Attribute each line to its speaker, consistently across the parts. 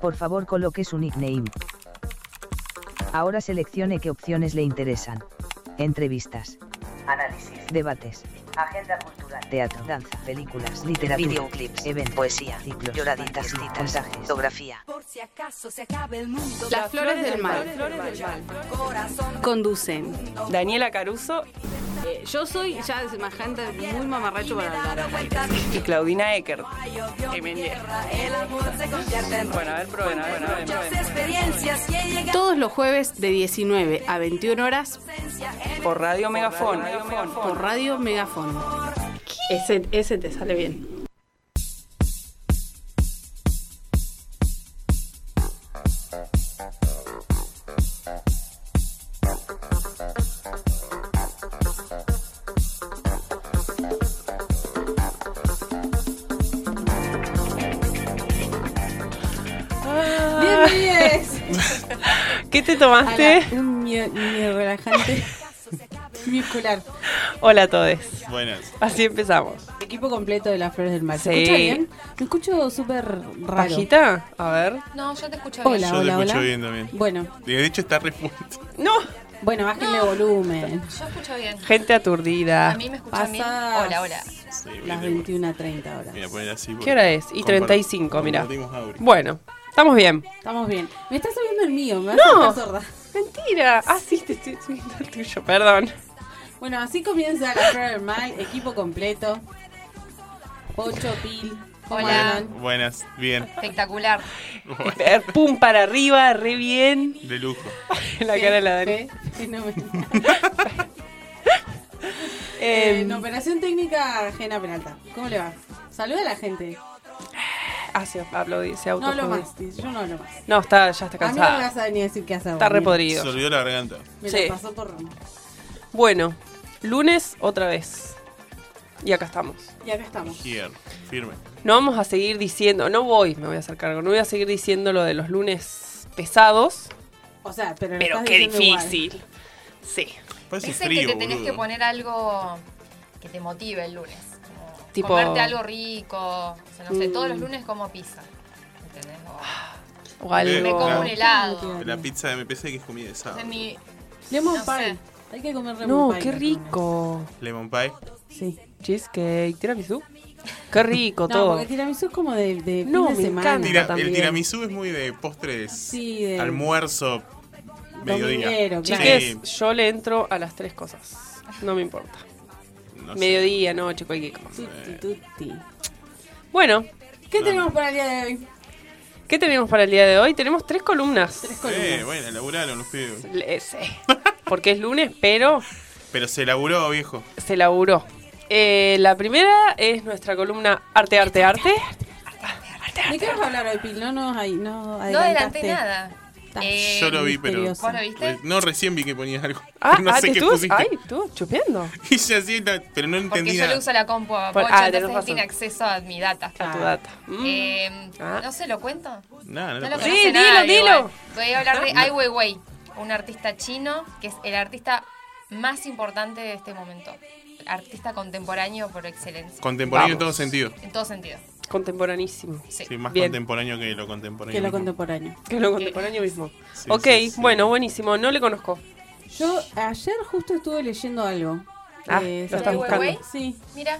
Speaker 1: por favor coloque su nickname. Ahora seleccione qué opciones le interesan. Entrevistas,
Speaker 2: Análisis.
Speaker 1: debates,
Speaker 2: Agenda cultural.
Speaker 1: teatro, danza, películas, literatura,
Speaker 2: Videoclips.
Speaker 1: event, poesía, ciclos,
Speaker 2: Lloraditas, citas,
Speaker 1: fantasías,
Speaker 2: fotografía.
Speaker 3: Por si acaso se acaba el mundo.
Speaker 4: Las flores del mal.
Speaker 3: Corazón.
Speaker 4: Conducen.
Speaker 5: Daniela Caruso
Speaker 4: Eh, yo soy ya es más gente muy mamarracho para hablar. al aire.
Speaker 5: y Claudina Eckert.
Speaker 3: Dios,
Speaker 5: Emilia.
Speaker 3: tierra, el amor se convierte en
Speaker 5: Bueno, a ver, prueben, a ver, a ver,
Speaker 3: muchas
Speaker 5: prueben.
Speaker 3: experiencias y he llegado
Speaker 4: Todos los jueves de 19 a 21 horas
Speaker 3: a esencia en
Speaker 5: Por Radio Megafón.
Speaker 4: por Radio Megafón. Ese, ese te sale bien.
Speaker 5: ¿Qué te tomaste?
Speaker 4: Un miedo relajante. Muscular.
Speaker 5: Hola a todos.
Speaker 6: Buenas.
Speaker 5: Así empezamos.
Speaker 4: Equipo completo de las flores del mar. ¿Se
Speaker 5: Sí.
Speaker 4: escucha bien? Me escucho súper raro.
Speaker 5: ¿Pajita? A ver.
Speaker 7: No, yo te escucho bien.
Speaker 4: Hola,
Speaker 6: Yo te
Speaker 4: hola,
Speaker 6: escucho
Speaker 4: hola.
Speaker 6: bien también.
Speaker 4: Bueno,
Speaker 6: De hecho está re fuerte.
Speaker 5: No.
Speaker 4: bueno, bájenle volumen.
Speaker 7: Yo escucho bien.
Speaker 5: Gente
Speaker 7: A
Speaker 5: aturdida.
Speaker 7: mí me escuchan bien.
Speaker 4: Pasadas
Speaker 7: Hola, hola.
Speaker 6: Sí,
Speaker 4: Las
Speaker 6: voy a-
Speaker 4: 21.30 horas.
Speaker 6: voy a poner así.
Speaker 5: ¿Qué hora es? Y 35, mirá.
Speaker 6: mira. Bueno.
Speaker 5: Bueno, estamos bien.
Speaker 4: Estamos bien. Me está subiendo el mío, me
Speaker 5: No.
Speaker 4: no. sorda.
Speaker 5: Mentira. Ah, sí, te estoy subiendo el tuyo. Perdón.
Speaker 4: Bueno, así comienza la flor del mal, equipo completo. Pocho, Pil. ¿cómo
Speaker 7: Hola.
Speaker 4: andan?
Speaker 6: Buenas, bien.
Speaker 7: Espectacular.
Speaker 5: Eh, Pum para arriba, re bien.
Speaker 6: De lujo.
Speaker 5: La cara de la Dani. Em.
Speaker 4: Fe- fenomenal.
Speaker 5: Eh,
Speaker 4: En operación técnica, Gena Peralta. ¿Cómo le va? Saluda a la gente.
Speaker 5: Ah, se aplaudí, se
Speaker 4: No hablo
Speaker 5: autoaplaudí.
Speaker 4: más, dice, yo no hablo más.
Speaker 5: No, está, ya está
Speaker 4: A mí no me
Speaker 5: cansada.
Speaker 4: vas a venir a decir qué has
Speaker 5: Está re
Speaker 6: Se
Speaker 5: podrido.
Speaker 6: olvidó la garganta.
Speaker 4: Me
Speaker 5: Sí.
Speaker 4: lo pasó por Roma.
Speaker 5: Bueno, lunes otra vez. Y acá estamos.
Speaker 4: Y acá estamos.
Speaker 6: Here. Firme.
Speaker 5: No vamos a seguir diciendo, no voy, me voy a hacer cargo, no voy a seguir diciendo lo de los lunes pesados,
Speaker 4: O sea, pero lo
Speaker 5: pero
Speaker 4: estás
Speaker 5: qué
Speaker 4: diciendo igual.
Speaker 5: difícil. Sí,
Speaker 6: Parece
Speaker 7: Dicen
Speaker 6: frío,
Speaker 7: que te tenés
Speaker 6: boludo.
Speaker 7: que poner algo que te motive el lunes. Como
Speaker 5: Tipo- Mm.
Speaker 7: Comerte algo rico. O sea, no sé, todos los lunes como pizza. ¿Entendés? O
Speaker 5: o algo.
Speaker 7: me como
Speaker 6: Ah, claro.
Speaker 7: un helado.
Speaker 6: La pizza de MPC que es comida de sábado.
Speaker 7: Entonces, mi-
Speaker 4: Lemon
Speaker 7: No sé.
Speaker 4: pie. Hay que comer lemon
Speaker 5: No,
Speaker 4: pie
Speaker 5: qué
Speaker 4: los
Speaker 5: rico.
Speaker 6: Lemon pie.
Speaker 4: lunes. Sí.
Speaker 5: Cheesecake, tiramisú. Qué rico
Speaker 4: No,
Speaker 5: todo.
Speaker 4: porque tiramisú es como de, de
Speaker 5: No,
Speaker 4: fin de
Speaker 5: me
Speaker 4: semana.
Speaker 5: encanta.
Speaker 6: Tira-
Speaker 5: también.
Speaker 6: el tiramisú es muy de postres.
Speaker 4: Sí, de-
Speaker 6: Almuerzo. Mediodía.
Speaker 4: Dominguero, claro.
Speaker 5: Chiques,
Speaker 6: Sí,
Speaker 5: yo le entro a las tres cosas. No me importa.
Speaker 6: no sé.
Speaker 5: Mediodía, noche, cualquier cosa.
Speaker 6: Eh.
Speaker 4: Tutti, tutti.
Speaker 5: Bueno,
Speaker 4: ¿Qué tenemos para el día de hoy?
Speaker 5: ¿qué tenemos para el día de hoy? Tenemos tres columnas.
Speaker 4: Tres
Speaker 6: Eh,
Speaker 4: columnas.
Speaker 6: bueno, laburaron los pibes.
Speaker 5: Le- sí. Porque es lunes, pero
Speaker 6: Pero se laburó, viejo.
Speaker 5: se laburó. Eh, la primera es nuestra columna Arte, Arte, Arte.
Speaker 4: ¿De qué vas a hablar hoy, Pil? No, no, ay, no
Speaker 7: No adelanté
Speaker 4: adelantaste.
Speaker 7: nada.
Speaker 4: Está.
Speaker 7: Eh,
Speaker 6: Yo lo vi, pero.
Speaker 4: misterioso.
Speaker 7: ¿Vos lo viste?
Speaker 6: Pues, No, recién vi que ponías algo.
Speaker 5: Ah,
Speaker 6: no
Speaker 5: ah,
Speaker 6: sé
Speaker 5: ¿te
Speaker 6: qué
Speaker 5: estuvo-
Speaker 6: pusiste.
Speaker 5: Ay, estuvo chupeando.
Speaker 6: Y ya sí, no, pero no
Speaker 7: Porque
Speaker 6: entendí
Speaker 7: yo le
Speaker 6: nada.
Speaker 7: uso la compu a
Speaker 5: Por-
Speaker 7: Pocho,
Speaker 5: ah, tenés
Speaker 7: entonces él
Speaker 5: razón.
Speaker 7: tiene acceso a mi data.
Speaker 5: A tu data. Mm.
Speaker 7: Ah, Eh,
Speaker 5: Ah.
Speaker 7: No sé, ¿lo cuento?
Speaker 6: Nada, no
Speaker 7: pues. No
Speaker 6: lo Ah.
Speaker 7: lo
Speaker 6: puedo.
Speaker 5: Sí,
Speaker 7: conoce nadie,
Speaker 5: dilo,
Speaker 7: igual.
Speaker 5: dilo.
Speaker 7: Voy a hablar de Ai Weiwei, un artista chino que es el artista más importante de este momento. Artista contemporáneo por excelencia.
Speaker 6: Contemporáneo en
Speaker 5: Vamos.
Speaker 6: todo sentido.
Speaker 7: en todo sentido.
Speaker 5: Contemporanísimo.
Speaker 7: Sí. Eh,
Speaker 6: Sí, más
Speaker 5: Bien.
Speaker 6: contemporáneo que lo contemporáneo.
Speaker 4: Que lo
Speaker 6: mismo.
Speaker 4: contemporáneo.
Speaker 5: Que lo contemporáneo mismo.
Speaker 6: Sí,
Speaker 5: ok,
Speaker 6: sí, sí.
Speaker 5: bueno, buenísimo. No le conozco.
Speaker 4: Yo ayer justo estuve leyendo algo.
Speaker 5: Ah,
Speaker 4: Eh, sobre-
Speaker 5: lo estás buscando.
Speaker 4: Sí,
Speaker 7: Mira,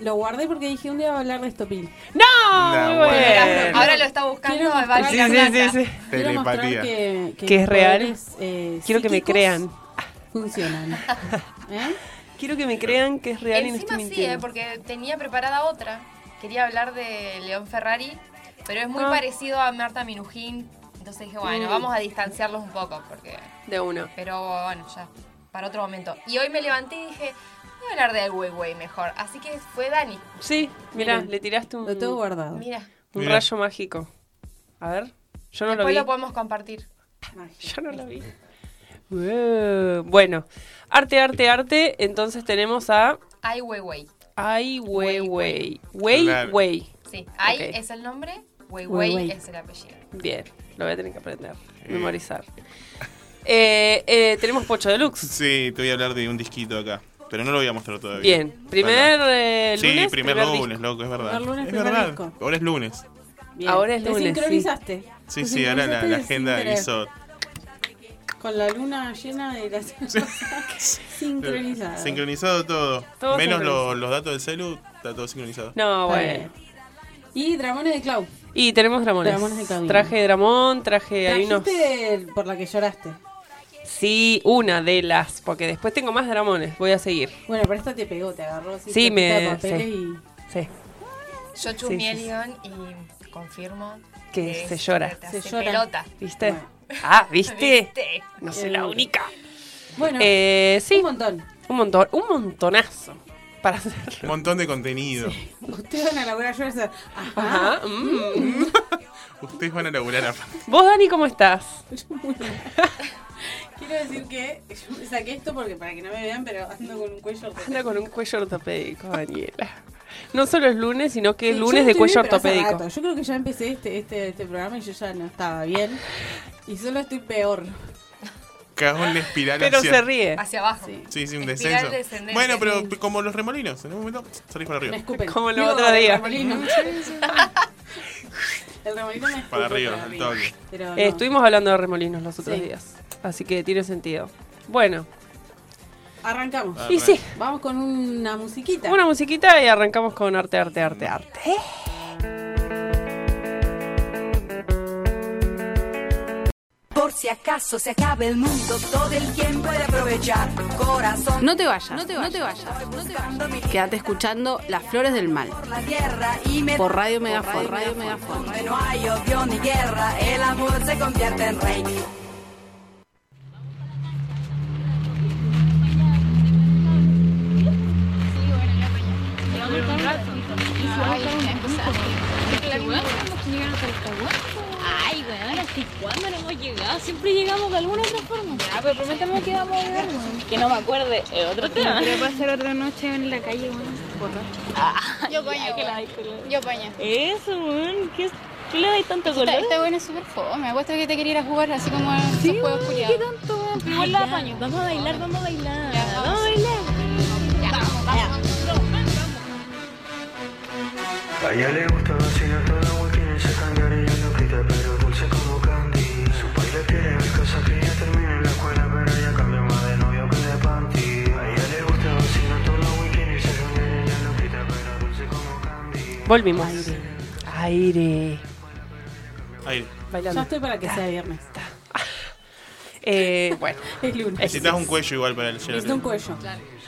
Speaker 4: lo guardé porque dije un día va a hablar de esto, Pil.
Speaker 5: ¡No!
Speaker 6: Nah,
Speaker 5: muy
Speaker 6: bueno.
Speaker 5: bueno.
Speaker 7: ahora lo está buscando
Speaker 4: Quiero
Speaker 7: a Valle
Speaker 4: mostrar-
Speaker 5: Sí,
Speaker 7: la
Speaker 5: sí, sí,
Speaker 7: Blanca.
Speaker 5: sí.
Speaker 4: Quiero mostrar
Speaker 6: Telepatía.
Speaker 4: que,
Speaker 5: ¿Que es
Speaker 4: los
Speaker 5: real?
Speaker 4: poderes, eh,
Speaker 5: Quiero que me
Speaker 4: psíquicos
Speaker 5: crean.
Speaker 4: Funcionan. ¿Eh?
Speaker 5: Quiero que me crean que es real y no estoy
Speaker 7: Encima sí,
Speaker 5: mintiendo.
Speaker 7: eh, porque tenía preparada otra. Quería hablar de León Ferrari, pero es muy
Speaker 5: Ah.
Speaker 7: parecido a Marta Minujín. Entonces dije, bueno,
Speaker 5: Mm.
Speaker 7: vamos a distanciarlos un poco, porque
Speaker 5: De una.
Speaker 7: Pero bueno, ya, para otro momento. Y hoy me levanté y dije, voy a hablar de Ai Weiwei mejor. Así que fue Dani.
Speaker 5: Sí, mirá,
Speaker 4: Mira,
Speaker 5: le tiraste un,
Speaker 4: Lo tengo guardado.
Speaker 7: Mira,
Speaker 5: un
Speaker 6: Mira.
Speaker 5: rayo mágico. A ver, yo no lo
Speaker 7: después
Speaker 5: vi.
Speaker 7: lo, podemos compartir.
Speaker 5: Yo no lo vi. Uh, Bueno, arte, arte, arte. Entonces tenemos a
Speaker 7: Ai Weiwei.
Speaker 5: Ai Weiwei. Wei
Speaker 6: Claro.
Speaker 5: Wei.
Speaker 7: Sí, Ai
Speaker 5: Ok.
Speaker 7: es el nombre,
Speaker 4: Weiwei.
Speaker 7: Weiwei es el apellido.
Speaker 5: Bien, lo voy a tener que aprender, memorizar. Eh, eh, tenemos Pocho Deluxe.
Speaker 6: Sí, te voy a hablar de un disquito acá. Pero no lo voy a mostrar todavía.
Speaker 5: Bien, primer
Speaker 6: Bueno.
Speaker 5: eh,
Speaker 6: Sí,
Speaker 5: lunes.
Speaker 6: primer,
Speaker 5: disco.
Speaker 6: lunes, loco, es verdad.
Speaker 4: Primer lunes,
Speaker 6: es
Speaker 4: primer
Speaker 6: verdad.
Speaker 4: disco.
Speaker 6: Ahora es lunes.
Speaker 4: Bien.
Speaker 5: Ahora es
Speaker 4: Te
Speaker 5: lunes, sí.
Speaker 4: sincronizaste.
Speaker 6: Sí,
Speaker 4: Te
Speaker 6: sí, ahora la,
Speaker 4: sincronizaste
Speaker 6: la
Speaker 4: sin
Speaker 6: agenda
Speaker 4: querer.
Speaker 6: hizo
Speaker 4: Con la luna llena de las sincronizada.
Speaker 6: sincronizado todo.
Speaker 5: Todo
Speaker 6: Menos
Speaker 5: sincronizado.
Speaker 6: lo- los datos del celu, está todo sincronizado.
Speaker 5: No,
Speaker 4: Está
Speaker 5: Ah, bueno.
Speaker 4: bien. Y Dramones de Clau.
Speaker 5: Y tenemos dramones.
Speaker 4: Dramones de cabina.
Speaker 5: traje dramón, traje hay unos-
Speaker 4: Trajiste por la que lloraste.
Speaker 5: Sí, una de las, porque después tengo más dramones, voy a seguir.
Speaker 4: Bueno, pero esta te pegó, te agarró. así,
Speaker 5: Sí,
Speaker 4: te
Speaker 5: me-
Speaker 4: picaba papeles
Speaker 5: sí. Sí.
Speaker 8: Yo chumé
Speaker 5: Sí, sí, sí.
Speaker 8: el guión y confirmo
Speaker 5: Que
Speaker 8: es-
Speaker 5: se llora.
Speaker 8: te
Speaker 4: Se
Speaker 8: hace
Speaker 4: llora.
Speaker 8: pelota.
Speaker 5: ¿Viste?
Speaker 4: Bueno. Eh.
Speaker 5: Ah, ¿viste?
Speaker 8: ¿Viste?
Speaker 5: No soy la única.
Speaker 4: y- Bueno,
Speaker 5: Eh, sí,
Speaker 4: un montón.
Speaker 5: un montón, un montonazo para hacerlo.
Speaker 6: Un montón de contenido.
Speaker 4: Ustedes van a laburar yo esa- Ajá.
Speaker 5: Ajá. mm.
Speaker 6: Ustedes van a laburar aparte.
Speaker 5: Vos, Dani, ¿cómo estás?
Speaker 4: Quiero decir que yo me saqué esto porque para que no me vean, pero ando con un cuello ortopédico.
Speaker 5: Anda con un cuello ortopédico, Daniela. No solo es lunes, sino que es
Speaker 4: Sí,
Speaker 5: lunes
Speaker 4: yo
Speaker 5: de
Speaker 4: estoy
Speaker 5: cuello
Speaker 4: bien, pero hace
Speaker 5: ortopédico.
Speaker 4: rato. Yo creo que ya empecé este, este, este programa y yo ya no estaba bien. Y solo estoy peor.
Speaker 6: Cagón la espiral
Speaker 5: Pero
Speaker 6: hacia-
Speaker 5: se ríe.
Speaker 8: Hacia abajo.
Speaker 6: Sí, sí, un
Speaker 8: Espiral
Speaker 6: descenso.
Speaker 8: descendente.
Speaker 6: Bueno, pero como los remolinos, en un momento salís para
Speaker 4: Me
Speaker 6: arriba.
Speaker 4: escupen.
Speaker 5: Como el
Speaker 4: Digo,
Speaker 5: otro día.
Speaker 4: El remolino. El remolino me escupe
Speaker 6: Para arriba,
Speaker 4: para
Speaker 6: al toque.
Speaker 4: Pero no.
Speaker 5: Eh, estuvimos hablando de remolinos los otros
Speaker 4: Sí.
Speaker 5: días, así que tiene sentido. Bueno,
Speaker 4: Arrancamos.
Speaker 6: Ah,
Speaker 5: y sí,
Speaker 4: Vamos con una musiquita.
Speaker 5: una musiquita y arrancamos con arte, arte, arte, arte.
Speaker 9: Por si acaso se acabe el mundo, todo el tiempo he de aprovechar. Corazón
Speaker 10: No te vayas, no te vayas, no te vayas.
Speaker 9: buscando mi
Speaker 10: Quédate escuchando Las Flores del Mal
Speaker 9: por la tierra y me
Speaker 10: por Radio Megafon. Radio Megafon.
Speaker 9: donde no hay odio ni guerra, el amor se convierte en rey.
Speaker 7: Ay, weón, ¿hasta cuándo no hemos llegado? Siempre llegamos de alguna otra forma. Ya, pero prométame que vamos a llegar, Que no me acuerde, es otro tema. Quiero pasar otra noche en la calle, weón. Yo coño. Yo coño. Eso, weón, ¿qué es? ¿Qué le dais tanto color? Esta buena es súper fome. Me apuesto que te quería ir a jugar así como a esos juegos culiados. ¿Qué tanto, weón? Pero igual la apaño. Vamos a bailar, vamos a bailar. vamos a bailar.
Speaker 11: A ella le gusta vacilar toda la weekend y se cambiar y no grita pero dulce como candy Su baile quiere ver cosas que ya termina en la escuela pero ella cambia más de novio que de panty A ella le gusta vacilar toda la weekend y se cambiar y ella no grita pero dulce como candy
Speaker 5: Volvimos. Aire.
Speaker 6: Aire.
Speaker 4: Ya
Speaker 5: Bailando.
Speaker 4: estoy para que sea viernes.
Speaker 5: Eh, bueno,
Speaker 4: Es lunes.
Speaker 6: Necesitas un cuello igual para el
Speaker 4: Necesito un cuello.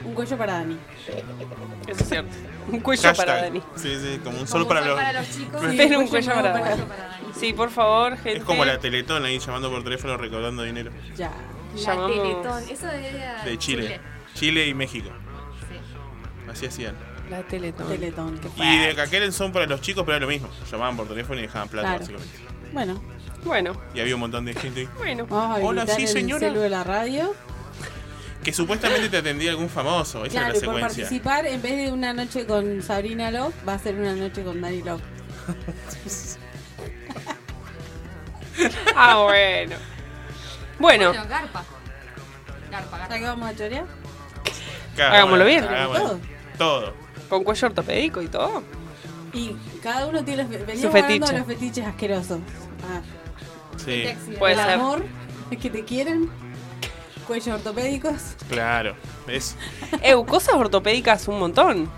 Speaker 4: Un cuello para Dani.
Speaker 5: eso es cierto. Un cuello
Speaker 6: Hashtag.
Speaker 5: para Dani.
Speaker 6: Sí, sí, como un solo para los.
Speaker 4: Sí,
Speaker 5: Pero un
Speaker 4: cuello
Speaker 5: cuello
Speaker 4: no,
Speaker 5: para
Speaker 4: para-
Speaker 5: Dani. Sí, por favor, gente.
Speaker 6: Es como la Teletón ahí llamando por teléfono recaudando dinero.
Speaker 4: Ya.
Speaker 5: llamamos-
Speaker 7: Eso era
Speaker 6: De Chile. Chile y México. Así hacían.
Speaker 5: La Teletón.
Speaker 4: Teletón.
Speaker 6: Y de Caqueren son para los chicos, pero era lo mismo. Llamaban por teléfono y dejaban plata,
Speaker 4: Claro.
Speaker 6: básicamente.
Speaker 4: Bueno,
Speaker 5: Bueno,
Speaker 6: Y había un montón de gente
Speaker 5: bueno.
Speaker 4: vamos a
Speaker 6: Hola,
Speaker 4: habilitar
Speaker 6: sí,
Speaker 4: el
Speaker 6: señora.
Speaker 4: celu de la radio.
Speaker 6: que supuestamente te atendía algún famoso. Esa
Speaker 4: Claro, y
Speaker 6: era la
Speaker 4: por
Speaker 6: secuencia.
Speaker 4: participar, en vez de una noche con Sabrina Love, va a ser una noche con Dani Love.
Speaker 5: Ah, bueno. Bueno,
Speaker 8: garpa. Garpa, garpa.
Speaker 4: ¿Ya que vamos a chorear?
Speaker 6: Claro,
Speaker 5: Hagámoslo bien.
Speaker 6: hagámoslo. Todo.
Speaker 5: con cuello ortopédico y todo.
Speaker 4: Y cada uno tiene los, veníamos
Speaker 5: Su fetiche.
Speaker 4: hablando de los fetiches asquerosos. Ah,
Speaker 6: Sí,
Speaker 5: Puede
Speaker 4: el
Speaker 5: ser.
Speaker 4: amor, es que te quieren, cuellos ortopédicos.
Speaker 6: claro. ¿Ves?
Speaker 5: Eu, cosas ortopédicas un montón.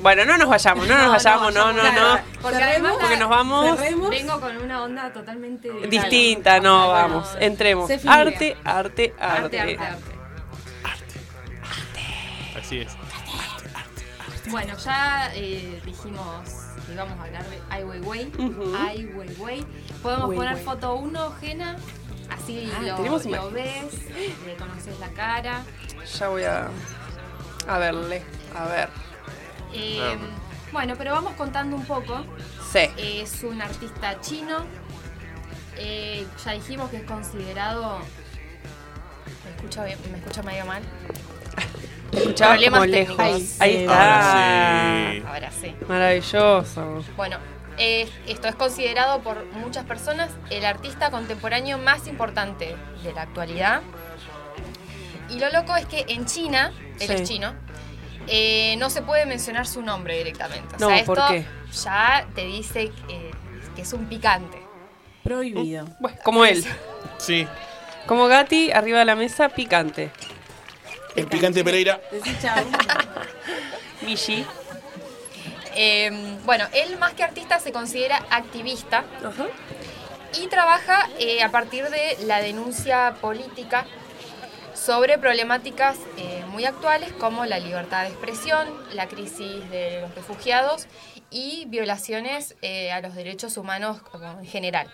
Speaker 5: Bueno, no nos vayamos, no nos vayamos, no, no, no.
Speaker 8: Porque
Speaker 4: Cerremos,
Speaker 8: además
Speaker 5: Porque nos vamos
Speaker 4: cerremos.
Speaker 7: Vengo con una onda totalmente
Speaker 5: distinta, no, vamos. Entremos.
Speaker 4: Se fija.
Speaker 5: Arte, arte,
Speaker 7: Arte,
Speaker 5: arte.
Speaker 7: arte, arte.
Speaker 6: Así es.
Speaker 7: Bueno, ya eh, dijimai que íbamos a hablar de Ai Weiwei.
Speaker 5: Ujú.
Speaker 7: Ai Weiwei. Podemos
Speaker 5: Weiwei.
Speaker 7: poner foto 1, Jena. Así
Speaker 5: Ah,
Speaker 7: lo,
Speaker 5: tenemos
Speaker 7: lo
Speaker 5: imagen.
Speaker 7: ves, le conoces la cara.
Speaker 5: Ya voy a. A verle. A ver.
Speaker 7: Eh,
Speaker 6: Ah.
Speaker 7: Bueno, pero vamos contando un poco.
Speaker 5: Sí.
Speaker 7: Es un artista chino. Eh, ya dijimos que es considerado. ¿Me escucha, bien? ¿Me escucha medio mal?
Speaker 5: Escuchaba
Speaker 7: Problemas
Speaker 5: como lejos.
Speaker 7: técnicos.
Speaker 5: Ahí,
Speaker 4: Ahí
Speaker 5: está.
Speaker 6: Ahora sí.
Speaker 7: Ahora sí.
Speaker 5: Maravilloso.
Speaker 7: Bueno, eh, esto es considerado por muchas personas el artista contemporáneo más importante de la actualidad. Y lo loco es que en China, él
Speaker 5: Sí.
Speaker 7: es chino, eh, no se puede mencionar su nombre directamente. O sea,
Speaker 5: No,
Speaker 7: esto
Speaker 5: ¿por qué?
Speaker 7: ya te dice eh, que es un picante.
Speaker 12: Prohibido.
Speaker 5: Bueno, como él.
Speaker 6: Sí.
Speaker 5: Como Gatti, arriba de la mesa, picante.
Speaker 6: El picante Pereira.
Speaker 12: Decí chao.
Speaker 5: Michi.
Speaker 7: Eh, bueno, él más que artista se considera activista y trabaja eh, a partir de la denuncia política sobre problemáticas eh, muy actuales como la libertad de expresión, la crisis de los refugiados y violaciones eh, a los derechos humanos como en general.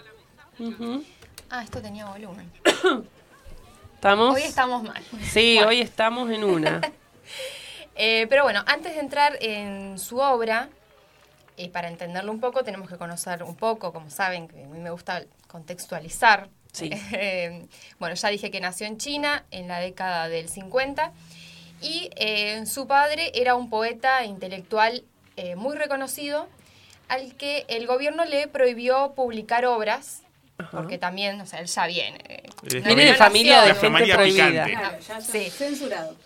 Speaker 7: Ah, esto tenía volumen.
Speaker 5: ¿Estamos?
Speaker 7: Hoy estamos mal.
Speaker 5: Sí, hoy estamos en una.
Speaker 7: Eh, pero bueno, antes de entrar en su obra, eh, para entenderlo un poco, tenemos que conocer un poco, como saben, que a mí me gusta contextualizar.
Speaker 5: Sí.
Speaker 7: Eh, bueno, ya dije que nació en China en la década del 50 y eh, su padre era un poeta intelectual eh, muy reconocido al que el gobierno le prohibió publicar obras, porque también, o sea, él ya viene. eh, no-
Speaker 5: Viene de
Speaker 7: no
Speaker 5: familia de
Speaker 7: nació,
Speaker 5: gente
Speaker 6: Familia
Speaker 5: prohibida.
Speaker 6: picante.
Speaker 12: Claro, ya está censurado.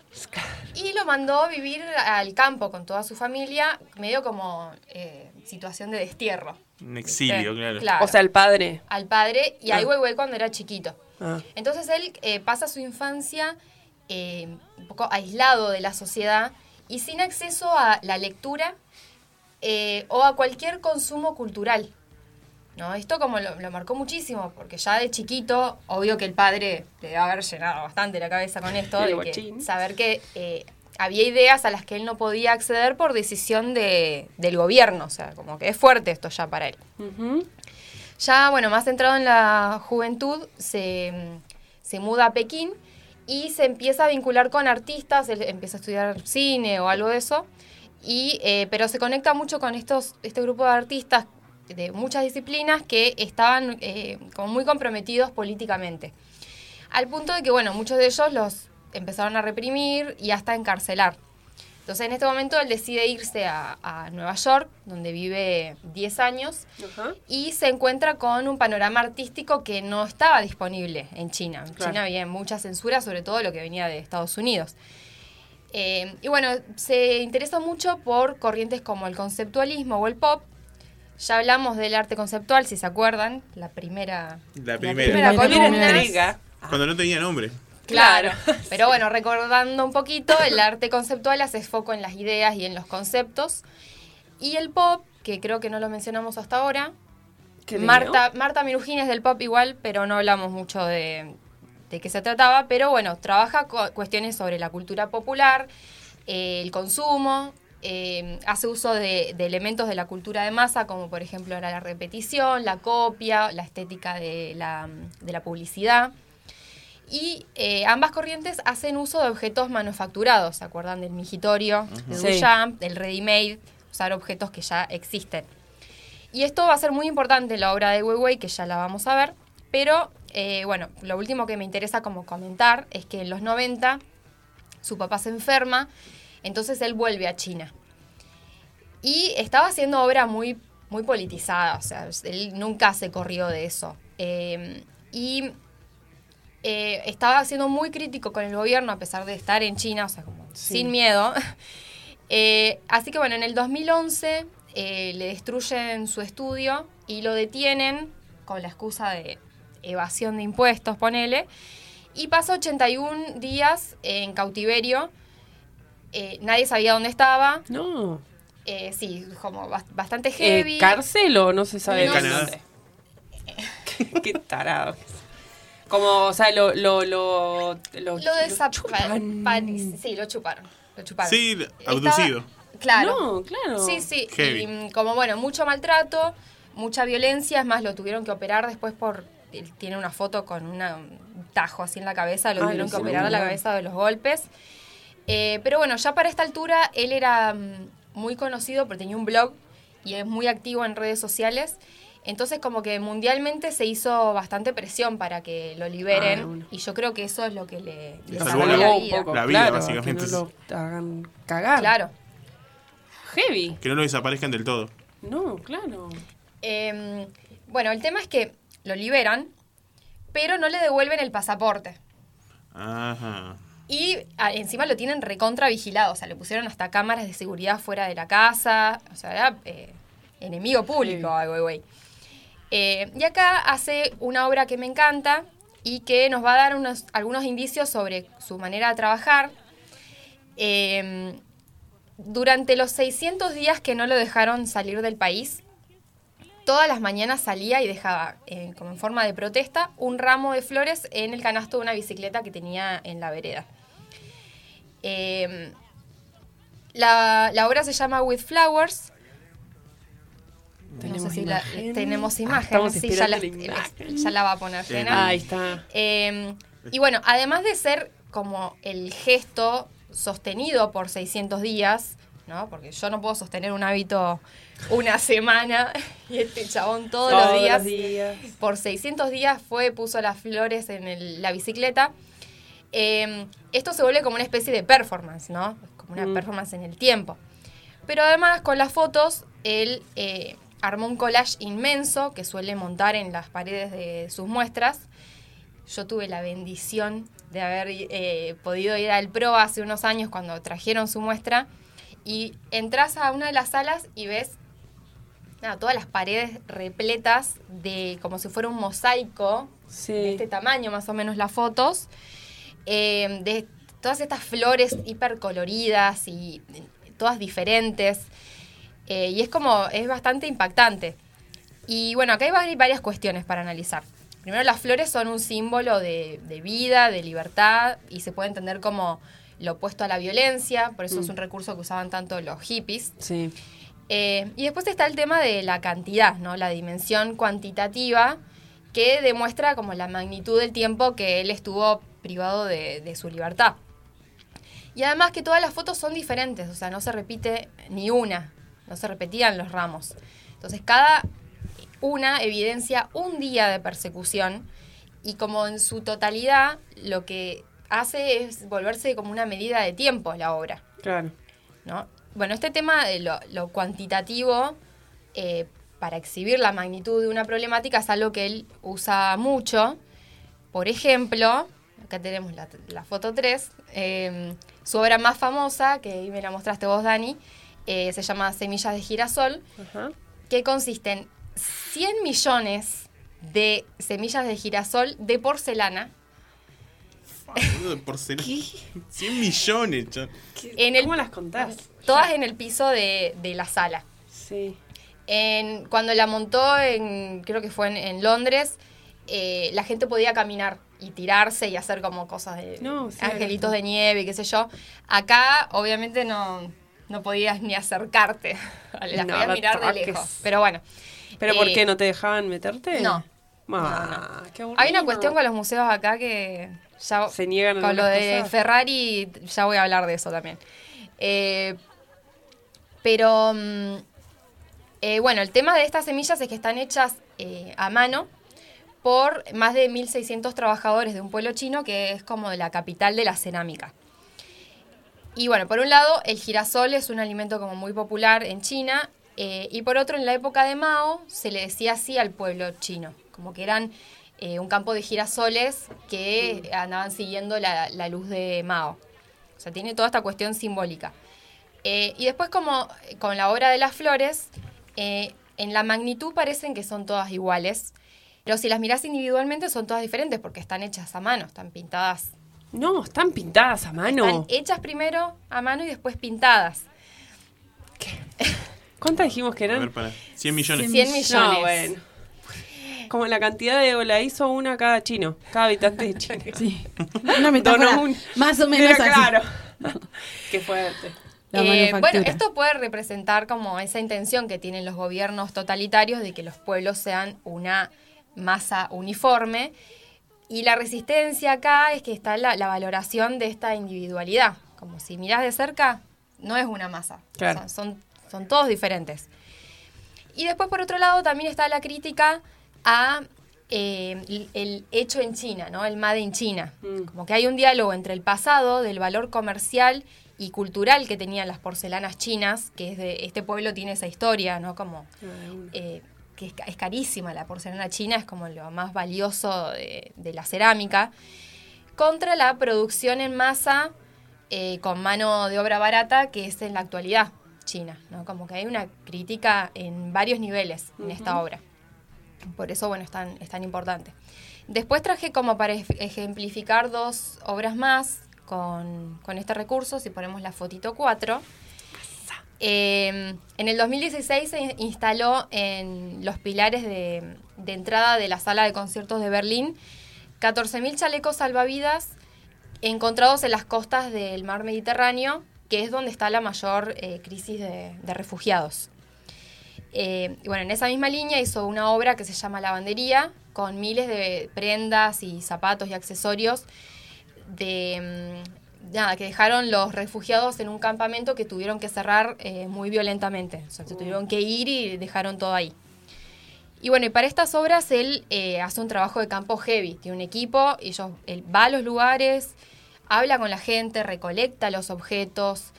Speaker 7: Y lo mandó a vivir al campo con toda su familia, medio como eh, situación de destierro.
Speaker 6: Un exilio,
Speaker 7: Sí,
Speaker 6: claro.
Speaker 7: claro.
Speaker 5: O sea, el padre.
Speaker 7: Al padre y a
Speaker 5: Ah.
Speaker 7: Huehue cuando era chiquito.
Speaker 5: Ah.
Speaker 7: Entonces él eh, pasa su infancia eh, un poco aislado de la sociedad y sin acceso a la lectura eh, o a cualquier consumo cultural. ¿No? Esto como lo, lo marcó muchísimo, porque ya de chiquito, obvio que el padre le debe haber llenado bastante la cabeza con esto,
Speaker 5: El
Speaker 7: de que
Speaker 5: guachín.
Speaker 7: saber que eh, había ideas a las que él no podía acceder por decisión de- del gobierno, o sea, como que es fuerte esto ya para él. Ya, bueno, más centrado en la juventud, se, mm, se muda a Pekín y se empieza a vincular con artistas, él empieza a estudiar cine o algo de eso, y, eh, pero se conecta mucho con estos, este grupo de artistas de muchas disciplinas que estaban eh, como muy comprometidos políticamente. Al punto de que, bueno, muchos de ellos los empezaron a reprimir y hasta a encarcelar. Entonces, en este momento, él decide irse a, a Nueva York, donde vive 10 años, y se encuentra con un panorama artístico que no estaba disponible en China. En
Speaker 5: Claro.
Speaker 7: China había mucha censura, sobre todo lo que venía de Estados Unidos. Eh, y bueno, se interesa mucho por corrientes como el conceptualismo o el pop. Ya hablamos del arte conceptual, si se acuerdan, la primera...
Speaker 6: La
Speaker 7: primera
Speaker 6: primera.
Speaker 7: La columna.
Speaker 5: entrega.
Speaker 6: Cuando no tenía nombre.
Speaker 7: Claro. Pero bueno, recordando un poquito, el arte conceptual hace foco en las ideas y en los conceptos. Y el pop, que creo que no lo mencionamos hasta ahora.
Speaker 5: Creo.
Speaker 7: Marta, Marta Mirujín es del pop igual, pero no hablamos mucho de, de qué se trataba. Pero bueno, trabaja co- cuestiones sobre la cultura popular, eh, el consumo, eh, hace uso de, de elementos de la cultura de masa, como por ejemplo era la repetición, la copia, la estética de la, de la publicidad. Y eh, ambas corrientes hacen uso de objetos manufacturados, ¿se acuerdan del migitorio, del
Speaker 5: Sí.
Speaker 7: Duchamp, del ready-made? Usar objetos que ya existen. Y esto va a ser muy importante en la obra de Weiwei, que ya la vamos a ver. Pero, eh, bueno, lo último que me interesa como comentar es que en los 90 su papá se enferma, entonces él vuelve a China. Y estaba haciendo obra muy, muy politizada, o sea, él nunca se corrió de eso. Eh, y eh, estaba siendo muy crítico con el gobierno a pesar de estar en China, o sea, como sin miedo. Eh, así que bueno, en el 2011 eh, le destruyen su estudio y lo detienen con la excusa de evasión de impuestos, ponele, y pasa 81 días en cautiverio. Eh, nadie sabía dónde estaba.
Speaker 5: No.
Speaker 7: Eh, sí, como bas- bastante
Speaker 5: Eh,
Speaker 7: heavy.
Speaker 5: ¿Cárcel o no se sabe?
Speaker 6: En
Speaker 5: el
Speaker 6: Canadá.
Speaker 5: nombre? Qué- Qué tarado. que es. Como, o sea, lo... Lo, lo, lo-
Speaker 7: lo
Speaker 5: chupan.
Speaker 7: desaparecieron. Sí, lo chuparon. Lo chuparon.
Speaker 6: Sí,
Speaker 7: Estaba-
Speaker 6: abducido.
Speaker 7: claro.
Speaker 5: No, claro.
Speaker 7: Sí, sí.
Speaker 6: Heavy.
Speaker 7: Y mm, como bueno, mucho maltrato, mucha violencia, es más, lo tuvieron que operar después por. él tiene una foto con una- un tajo así en la cabeza, lo
Speaker 5: Ay,
Speaker 7: tuvieron
Speaker 5: no
Speaker 7: que
Speaker 5: sé,
Speaker 7: operar a la
Speaker 5: no.
Speaker 7: cabeza de los golpes. Eh, pero bueno, ya para esta altura él era mm, muy conocido porque tenía un blog y es muy activo en redes sociales. Entonces como que mundialmente se hizo bastante presión para que lo liberen
Speaker 5: Ah, bueno.
Speaker 7: y yo creo que eso es lo que le, le
Speaker 6: Le
Speaker 5: Lo
Speaker 7: salvó
Speaker 6: salvó
Speaker 7: la
Speaker 6: la-
Speaker 7: vida.
Speaker 6: la vida,
Speaker 5: claro,
Speaker 6: básicamente.
Speaker 5: Que no lo hagan cagar.
Speaker 7: Claro.
Speaker 5: Heavy.
Speaker 6: Que no lo desaparezcan del todo.
Speaker 5: No, claro.
Speaker 7: Eh, bueno, el tema es que lo liberan, pero no le devuelven el pasaporte.
Speaker 6: Ajá.
Speaker 7: Y a- encima lo tienen recontra vigilado, o sea, le pusieron hasta cámaras de seguridad fuera de la casa, o sea, era eh, enemigo público, a Weiwei. Eh, y acá hace una obra que me encanta y que nos va a dar unos, algunos indicios sobre su manera de trabajar. Eh, durante los 600 días que no lo dejaron salir del país, todas las mañanas salía y dejaba, eh, como en forma de protesta, un ramo de flores en el canasto de una bicicleta que tenía en la vereda. Eh, la, la obra se llama With Flowers.
Speaker 5: Tenemos
Speaker 7: no sé si la-
Speaker 5: imagen.
Speaker 7: tenemos
Speaker 5: Ah,
Speaker 7: imagen,
Speaker 5: estamos
Speaker 7: sí, ya la,
Speaker 5: esperando la imagen.
Speaker 7: ya la va a poner
Speaker 5: Sí.
Speaker 7: Jena.
Speaker 5: Ahí está.
Speaker 7: Eh, y bueno, además de ser como el gesto sostenido por 600 días, ¿no? Porque yo no puedo sostener un hábito una semana y este chabón todos, los días por 600 días fue, puso las flores en el- la bicicleta. Eh, esto se vuelve como una especie de performance, ¿no? Como una
Speaker 5: Mm.
Speaker 7: performance en el tiempo. Pero además con las fotos, él eh, armó un collage inmenso que suele montar en las paredes de sus muestras. Yo tuve la bendición de haber eh, podido ir al Pro hace unos años cuando trajeron su muestra. Y entras a una de las salas y ves nada, todas las paredes repletas de como si fuera un mosaico de este tamaño más o menos las fotos eh, de todas estas flores hipercoloridas y eh, todas diferentes Eh, y es como es bastante impactante y bueno acá hay vari- varias cuestiones para analizar primero las flores son un símbolo de, de vida de libertad y se puede entender como lo opuesto a la violencia por eso es
Speaker 5: Mm.
Speaker 7: un recurso que usaban tanto los hippies
Speaker 5: Sí.
Speaker 7: eh, y después está el tema de la cantidad, ¿no? La dimensión cuantitativa que demuestra como la magnitud del tiempo que él estuvo privado de, de su libertad. Y además que todas las fotos son diferentes, o sea, no se repite ni una, no se repetían los ramos. Entonces cada una evidencia un día de persecución y como en su totalidad lo que hace es volverse como una medida de tiempo la obra.
Speaker 5: Claro.
Speaker 7: ¿no? Bueno, este tema de lo, lo cuantitativo eh, para exhibir la magnitud de una problemática es algo que él usa mucho. Por ejemplo, acá tenemos la, la foto 3, eh, su obra más famosa, que ahí me la mostraste vos, Dani, eh, se llama Semillas de girasol,
Speaker 5: Ajá.
Speaker 7: que consisten 100 millones de semillas de girasol de porcelana
Speaker 6: Boludo, porcelana. 100 millones, chan.
Speaker 7: en el-
Speaker 5: ¿Cómo las contás?
Speaker 7: todas en el piso de, de la sala.
Speaker 5: Sí.
Speaker 7: En- cuando la montó, en, creo que fue en, en Londres, eh, la gente podía caminar y tirarse y hacer como cosas de
Speaker 5: No, sí,
Speaker 7: angelitos
Speaker 5: era-
Speaker 7: de nieve, qué sé yo. Acá, obviamente, no, no podías ni acercarte. Las
Speaker 5: No,
Speaker 7: podías
Speaker 5: no
Speaker 7: mirar de
Speaker 5: toques.
Speaker 7: lejos. Pero bueno.
Speaker 5: ¿Pero por
Speaker 7: Eh,
Speaker 5: qué no te dejaban meterte?
Speaker 7: no.
Speaker 5: Ma, qué aburrido.
Speaker 7: Hay una cuestión con los museos acá que ya
Speaker 5: Se niegan
Speaker 7: con lo
Speaker 5: algunas
Speaker 7: de
Speaker 5: cosas.
Speaker 7: Ferrari ya voy a hablar de eso también. Eh, pero mm, eh, bueno, el tema de estas semillas es que están hechas eh, a mano por más de 1.600 trabajadores de un pueblo chino que es como de la capital de la cerámica. Y bueno, por un lado, el girasol es un alimento como muy popular en China. eh, y por otro, en la época de Mao se le decía así al pueblo chino, como que eran eh, un campo de girasoles que andaban siguiendo la, la luz de Mao. O sea, tiene toda esta cuestión simbólica. Eh, y después, como con la obra de las flores, eh, en la magnitud parecen que son todas iguales, pero si las mirás individualmente son todas diferentes porque están hechas a mano, están pintadas
Speaker 5: No, están pintadas a mano.
Speaker 7: están eh, hechas primero a mano y después pintadas.
Speaker 5: ¿Cuántas dijimos que
Speaker 6: A
Speaker 5: eran?
Speaker 6: ver, para. 100 millones.
Speaker 7: 100
Speaker 5: No,
Speaker 7: millones. Ah,
Speaker 5: bueno. Como la cantidad de la hizo una cada chino, cada habitante de China.
Speaker 12: Sí. Una metáfora
Speaker 5: Donó un-
Speaker 12: más o menos
Speaker 5: Pero
Speaker 12: así.
Speaker 5: claro. Qué fuerte.
Speaker 12: La
Speaker 7: Eh, bueno,
Speaker 12: manufactura.
Speaker 7: esto puede representar como esa intención que tienen los gobiernos totalitarios de que los pueblos sean una masa uniforme. Y la resistencia acá es que está la, la valoración de esta individualidad. Como si mirás de cerca, no es una masa.
Speaker 5: Claro.
Speaker 7: O sea, son, son todos diferentes. Y después, por otro lado, también está la crítica a eh, el- el hecho en China, ¿no? El Made in China. Como que hay un diálogo entre el pasado, del valor comercial y cultural que tenían las porcelanas chinas, que es de, este pueblo tiene esa historia, ¿no? Como eh, que es, ca- es carísima la porcelana china, es como lo más valioso de, de la cerámica, contra la producción en masa eh, con mano de obra barata que es en la actualidad China, ¿no? Como que hay una crítica en varios niveles en esta obra. Por eso, bueno, es tan, es tan importante. Después traje como para ej- ejemplificar dos obras más con, con este recurso, si ponemos la fotito 4. Eh, en el 2016 se instaló en los pilares de, de entrada de la sala de conciertos de Berlín 14.000 chalecos salvavidas encontrados en las costas del mar Mediterráneo, que es donde está la mayor eh, crisis de, de refugiados. Eh, y bueno, en esa misma línea hizo una obra que se llama Lavandería, con miles de prendas y zapatos y accesorios de mm, nada, que dejaron los refugiados en un campamento que tuvieron que cerrar eh, muy violentamente. O sea, se tuvieron que ir y dejaron todo ahí. Y bueno, y para estas obras él eh, hace un trabajo de campo heavy, tiene un equipo, y ellos, él va a los lugares, habla con la gente, recolecta los objetos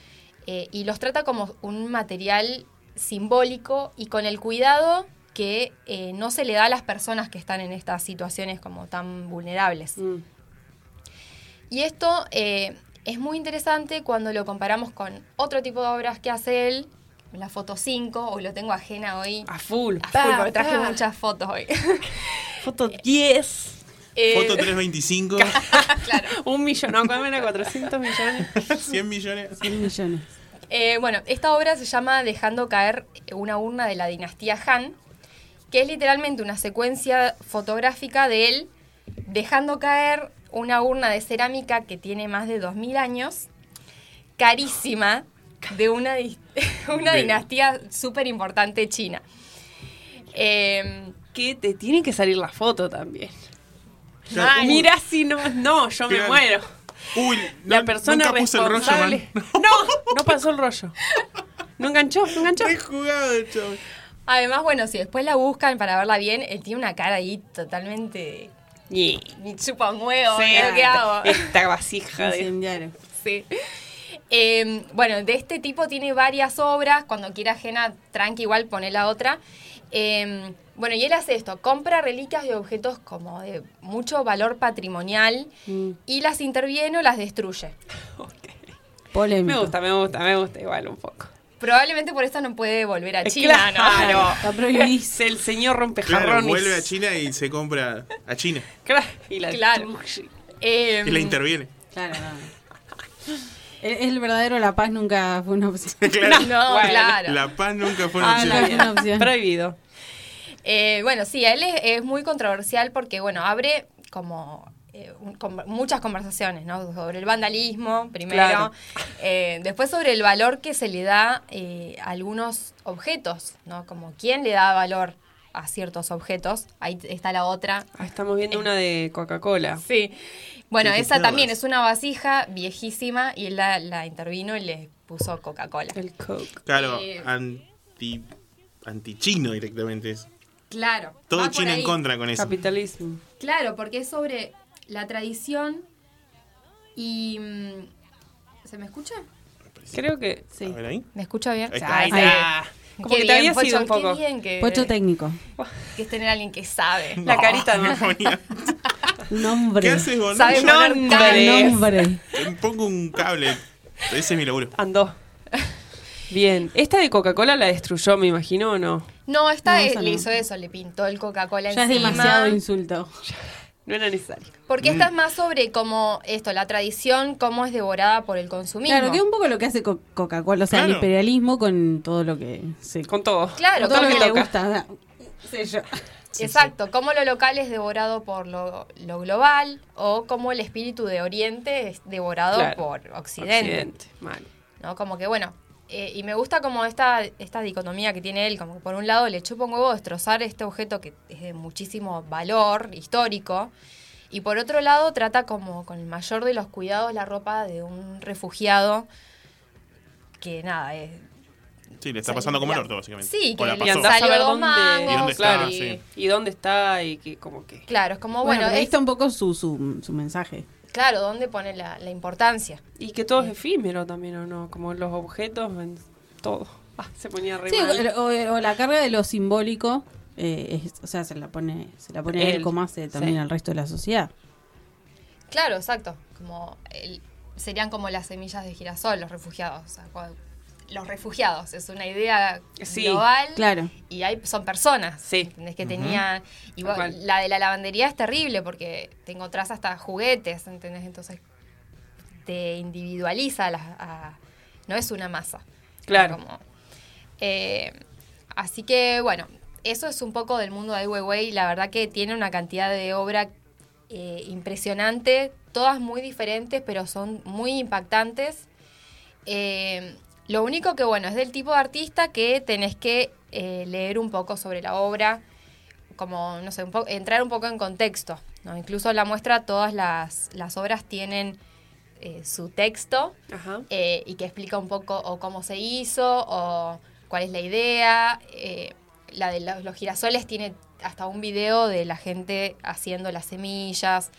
Speaker 7: eh, y los trata como un material simbólico y con el cuidado que eh, no se le da a las personas que están en estas situaciones como tan vulnerables. Y esto eh, es muy interesante cuando lo comparamos con otro tipo de obras que hace él, la foto 5, hoy lo tengo ajena hoy.
Speaker 5: A full.
Speaker 7: A full, porque Ah, traje muchas fotos hoy.
Speaker 5: Ah,
Speaker 7: Eh,
Speaker 5: Foto 10.
Speaker 6: Foto 325,
Speaker 5: Un millón, no, ¿cuánto era? 400 millones.
Speaker 6: 100 millones.
Speaker 12: 100 millones.
Speaker 7: Eh, bueno, esta obra se llama Dejando caer una urna de la dinastía Han, que es literalmente una secuencia fotográfica de él dejando caer una urna de cerámica que tiene más de 2.000 años, carísima, de una, dis- una
Speaker 6: De-
Speaker 7: dinastía súper importante china. Eh,
Speaker 5: Que te tiene que salir la foto también.
Speaker 6: Claro.
Speaker 7: Ay.
Speaker 5: Mira si no, no, yo me
Speaker 6: uh, Claro.
Speaker 5: muero.
Speaker 6: Uy,
Speaker 5: La
Speaker 6: no-
Speaker 5: persona
Speaker 6: nunca puse el rollo,
Speaker 5: responsable.
Speaker 6: man.
Speaker 5: No, no pasó el rollo. No enganchó, no enganchó.
Speaker 6: Re jugado el chabón.
Speaker 7: además, bueno, si después la buscan para verla bien, él tiene una cara ahí totalmente...
Speaker 5: Yeah.
Speaker 7: Ni chupa un huevo,
Speaker 5: Sí,
Speaker 7: ¿no? ¿qué hago?
Speaker 5: Esta vasija de.
Speaker 12: Incendiaron.
Speaker 7: Sí. Eh, bueno, de este tipo tiene varias obras. Cuando quiera ajena, tranqui, igual pone la otra. Eh, bueno, y él hace esto: compra reliquias y objetos como de mucho valor patrimonial
Speaker 5: Mm.
Speaker 7: y las interviene o las destruye.
Speaker 5: Ok.
Speaker 12: Polémico.
Speaker 5: Me gusta, me gusta, me gusta igual un poco.
Speaker 7: Probablemente por esto no puede volver a
Speaker 5: Eh,
Speaker 7: China,
Speaker 5: claro.
Speaker 7: ¿no?
Speaker 12: Está prohibido.
Speaker 5: Es el señor rompejarrones.
Speaker 6: Claro, vuelve a China y se compra a China.
Speaker 5: Claro, y la
Speaker 7: Claro.
Speaker 5: destruye.
Speaker 7: Eh,
Speaker 6: Y le interviene.
Speaker 12: Claro, no. Es el verdadero la paz nunca fue una opción.
Speaker 6: Claro.
Speaker 7: no,
Speaker 5: Bueno,
Speaker 7: claro.
Speaker 6: La paz nunca fue
Speaker 12: Ah,
Speaker 6: una
Speaker 12: la-
Speaker 6: opción.
Speaker 12: Una opción.
Speaker 5: Prohibido.
Speaker 7: Eh, bueno, sí, él es, es muy controversial porque, bueno, abre como eh, un- con- muchas conversaciones, ¿no? Sobre el vandalismo, primero.
Speaker 5: Claro.
Speaker 7: Eh, después sobre el valor que se le da eh, a algunos objetos, ¿no? Como quién le da valor a ciertos objetos. Ahí está la otra.
Speaker 5: Ah, estamos viendo una de Coca-Cola.
Speaker 7: Sí. Bueno,
Speaker 6: Sí, sí,
Speaker 7: esa
Speaker 6: claro.
Speaker 7: también es una vasija viejísima y él la, la intervino y le puso Coca-Cola.
Speaker 5: El Coke.
Speaker 6: Claro,
Speaker 7: Eh.
Speaker 6: anti, antichino directamente es.
Speaker 7: Claro.
Speaker 6: Todo
Speaker 7: va por
Speaker 6: China en
Speaker 7: ahí.
Speaker 6: contra con eso.
Speaker 5: Capitalismo.
Speaker 7: Claro, porque es sobre la tradición y... mm, ¿Se me escucha?
Speaker 5: Creo que.
Speaker 6: A
Speaker 5: Sí.
Speaker 6: ver ahí.
Speaker 7: ¿Me escucha bien?
Speaker 6: Ahí está. Ahí
Speaker 5: está. Como que te había
Speaker 7: Pocho,
Speaker 5: sido un poco.
Speaker 7: Qué bien que,
Speaker 12: Pocho técnico.
Speaker 7: que es tener a alguien que sabe.
Speaker 5: La carita de-
Speaker 6: no, ponía. ¿Qué
Speaker 12: Nombre.
Speaker 6: haces, boludo?
Speaker 7: Sabe
Speaker 6: Yo
Speaker 7: poner
Speaker 5: nombre.
Speaker 7: cables.
Speaker 12: Nombre.
Speaker 6: te pongo un cable. Ese es mi laburo.
Speaker 5: Andó. Bien. ¿Esta de Coca-Cola la destruyó, me imagino, o no?
Speaker 7: No, esta
Speaker 12: No,
Speaker 7: es-
Speaker 12: esa
Speaker 7: le
Speaker 12: no.
Speaker 7: hizo eso, le pintó el Coca-Cola
Speaker 12: Ya es
Speaker 7: encima.
Speaker 12: demasiado insulto.
Speaker 5: No era necesario.
Speaker 7: Porque
Speaker 6: Mm.
Speaker 7: esta es más sobre cómo esto, la tradición, cómo es devorada por el consumismo.
Speaker 12: Claro, que es un poco lo que hace Co- Coca-Cola, o sea, el
Speaker 6: Claro.
Speaker 12: imperialismo con todo lo que se
Speaker 5: Con todo.
Speaker 7: Claro,
Speaker 12: con todo lo que, le
Speaker 5: toca.
Speaker 12: gusta. da- sé yo.
Speaker 7: Exacto, cómo lo local es devorado por lo, lo global o cómo el espíritu de Oriente es devorado
Speaker 5: Claro.
Speaker 7: por Occidente.
Speaker 5: Mal.
Speaker 7: ¿no? Como que bueno, eh, y me gusta como esta, esta dicotomía que tiene él, como que por un lado le chupa un huevo destrozar este objeto que es de muchísimo valor histórico, y por otro lado trata como con el mayor de los cuidados la ropa de un refugiado que nada, es...
Speaker 6: Sí, le está pasando como el
Speaker 7: la-
Speaker 6: orto, básicamente.
Speaker 7: Sí,
Speaker 6: O
Speaker 7: que
Speaker 6: la
Speaker 7: le
Speaker 5: Y
Speaker 6: pasó.
Speaker 5: andás a
Speaker 7: salió
Speaker 5: ver
Speaker 7: dos
Speaker 5: dónde-
Speaker 7: mangos,
Speaker 6: ¿Y dónde está?
Speaker 5: claro.
Speaker 6: Sí.
Speaker 5: ¿Y dónde está? Y que como que...
Speaker 7: Claro, es como
Speaker 12: Bueno,
Speaker 7: bueno,
Speaker 12: pero ahí
Speaker 7: es,
Speaker 12: está un poco su, su, su mensaje.
Speaker 7: claro, ¿dónde pone la, la importancia?
Speaker 5: Y que todo es efímero también, ¿o no? Como los objetos, en todo. Ah, se ponía re
Speaker 12: Sí,
Speaker 5: mal.
Speaker 12: o, o- o la carga de lo simbólico, eh, es- o sea, se la pone, se la pone él,
Speaker 5: Él,
Speaker 12: como hace también
Speaker 5: sí.
Speaker 12: al resto de la sociedad.
Speaker 7: Claro, exacto, como el- serían como las semillas de girasol, los refugiados, o sea, cua- los refugiados. Es una idea
Speaker 5: Sí,
Speaker 7: global.
Speaker 4: claro.
Speaker 7: Y hay, son personas. ¿entendés? Que tenían. y
Speaker 5: Tal
Speaker 7: vos-
Speaker 5: cual.
Speaker 7: la de la lavandería es terrible porque te encontrás hasta juguetes, ¿entendés? Entonces te individualiza a las- a- no es una masa.
Speaker 5: Claro.
Speaker 7: Como- eh, así que, bueno, eso es un poco del mundo de Ai Weiwei. La verdad que tiene una cantidad de obra eh, impresionante, todas muy diferentes, pero son muy impactantes. Eh, lo único que, bueno, es del tipo de artista que tenés que eh, leer un poco sobre la obra, como, no sé, un po- entrar un poco en contexto. ¿no? Incluso la muestra, todas las, las obras tienen eh, su texto
Speaker 5: Ajá.
Speaker 7: eh, y que explica un poco o cómo se hizo o cuál es la idea. eh, la de los, los girasoles tiene hasta un video de la gente haciendo las semillas.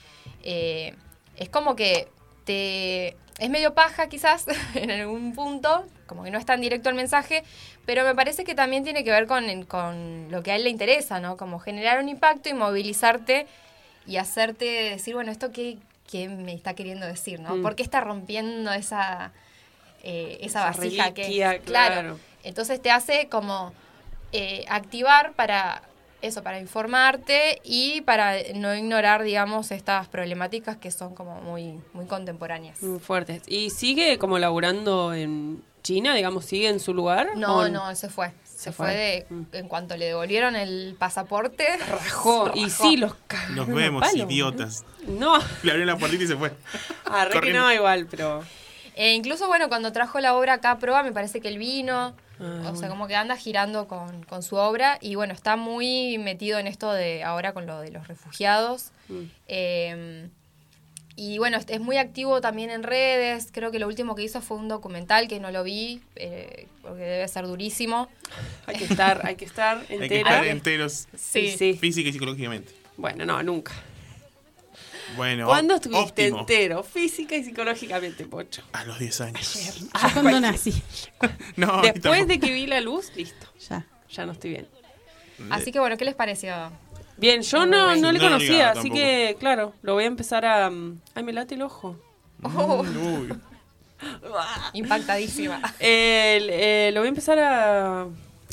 Speaker 7: eh, es como que te... Es medio paja quizás en algún punto, como que no es tan directo el mensaje, pero me parece que también tiene que ver con, con lo que a él le interesa, ¿no? Como generar un impacto y movilizarte y hacerte decir, bueno, esto qué, qué me está queriendo decir, ¿no?
Speaker 5: Mm.
Speaker 7: ¿Por qué está rompiendo esa, eh, esa,
Speaker 5: Esa
Speaker 7: vasija que
Speaker 5: reliquia, claro.
Speaker 7: Entonces te hace como eh, activar para eso, para informarte y para no ignorar, digamos, estas problemáticas que son como muy, muy contemporáneas.
Speaker 5: Muy fuertes. ¿Y sigue como laburando en China? Digamos, ¿sigue en su lugar?
Speaker 7: No,
Speaker 5: ¿O
Speaker 7: no, se fue. Se,
Speaker 5: Se
Speaker 7: fue,
Speaker 5: fue. Mm.
Speaker 7: de, en cuanto le devolvieron el pasaporte.
Speaker 5: Rajó. Y sí, los cagaron
Speaker 6: Nos
Speaker 5: a
Speaker 6: vemos,
Speaker 5: palo.
Speaker 6: idiotas.
Speaker 5: No,
Speaker 6: Le abrió la puertita y se fue.
Speaker 5: arre que
Speaker 6: Corriendo.
Speaker 5: no, igual, pero.
Speaker 7: E incluso, bueno, cuando trajo la obra acá a prueba, me parece que él vino. o sea,
Speaker 5: Ah, bueno.
Speaker 7: como que anda girando con, con su obra. Y bueno, está muy metido en esto de ahora con lo de los refugiados.
Speaker 5: mm,
Speaker 7: Eh, y bueno, es- es muy activo también en redes. Creo que lo último que hizo fue un documental que no lo vi, eh, porque debe ser durísimo.
Speaker 5: Hay que estar, hay que estar entera.
Speaker 6: Hay que estar enteros
Speaker 7: Sí.
Speaker 5: Sí.
Speaker 6: física y psicológicamente.
Speaker 5: Bueno, no, nunca.
Speaker 6: Bueno,
Speaker 5: ¿Cuándo estuviste
Speaker 6: óptimo.
Speaker 5: entero? Física y psicológicamente, Pocho.
Speaker 6: A los 10 años.
Speaker 4: Yo cuando nací.
Speaker 6: No,
Speaker 5: Después de que vi la luz, listo.
Speaker 4: Ya.
Speaker 5: Ya no estoy bien.
Speaker 7: Así que bueno, ¿qué les pareció?
Speaker 5: Bien, yo no, no le
Speaker 6: No lo
Speaker 5: conocía,
Speaker 6: ligaba
Speaker 5: así
Speaker 6: tampoco.
Speaker 5: que, claro, lo voy a empezar a. mm, Ay, me late el ojo.
Speaker 7: Oh,
Speaker 6: Uy,
Speaker 7: impactadísima.
Speaker 5: El- eh, lo voy a empezar a,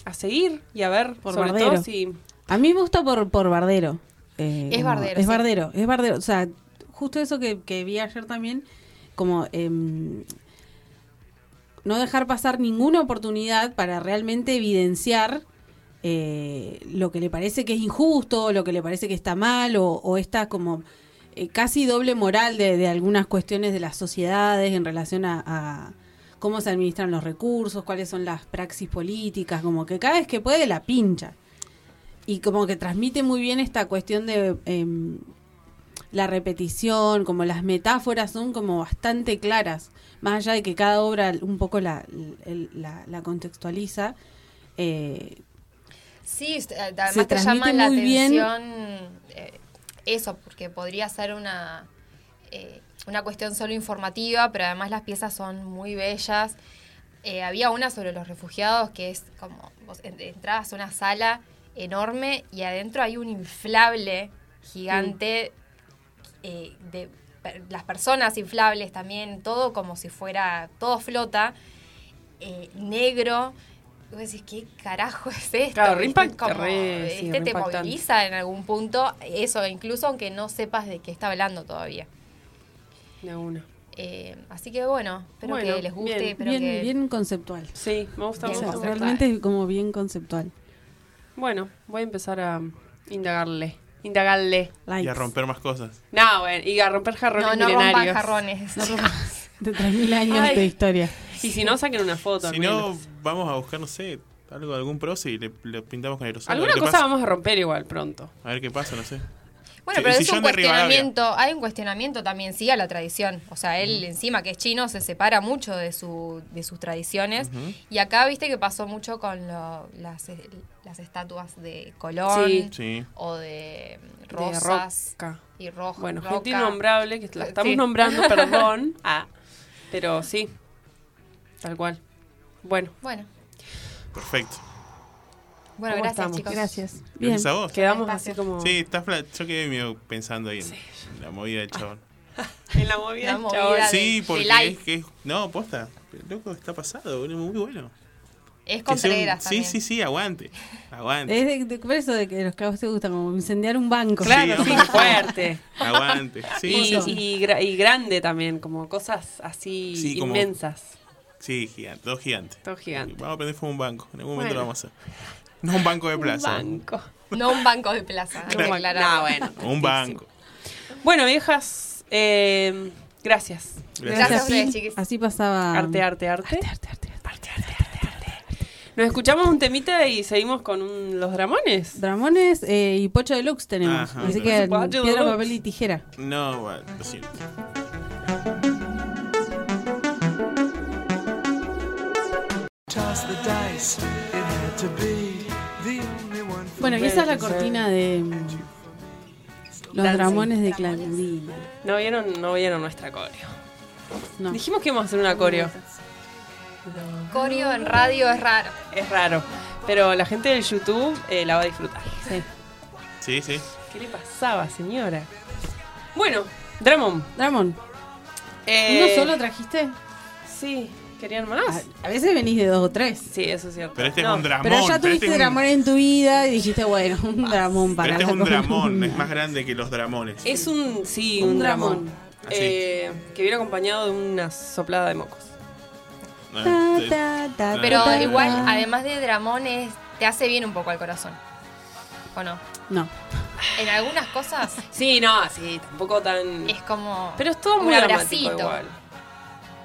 Speaker 5: a seguir y a ver,
Speaker 4: Por
Speaker 5: sobre
Speaker 4: bardero.
Speaker 5: todo si.
Speaker 4: A mí me gusta por, por Bardero. Eh,
Speaker 7: Es
Speaker 4: como-
Speaker 7: bardero,
Speaker 4: Es
Speaker 7: sí.
Speaker 4: Bardero, es Bardero. O sea, justo eso que, que vi ayer también, como em, no dejar pasar ninguna oportunidad para realmente evidenciar eh, lo que le parece que es injusto, lo que le parece que está mal, o, o esta como eh, casi doble moral de, de algunas cuestiones de las sociedades en relación a, a cómo se administran los recursos, cuáles son las praxis políticas, como que cada vez que puede la pincha y como que transmite muy bien esta cuestión de em, la repetición, como las metáforas son como bastante claras, más allá de que cada obra un poco la, el- la, la contextualiza. eh,
Speaker 7: Sí, eh, además
Speaker 4: Se
Speaker 7: te
Speaker 4: transmite
Speaker 7: llama la
Speaker 4: muy bien.
Speaker 7: atención eh, eso, porque podría ser una, eh, una cuestión solo informativa, pero además las piezas son muy bellas. Eh, había una sobre los refugiados que es como, vos en- entrabas a una sala enorme y adentro hay un inflable gigante eh, de per- las personas inflables también, todo como si fuera, todo flota, eh, negro. Y vos decís, ¿qué carajo es esto?
Speaker 5: Claro, re
Speaker 7: ¿Viste?
Speaker 5: impacta,
Speaker 7: Como,
Speaker 5: re, sí,
Speaker 7: este
Speaker 5: re
Speaker 7: te
Speaker 5: impactante.
Speaker 7: moviliza en algún punto, eso, incluso aunque no sepas de qué está hablando todavía.
Speaker 5: De una.
Speaker 7: Eh, así que bueno, espero
Speaker 5: Bueno,
Speaker 7: que les guste,
Speaker 5: bien,
Speaker 7: espero
Speaker 4: bien,
Speaker 7: que-
Speaker 4: bien conceptual.
Speaker 5: Sí, me gusta
Speaker 4: O
Speaker 7: Bien
Speaker 4: sea,
Speaker 5: mucho.
Speaker 7: conceptual.
Speaker 4: realmente es como bien conceptual.
Speaker 5: Bueno, voy a empezar a mm, indagarle. Indagarle.
Speaker 6: y a
Speaker 4: Likes.
Speaker 6: romper más cosas.
Speaker 5: No, bueno, y a romper jarrones
Speaker 7: No, no rompan
Speaker 5: milenarios.
Speaker 7: jarrones.
Speaker 4: No rompas- de 3.000 años
Speaker 5: Ay.
Speaker 4: de historia.
Speaker 5: Y si no, saquen una foto.
Speaker 6: Si
Speaker 5: al
Speaker 6: no,
Speaker 5: menos.
Speaker 6: vamos a buscar, no sé, algo de algún proce y le, le pintamos con aerosol.
Speaker 5: Alguna
Speaker 6: a ver qué
Speaker 5: cosa
Speaker 6: pasa.
Speaker 5: vamos a romper igual pronto.
Speaker 6: A ver qué pasa, no sé.
Speaker 7: Bueno,
Speaker 6: Sí,
Speaker 7: pero
Speaker 6: el
Speaker 7: es un
Speaker 6: sillón de Rivadavia.
Speaker 7: cuestionamiento, hay un cuestionamiento también, sí, a la tradición. O sea, él encima que es chino se separa mucho de, su, de sus tradiciones.
Speaker 6: Ujú.
Speaker 7: Y acá viste que pasó mucho con lo- las, eh, las estatuas de Colón
Speaker 5: Sí.
Speaker 6: Sí.
Speaker 7: o de mm,
Speaker 5: De
Speaker 7: Rosas
Speaker 5: Roca.
Speaker 7: y Rojo.
Speaker 5: Bueno, gente
Speaker 7: Roca.
Speaker 5: innombrable, que la estamos
Speaker 7: Sí.
Speaker 5: nombrando, perdón. Ah, pero sí, tal cual. Bueno,
Speaker 7: Bueno,
Speaker 6: Perfecto.
Speaker 7: bueno
Speaker 5: ¿Cómo
Speaker 7: gracias
Speaker 5: estamos?
Speaker 7: chicos.
Speaker 4: Gracias. Bien.
Speaker 6: ¿Gracias a vos?
Speaker 5: quedamos
Speaker 7: Espacio.
Speaker 5: así como
Speaker 6: Oh, Sí, estás fla- yo quedé medio pensando ahí en la movida del chabón.
Speaker 5: en la movida.
Speaker 7: La
Speaker 5: del
Speaker 7: movida
Speaker 5: chabón.
Speaker 7: de-
Speaker 6: Sí,
Speaker 7: de
Speaker 6: porque
Speaker 7: like.
Speaker 6: es que es- No, posta. Loco, está pasado, boludo, muy bueno.
Speaker 7: Es
Speaker 6: Que sea un-
Speaker 7: Contreras
Speaker 6: Sí,
Speaker 7: también.
Speaker 6: sí, sí, aguante. Aguante.
Speaker 4: Es de, de- por eso de que los clavos te gustan, como incendiar un banco.
Speaker 5: Claro, sí, fuerte.
Speaker 6: Aguante. Sí,
Speaker 5: y,
Speaker 6: sí, sí.
Speaker 5: y gra- y grande también, como cosas así
Speaker 6: Sí, como-
Speaker 5: inmensas.
Speaker 6: Sí, gigante, dos gigantes.
Speaker 5: Todo gigante.
Speaker 6: Vamos a aprender fue un banco. En algún momento
Speaker 5: Bueno.
Speaker 6: lo vamos a hacer. No un banco de plaza.
Speaker 5: Un banco.
Speaker 7: No un banco de plaza. hay que
Speaker 5: Claro.
Speaker 7: aclarar.
Speaker 5: No, bueno.
Speaker 6: Un banco.
Speaker 5: Bueno, viejas, eh, gracias.
Speaker 7: Gracias a
Speaker 6: Gracias.
Speaker 7: ustedes, chiquis.
Speaker 4: Así pasaba.
Speaker 5: Arte, arte, arte. Ah. Arte, arte, arte. Arte, arte, arte, arte. Nos escuchamos un temita y seguimos con un- los dramones.
Speaker 4: Dramones eh, y Pocho Deluxe tenemos.
Speaker 6: Ajá.
Speaker 4: Así que
Speaker 5: Pocho
Speaker 4: piedra,
Speaker 5: Deluxe.
Speaker 4: papel y tijera.
Speaker 6: No, bueno, lo siento.
Speaker 4: Bueno, y esa es la cortina de mm, los
Speaker 5: Dancing.
Speaker 4: dramones de Claudina.
Speaker 5: No vieron, no vieron nuestra coreo.
Speaker 4: No.
Speaker 5: Dijimos que íbamos a hacer una coreo.
Speaker 7: Corio en radio es raro.
Speaker 5: Es raro. Pero la gente del YouTube eh, la va a disfrutar.
Speaker 6: Sí, sí.
Speaker 5: ¿Qué le pasaba, señora? Bueno, Dramon.
Speaker 4: Dramón,
Speaker 5: Eh, ah,
Speaker 4: ¿uno solo trajiste? Ah,
Speaker 5: Sí, querían más.
Speaker 4: A, a veces venís de dos o tres.
Speaker 5: Sí, eso es cierto.
Speaker 6: Pero este
Speaker 5: No,
Speaker 6: es un dramón.
Speaker 4: Pero ya
Speaker 6: pero
Speaker 4: tuviste
Speaker 6: este es un-
Speaker 4: dramón en tu vida y dijiste, bueno, un dramón
Speaker 6: Pero
Speaker 4: para
Speaker 6: este es
Speaker 4: la
Speaker 6: un
Speaker 4: columna.
Speaker 6: dramón, es más grande que los dramones.
Speaker 5: Es un, sí,
Speaker 4: Un
Speaker 5: un,
Speaker 4: dramón.
Speaker 5: dramón.
Speaker 6: Así.
Speaker 5: Eh, que viene acompañado de una soplada de mocos.
Speaker 6: No,
Speaker 4: Ta,
Speaker 6: este-
Speaker 4: ta, ta,
Speaker 7: Pero
Speaker 4: ta, ta.
Speaker 7: igual, además de dramón, es- te hace bien un poco al corazón. ¿O no?
Speaker 4: No.
Speaker 7: En algunas cosas
Speaker 5: Sí, no, sí, tampoco tan...
Speaker 7: es como.
Speaker 5: Pero es todo
Speaker 7: un
Speaker 5: muy dramático
Speaker 7: abracito.
Speaker 5: igual.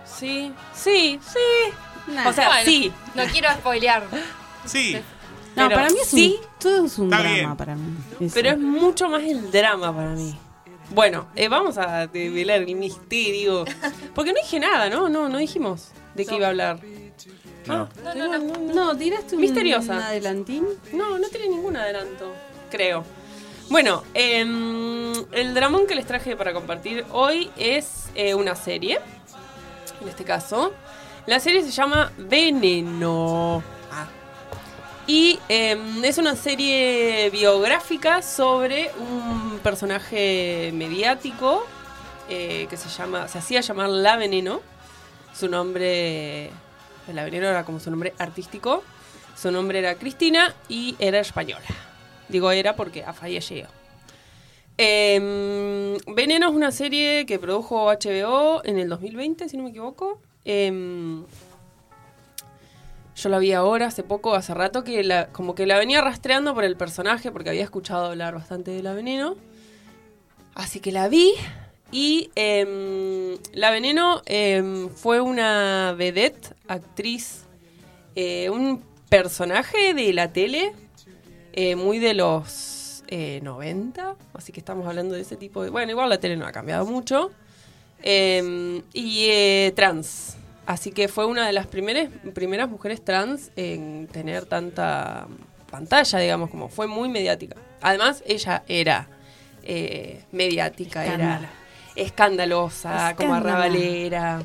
Speaker 5: Sí, sí, sí.
Speaker 4: Nah.
Speaker 5: O sea,
Speaker 7: Bueno,
Speaker 5: sí.
Speaker 7: No quiero spoilear.
Speaker 6: Sí,
Speaker 4: no,
Speaker 5: pero
Speaker 4: para mí es
Speaker 5: sí.
Speaker 4: un, todo es un
Speaker 6: Está
Speaker 4: drama
Speaker 6: bien.
Speaker 4: para mí. eso.
Speaker 5: Pero es mucho más el drama para mí. Bueno, eh, vamos a develar el misterio. Porque no dije nada, ¿no? No, no dijimos de qué iba a hablar. Ah,
Speaker 6: no.
Speaker 7: No, no, no.
Speaker 4: No, tiraste un,
Speaker 5: Misteriosa.
Speaker 4: un adelantín.
Speaker 5: No, no tiene ningún adelanto, creo. Bueno, em, el dramón que les traje para compartir hoy es eh, una serie, en este caso. La serie se llama Veneno. Y em, es una serie biográfica sobre un personaje mediático eh, que se llama, se hacía llamar La Veneno. Su nombre, La Veneno era como su nombre artístico. Su nombre era Cristina y era española. Digo era porque ha fallecido. Em, Veneno es una serie que produjo HBO en el 2020, si no me equivoco. Em, yo la vi ahora, hace poco, hace rato, que la, como que la venía rastreando por el personaje, porque había escuchado hablar bastante de la veneno. Así que la vi. Y em, la veneno em, fue una vedette, actriz, eh, un personaje de la tele, eh, muy de los eh, 90. Así que estamos hablando de ese tipo de. Bueno, igual la tele no ha cambiado mucho. Eh, y eh, trans. Así que fue una de las primeras, primeras mujeres trans en tener tanta pantalla, digamos, como fue muy mediática. Además, ella era eh, mediática,
Speaker 4: Escándalo.
Speaker 5: era escandalosa, como
Speaker 4: Escándalo.
Speaker 5: arrabalera.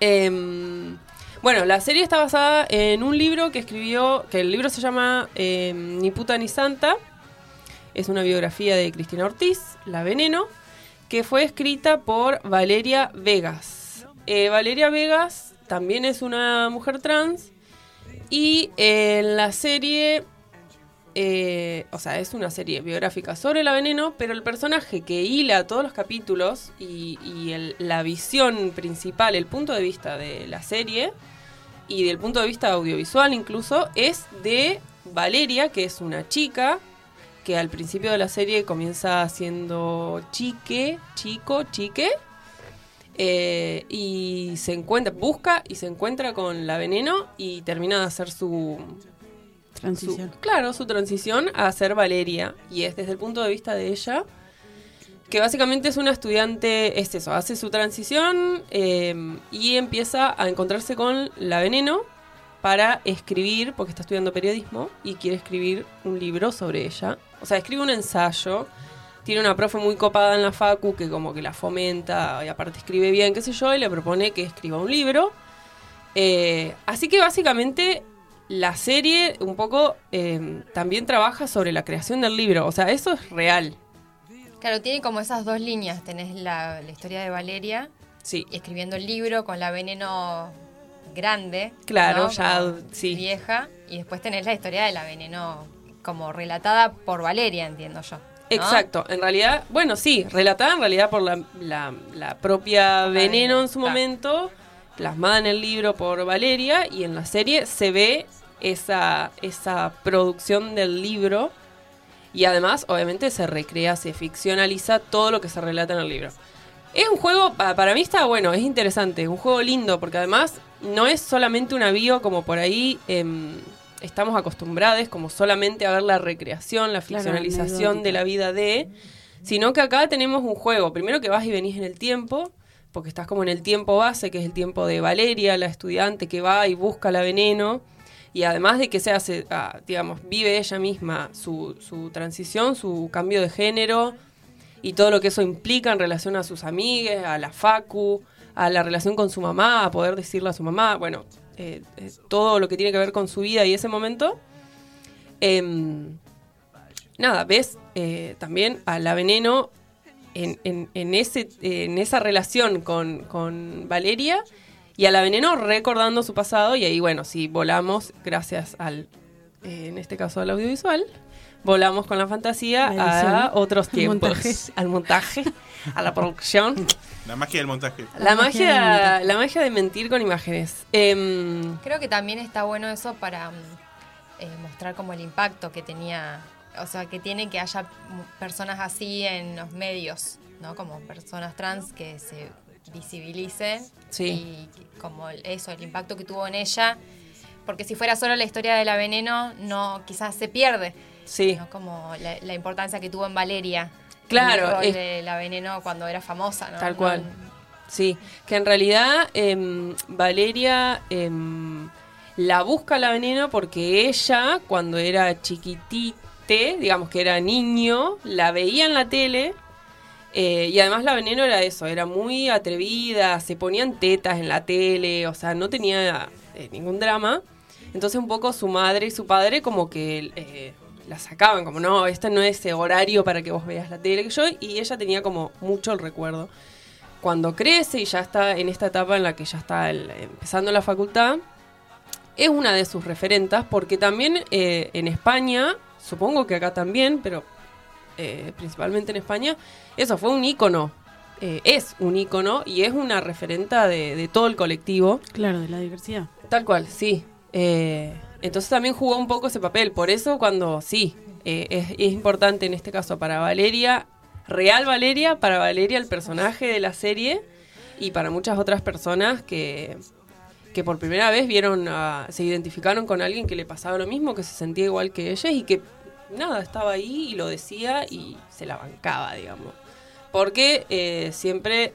Speaker 5: Em, bueno, la serie está basada en un libro que escribió, que el libro se llama em, Ni puta ni santa. Es una biografía de Cristina Ortiz, La Veneno, que fue escrita por Valeria Vegas. Eh, Valeria Vegas también es una mujer trans y eh, en la serie, eh, o sea, es una serie biográfica sobre la veneno, pero el personaje que hila todos los capítulos y, y el- la visión principal, el punto de vista de la serie y del punto de vista audiovisual incluso, es de Valeria, que es una chica que al principio de la serie comienza siendo chique, chico, chique. eh, y se encuentra, busca y se encuentra con la veneno y termina de hacer su, su-
Speaker 4: Transición.
Speaker 5: claro, su transición a ser Valeria. Y es desde el punto de vista de ella, que básicamente es una estudiante, es eso, hace su transición eh, y empieza a encontrarse con la veneno para escribir, porque está estudiando periodismo y quiere escribir un libro sobre ella. O sea, escribe un ensayo. Tiene una profe muy copada en la facu que como que la fomenta y aparte escribe bien, qué sé yo, y le propone que escriba un libro. Eh, así que básicamente la serie un poco eh, también trabaja sobre la creación del libro. O sea, eso es real.
Speaker 7: Claro, tiene como esas dos líneas. Tenés la, la historia de Valeria
Speaker 5: Sí.
Speaker 7: y escribiendo el libro con la veneno grande.
Speaker 5: Claro,
Speaker 7: ¿no?
Speaker 5: ya,
Speaker 7: Como
Speaker 5: sí.
Speaker 7: Vieja. Y después tenés la historia de la veneno como relatada por Valeria, entiendo yo. ¿no?
Speaker 5: Exacto, en realidad, bueno, sí, relatada en realidad por la, la- la propia Veneno en su
Speaker 7: claro.
Speaker 5: momento, plasmada en el libro por Valeria y en la serie se ve esa, esa producción del libro y además obviamente se recrea, se ficcionaliza todo lo que se relata en el libro. Es un juego, pa- para mí está bueno, es interesante, es un juego lindo porque además no es solamente una bio como por ahí... em, Estamos acostumbrados como solamente a ver la recreación, la
Speaker 4: Claro,
Speaker 5: ficcionalización de la vida de, sino que acá tenemos un juego. Primero que vas y venís en el tiempo, porque estás como en el tiempo base, que es el tiempo de Valeria, la estudiante que va y busca la veneno. Y además de que se hace, ah, digamos, vive ella misma su, su transición, su cambio de género y todo lo que eso implica en relación a sus amigues, a la facu, a la relación con su mamá, a poder decirle a su mamá, bueno, eh, eh, todo lo que tiene que ver con su vida y ese momento. Em, nada, ves eh, también a la veneno en, en- en ese, en esa relación con, con Valeria y a la veneno recordando su pasado y ahí, bueno, sí, volamos gracias al, eh, en este caso al audiovisual, volamos con la fantasía
Speaker 4: La edición,
Speaker 5: a otros
Speaker 4: al
Speaker 5: tiempos,
Speaker 4: montaje.
Speaker 5: al montaje, a la producción.
Speaker 6: La magia del montaje.
Speaker 5: La
Speaker 4: La magia del
Speaker 5: magia,
Speaker 4: montaje.
Speaker 5: la magia de mentir con imágenes. Em,
Speaker 7: Creo que también está bueno eso para mm, eh, mostrar como el impacto que tenía, o sea, que tiene que haya mu- personas así en los medios, ¿no? Como personas trans que se visibilicen
Speaker 5: Sí.
Speaker 7: y que- como el- eso, el impacto que tuvo en ella, porque si fuera solo la historia de la veneno, no, quizás se pierde,
Speaker 5: sí.
Speaker 7: ¿no? Como la, la importancia que tuvo en Valeria.
Speaker 5: Claro,
Speaker 7: el rol
Speaker 5: es-
Speaker 7: de la veneno cuando era famosa, ¿no?
Speaker 5: Tal
Speaker 7: No-
Speaker 5: cual. Sí, que en realidad em, Valeria em, la busca la veneno porque ella, cuando era chiquitite, digamos que era niño, la veía en la tele. eh, y además la veneno era eso, era muy atrevida, se ponían tetas en la tele, o sea, no tenía eh, ningún drama. Entonces un poco su madre y su padre como que eh, la sacaban, como no, este no es eh, horario para que vos veas la tele que yo, y ella tenía como mucho el recuerdo. Cuando crece y ya está en esta etapa en la que ya está el- empezando la facultad, es una de sus referentas, porque también eh, en España, supongo que acá también, pero eh, principalmente en España, eso fue un ícono. eh, es un ícono y es una referenta de- de todo el colectivo.
Speaker 4: Claro, de la diversidad.
Speaker 5: Tal cual, sí. Eh, entonces también jugó un poco ese papel. Por eso cuando sí, eh, es, es importante en este caso para Valeria, real Valeria, para Valeria el personaje de la serie y para muchas otras personas que, que por primera vez vieron, a- se identificaron con alguien que le pasaba lo mismo, que se sentía igual que ellas y que nada, estaba ahí y lo decía y se la bancaba, digamos. Porque eh, siempre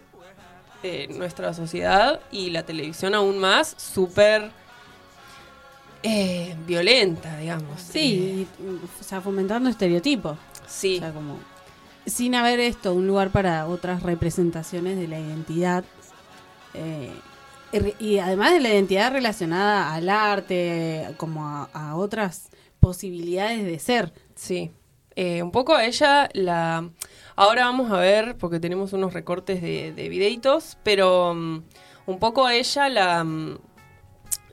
Speaker 5: eh, nuestra sociedad y la televisión aún más súper eh, violenta, digamos.
Speaker 4: Sí, y, mm, o sea, fomentando estereotipos.
Speaker 5: Eh, sí.
Speaker 4: O sea, como sin haber esto, un lugar para otras representaciones de la identidad. eh, y re- y además de la identidad relacionada al arte, como a, a otras posibilidades de ser.
Speaker 5: Sí. Eh, un poco a ella la... Ahora vamos a ver, porque tenemos unos recortes de, de videitos, pero mm, un poco a ella la, mm,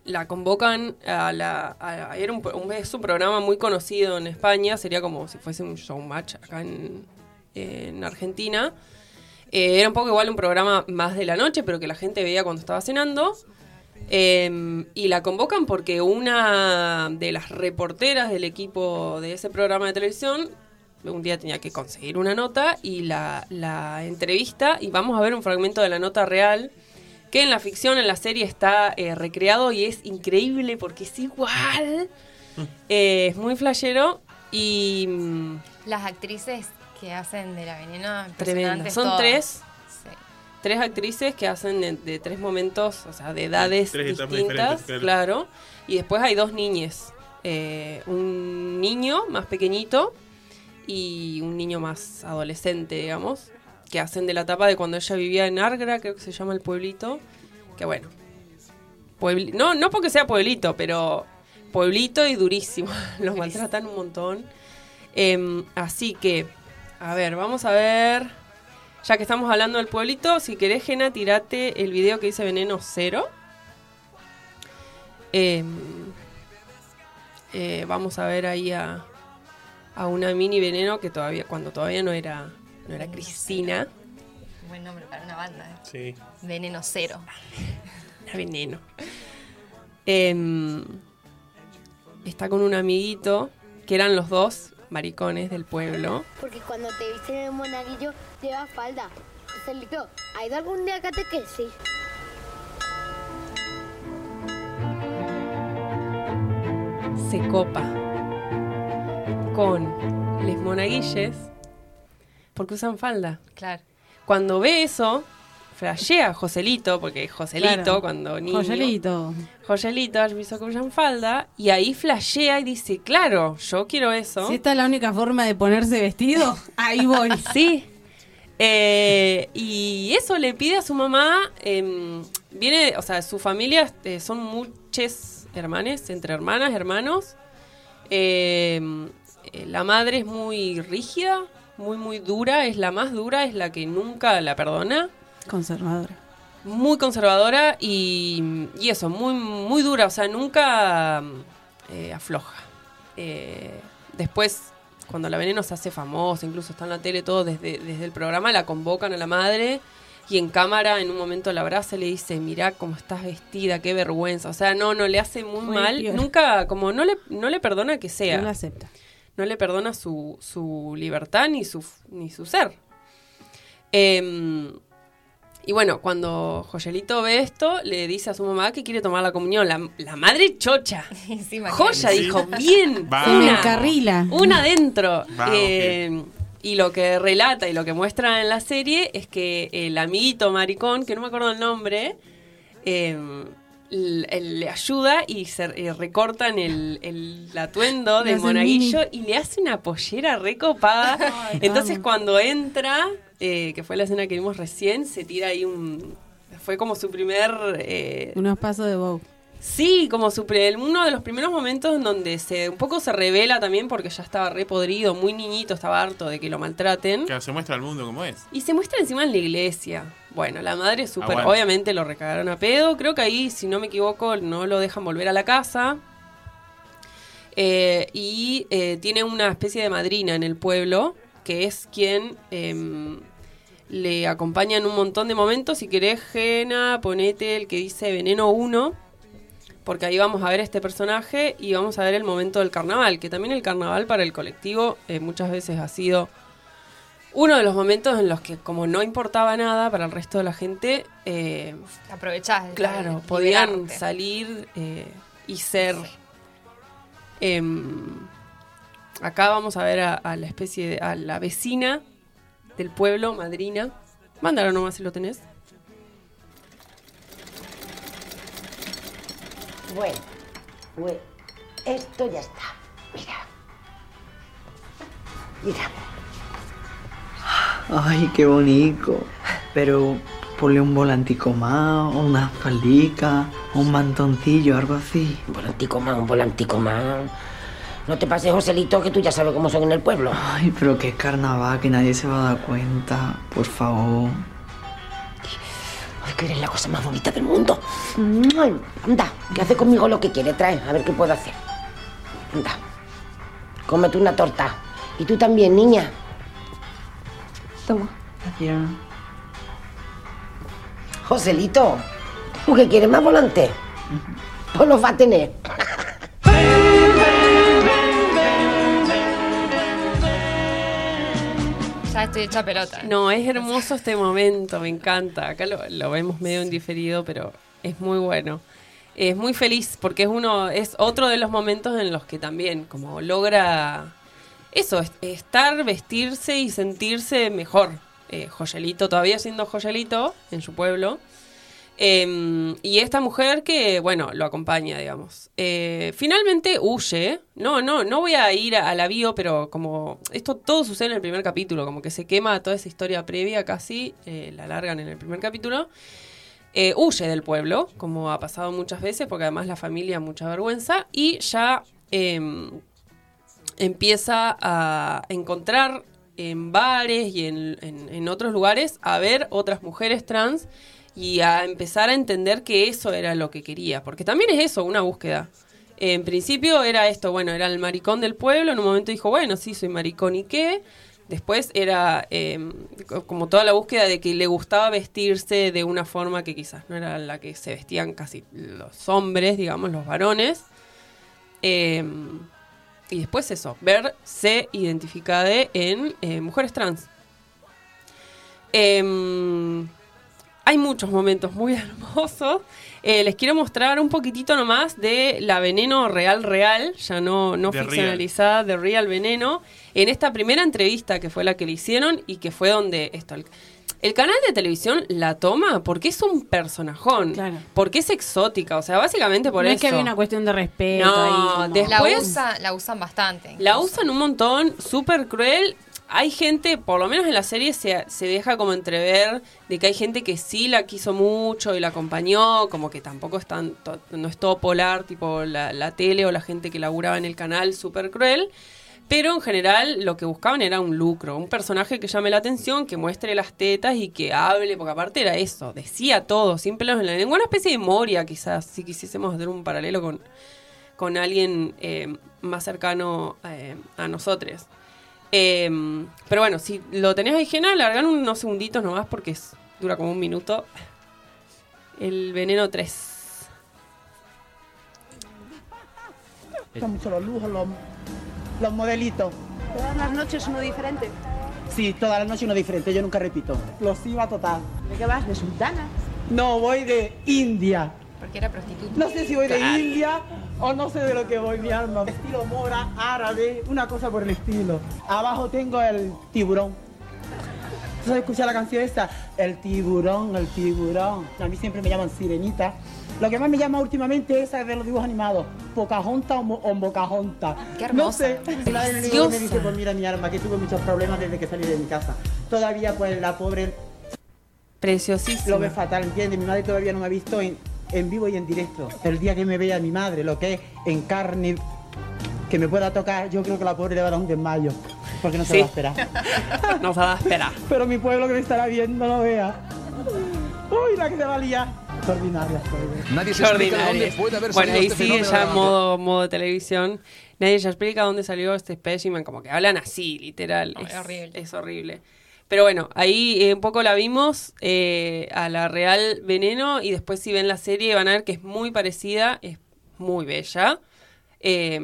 Speaker 5: la convocan a la... a- era un, pro- un- es un programa muy conocido en España, sería como si fuese un showmatch acá en, en Argentina. Eh, era un poco igual un programa más de la noche, pero que la gente veía cuando estaba cenando. Eh, y la convocan porque una de las reporteras del equipo de ese programa de televisión un día tenía que conseguir una nota y la, la entrevista y vamos a ver un fragmento de la nota real que en la ficción, en la serie está eh, recreado y es increíble porque es igual. Eh, es muy flashero y mm,
Speaker 7: Las actrices que hacen de la veneno
Speaker 5: tremenda.
Speaker 7: impresionantes
Speaker 5: Son
Speaker 7: todas.
Speaker 5: tres,
Speaker 7: Sí.
Speaker 5: tres actrices que hacen de, de tres momentos, o sea, de edades
Speaker 6: Tres etapas
Speaker 5: distintas,
Speaker 6: diferentes,
Speaker 5: claro. Y después hay dos niñes. Eh, un niño más pequeñito y un niño más adolescente, digamos, que hacen de la etapa de cuando ella vivía en Argra, creo que se llama el pueblito, que bueno. puebli- no, no porque sea pueblito, pero pueblito y durísimo. Los maltratan un montón. Em, así que, a ver, vamos a ver. Ya que estamos hablando del pueblito, si querés, Jena, tirate el video que dice Veneno Cero. Eh, eh, vamos a ver ahí a, a una mini Veneno que todavía, cuando todavía no era, no era Cristina,
Speaker 7: Buen nombre para una banda. eh.
Speaker 6: Sí.
Speaker 7: Veneno cero.
Speaker 5: era Veneno. Em, está con un amiguito, que eran los dos maricones del pueblo.
Speaker 13: Porque cuando te visten en monaguillo, llevas falda. Celito, ¿ha ido algún día a catequesis?
Speaker 5: se copa con les monaguilles porque usan falda.
Speaker 7: Claro.
Speaker 5: Cuando ve eso, flashea a Joselito, porque Joselito
Speaker 4: Claro.
Speaker 5: cuando niño...
Speaker 4: Joyelito.
Speaker 5: Joselito, yo pienso que usan falda, y ahí flashea y dice, claro, yo quiero eso.
Speaker 4: Si esta es la única forma de ponerse vestido, ahí voy.
Speaker 5: Sí. Eh, y eso le pide a su mamá. em, viene, o sea, su familia eh, son muchas hermanas, entre hermanas, hermanos. Em, eh, la madre es muy rígida, muy, muy dura, es la más dura, es la que nunca la perdona.
Speaker 4: Conservadora.
Speaker 5: Muy conservadora y, y eso, muy, muy dura, o sea, nunca eh, afloja. Eh, después, cuando la veneno se hace famosa, incluso está en la tele, todo desde, desde el programa, la convocan a la madre y en cámara en un momento la abraza y le dice, mirá cómo estás vestida, qué vergüenza. O sea, no, no, le hace muy
Speaker 4: Muy
Speaker 5: mal.
Speaker 4: peor.
Speaker 5: Nunca, como no le, no le perdona que sea
Speaker 4: No la acepta.
Speaker 5: no le perdona su, su libertad ni su, ni su ser. Em, y bueno, cuando Joyelito ve esto, le dice a su mamá que quiere tomar la comunión. La, la madre chocha.
Speaker 7: Sí, imagínate.
Speaker 5: Joya
Speaker 6: Sí.
Speaker 5: dijo, bien.
Speaker 6: Va.
Speaker 4: Se me
Speaker 5: una,
Speaker 4: encarrila.
Speaker 5: una adentro.
Speaker 6: Va,
Speaker 5: Eh, Y lo que relata y lo que muestra en la serie es que el amiguito maricón, que no me acuerdo el nombre, eh, l- el- le ayuda y se eh, recortan el, el atuendo
Speaker 4: Le
Speaker 5: del
Speaker 4: hacen
Speaker 5: monaguillo y le hace una pollera recopada. Entonces
Speaker 4: amo.
Speaker 5: cuando entra, eh, que fue la escena que vimos recién, se tira ahí un... Fue como su primer... eh,
Speaker 4: Unos pasos de Bow.
Speaker 5: Sí, como su pre- uno de los primeros momentos en donde se un poco se revela también porque ya estaba re podrido, muy niñito, estaba harto de que lo maltraten.
Speaker 6: Claro, se muestra al mundo como es.
Speaker 5: Y se muestra encima en la iglesia. Bueno, la madre es súper.
Speaker 6: Ah, bueno.
Speaker 5: Obviamente lo recagaron a pedo. Creo que ahí, si no me equivoco, no lo dejan volver a la casa. Eh, y eh, tiene una especie de madrina en el pueblo, que es quien em, le acompaña en un montón de momentos. Si querés, Jena, ponete el que dice Veneno 1, porque ahí vamos a ver este personaje y vamos a ver el momento del carnaval, que también el carnaval para el colectivo eh, muchas veces ha sido uno de los momentos en los que, como no importaba nada para el resto de la gente, eh,
Speaker 7: Aprovechás. de
Speaker 5: claro,
Speaker 7: liberarte.
Speaker 5: podían salir eh, y ser. Em, acá vamos a ver a, a la especie de, a la vecina del pueblo, madrina. Mándalo nomás si lo tenés.
Speaker 9: Bueno, bueno, esto ya está. Mira. Mira.
Speaker 14: Ay, qué bonito. Pero ponle un volantico más, o una faldica, un mantoncillo, algo así.
Speaker 9: Un volantico más, un volantico más. No te pases, Joselito, que tú ya sabes cómo son en el pueblo.
Speaker 14: Ay, pero qué carnaval, que nadie se va a dar cuenta. Por favor.
Speaker 9: Ay, que eres la cosa más bonita del mundo. Ay, Anda, que hace conmigo lo que quiere, trae, a ver qué puedo hacer. Anda, cómete una torta. Y tú también, niña.
Speaker 14: Toma.
Speaker 11: ¿eh?
Speaker 14: Gracias.
Speaker 9: Joselito, ¿tú qué quieres más volante? Pues los va a tener.
Speaker 7: Ya estoy hecha pelota.
Speaker 5: No, es hermoso este momento, me encanta. Acá lo, lo vemos medio en diferido, pero es muy bueno. Es muy feliz porque es uno, es otro de los momentos en los que también como logra eso, es- estar, vestirse y sentirse mejor. Eh, Joyelito, todavía siendo Joyelito en su pueblo. Eh, y esta mujer que, bueno, lo acompaña, digamos. Eh, finalmente huye. No, no, no voy a ir a, a la bio, pero como esto todo sucede en el primer capítulo, como que se quema toda esa historia previa casi, eh, la largan en el primer capítulo. Eh, huye del pueblo, como ha pasado muchas veces, porque además la familia mucha vergüenza, em, y ya eh, empieza a encontrar en bares y en, en- en otros lugares a ver otras mujeres trans y a empezar a entender que eso era lo que quería. Porque también es eso, una búsqueda. En principio era esto, bueno, era el maricón del pueblo, en un momento dijo, bueno, sí, soy maricón y qué. Después era eh, co- como toda la búsqueda de que le gustaba vestirse de una forma que quizás no era la que se vestían casi los hombres, digamos, los varones. Eh, y después eso, verse identificada en eh, mujeres trans. Em, hay muchos momentos muy hermosos. Eh, les quiero mostrar un poquitito nomás de la veneno real real, ya no, no
Speaker 15: The Real.
Speaker 5: ficcionalizada, de real veneno, en esta primera entrevista que fue la que le hicieron y que fue donde esto... El, el canal de televisión la toma porque es un personajón, porque es exótica, o sea, básicamente por
Speaker 4: no
Speaker 5: eso.
Speaker 4: es que había una cuestión de respeto.
Speaker 5: No,
Speaker 4: ahí, como-
Speaker 5: después-
Speaker 7: La, usa- la usan bastante.
Speaker 5: La usan un montón, súper cruel. Hay gente, por lo menos en la serie, se, se deja como entrever de que hay gente que sí la quiso mucho y la acompañó, como que tampoco es tan, to- no es todo polar, tipo la, la tele o la gente que laburaba en el canal, súper cruel. Pero en general lo que buscaban era un lucro, un personaje que llame la atención, que muestre las tetas y que hable, porque aparte era eso, decía todo, sin pelos en la lengua, una especie de Moria quizás, si quisiésemos hacer un paralelo con, con alguien eh, más cercano eh, a nosotros. Eh, pero bueno, si lo tenés ajena, largan unos segunditos nomás porque es- dura como un minuto. El veneno 3.
Speaker 11: Están mucho los lujos, los, los modelitos.
Speaker 16: Todas las noches uno diferente.
Speaker 11: Sí, toda la noche uno diferente, yo nunca repito. Explosiva total.
Speaker 16: ¿De qué vas? ¿De sultana?
Speaker 11: No, voy de India.
Speaker 7: Porque era prostituta.
Speaker 11: No sé si voy de India o no sé de lo que voy, mi alma. Estilo mora, árabe, una cosa por el estilo. Abajo tengo el tiburón. ¿Tú sabes escuchar la canción esta? El tiburón, el tiburón. A mí siempre me llaman sirenita. Lo que más me llama últimamente es de los dibujos animados. Pocahontas o, Mo- o Mocajonta.
Speaker 16: Qué
Speaker 11: No
Speaker 16: hermosa.
Speaker 11: sé. La del libro me dice, pues mira mi alma, que tuve muchos problemas desde que salí de mi casa. Todavía pues la pobre
Speaker 5: Preciosísimo.
Speaker 11: lo ve fatal, ¿entiendes? Mi madre todavía no me ha visto en, en vivo y en directo. El día que me vea mi madre, lo que es en carne, que me pueda tocar, yo creo que la pobre le va a dar un desmayo. Porque no se
Speaker 5: Sí.
Speaker 11: va a esperar.
Speaker 5: No se va a esperar.
Speaker 11: Pero mi pueblo que me estará viendo no vea. Uy, la que se va a liar. Extraordinaria, extraordinaria.
Speaker 17: Nadie se explica
Speaker 5: Extraordinario.
Speaker 17: dónde puede haber
Speaker 5: Bueno,
Speaker 17: salido
Speaker 5: ahí
Speaker 17: este
Speaker 5: sigue
Speaker 17: fenómeno
Speaker 5: ya
Speaker 17: de-
Speaker 5: modo, modo televisión. Nadie ya explica dónde salió este espécimen, como que hablan así, literal.
Speaker 7: No, es horrible.
Speaker 5: Es horrible. Pero bueno, ahí eh, un poco la vimos eh, a la Real Veneno y después si ven la serie van a ver que es muy parecida, es muy bella eh,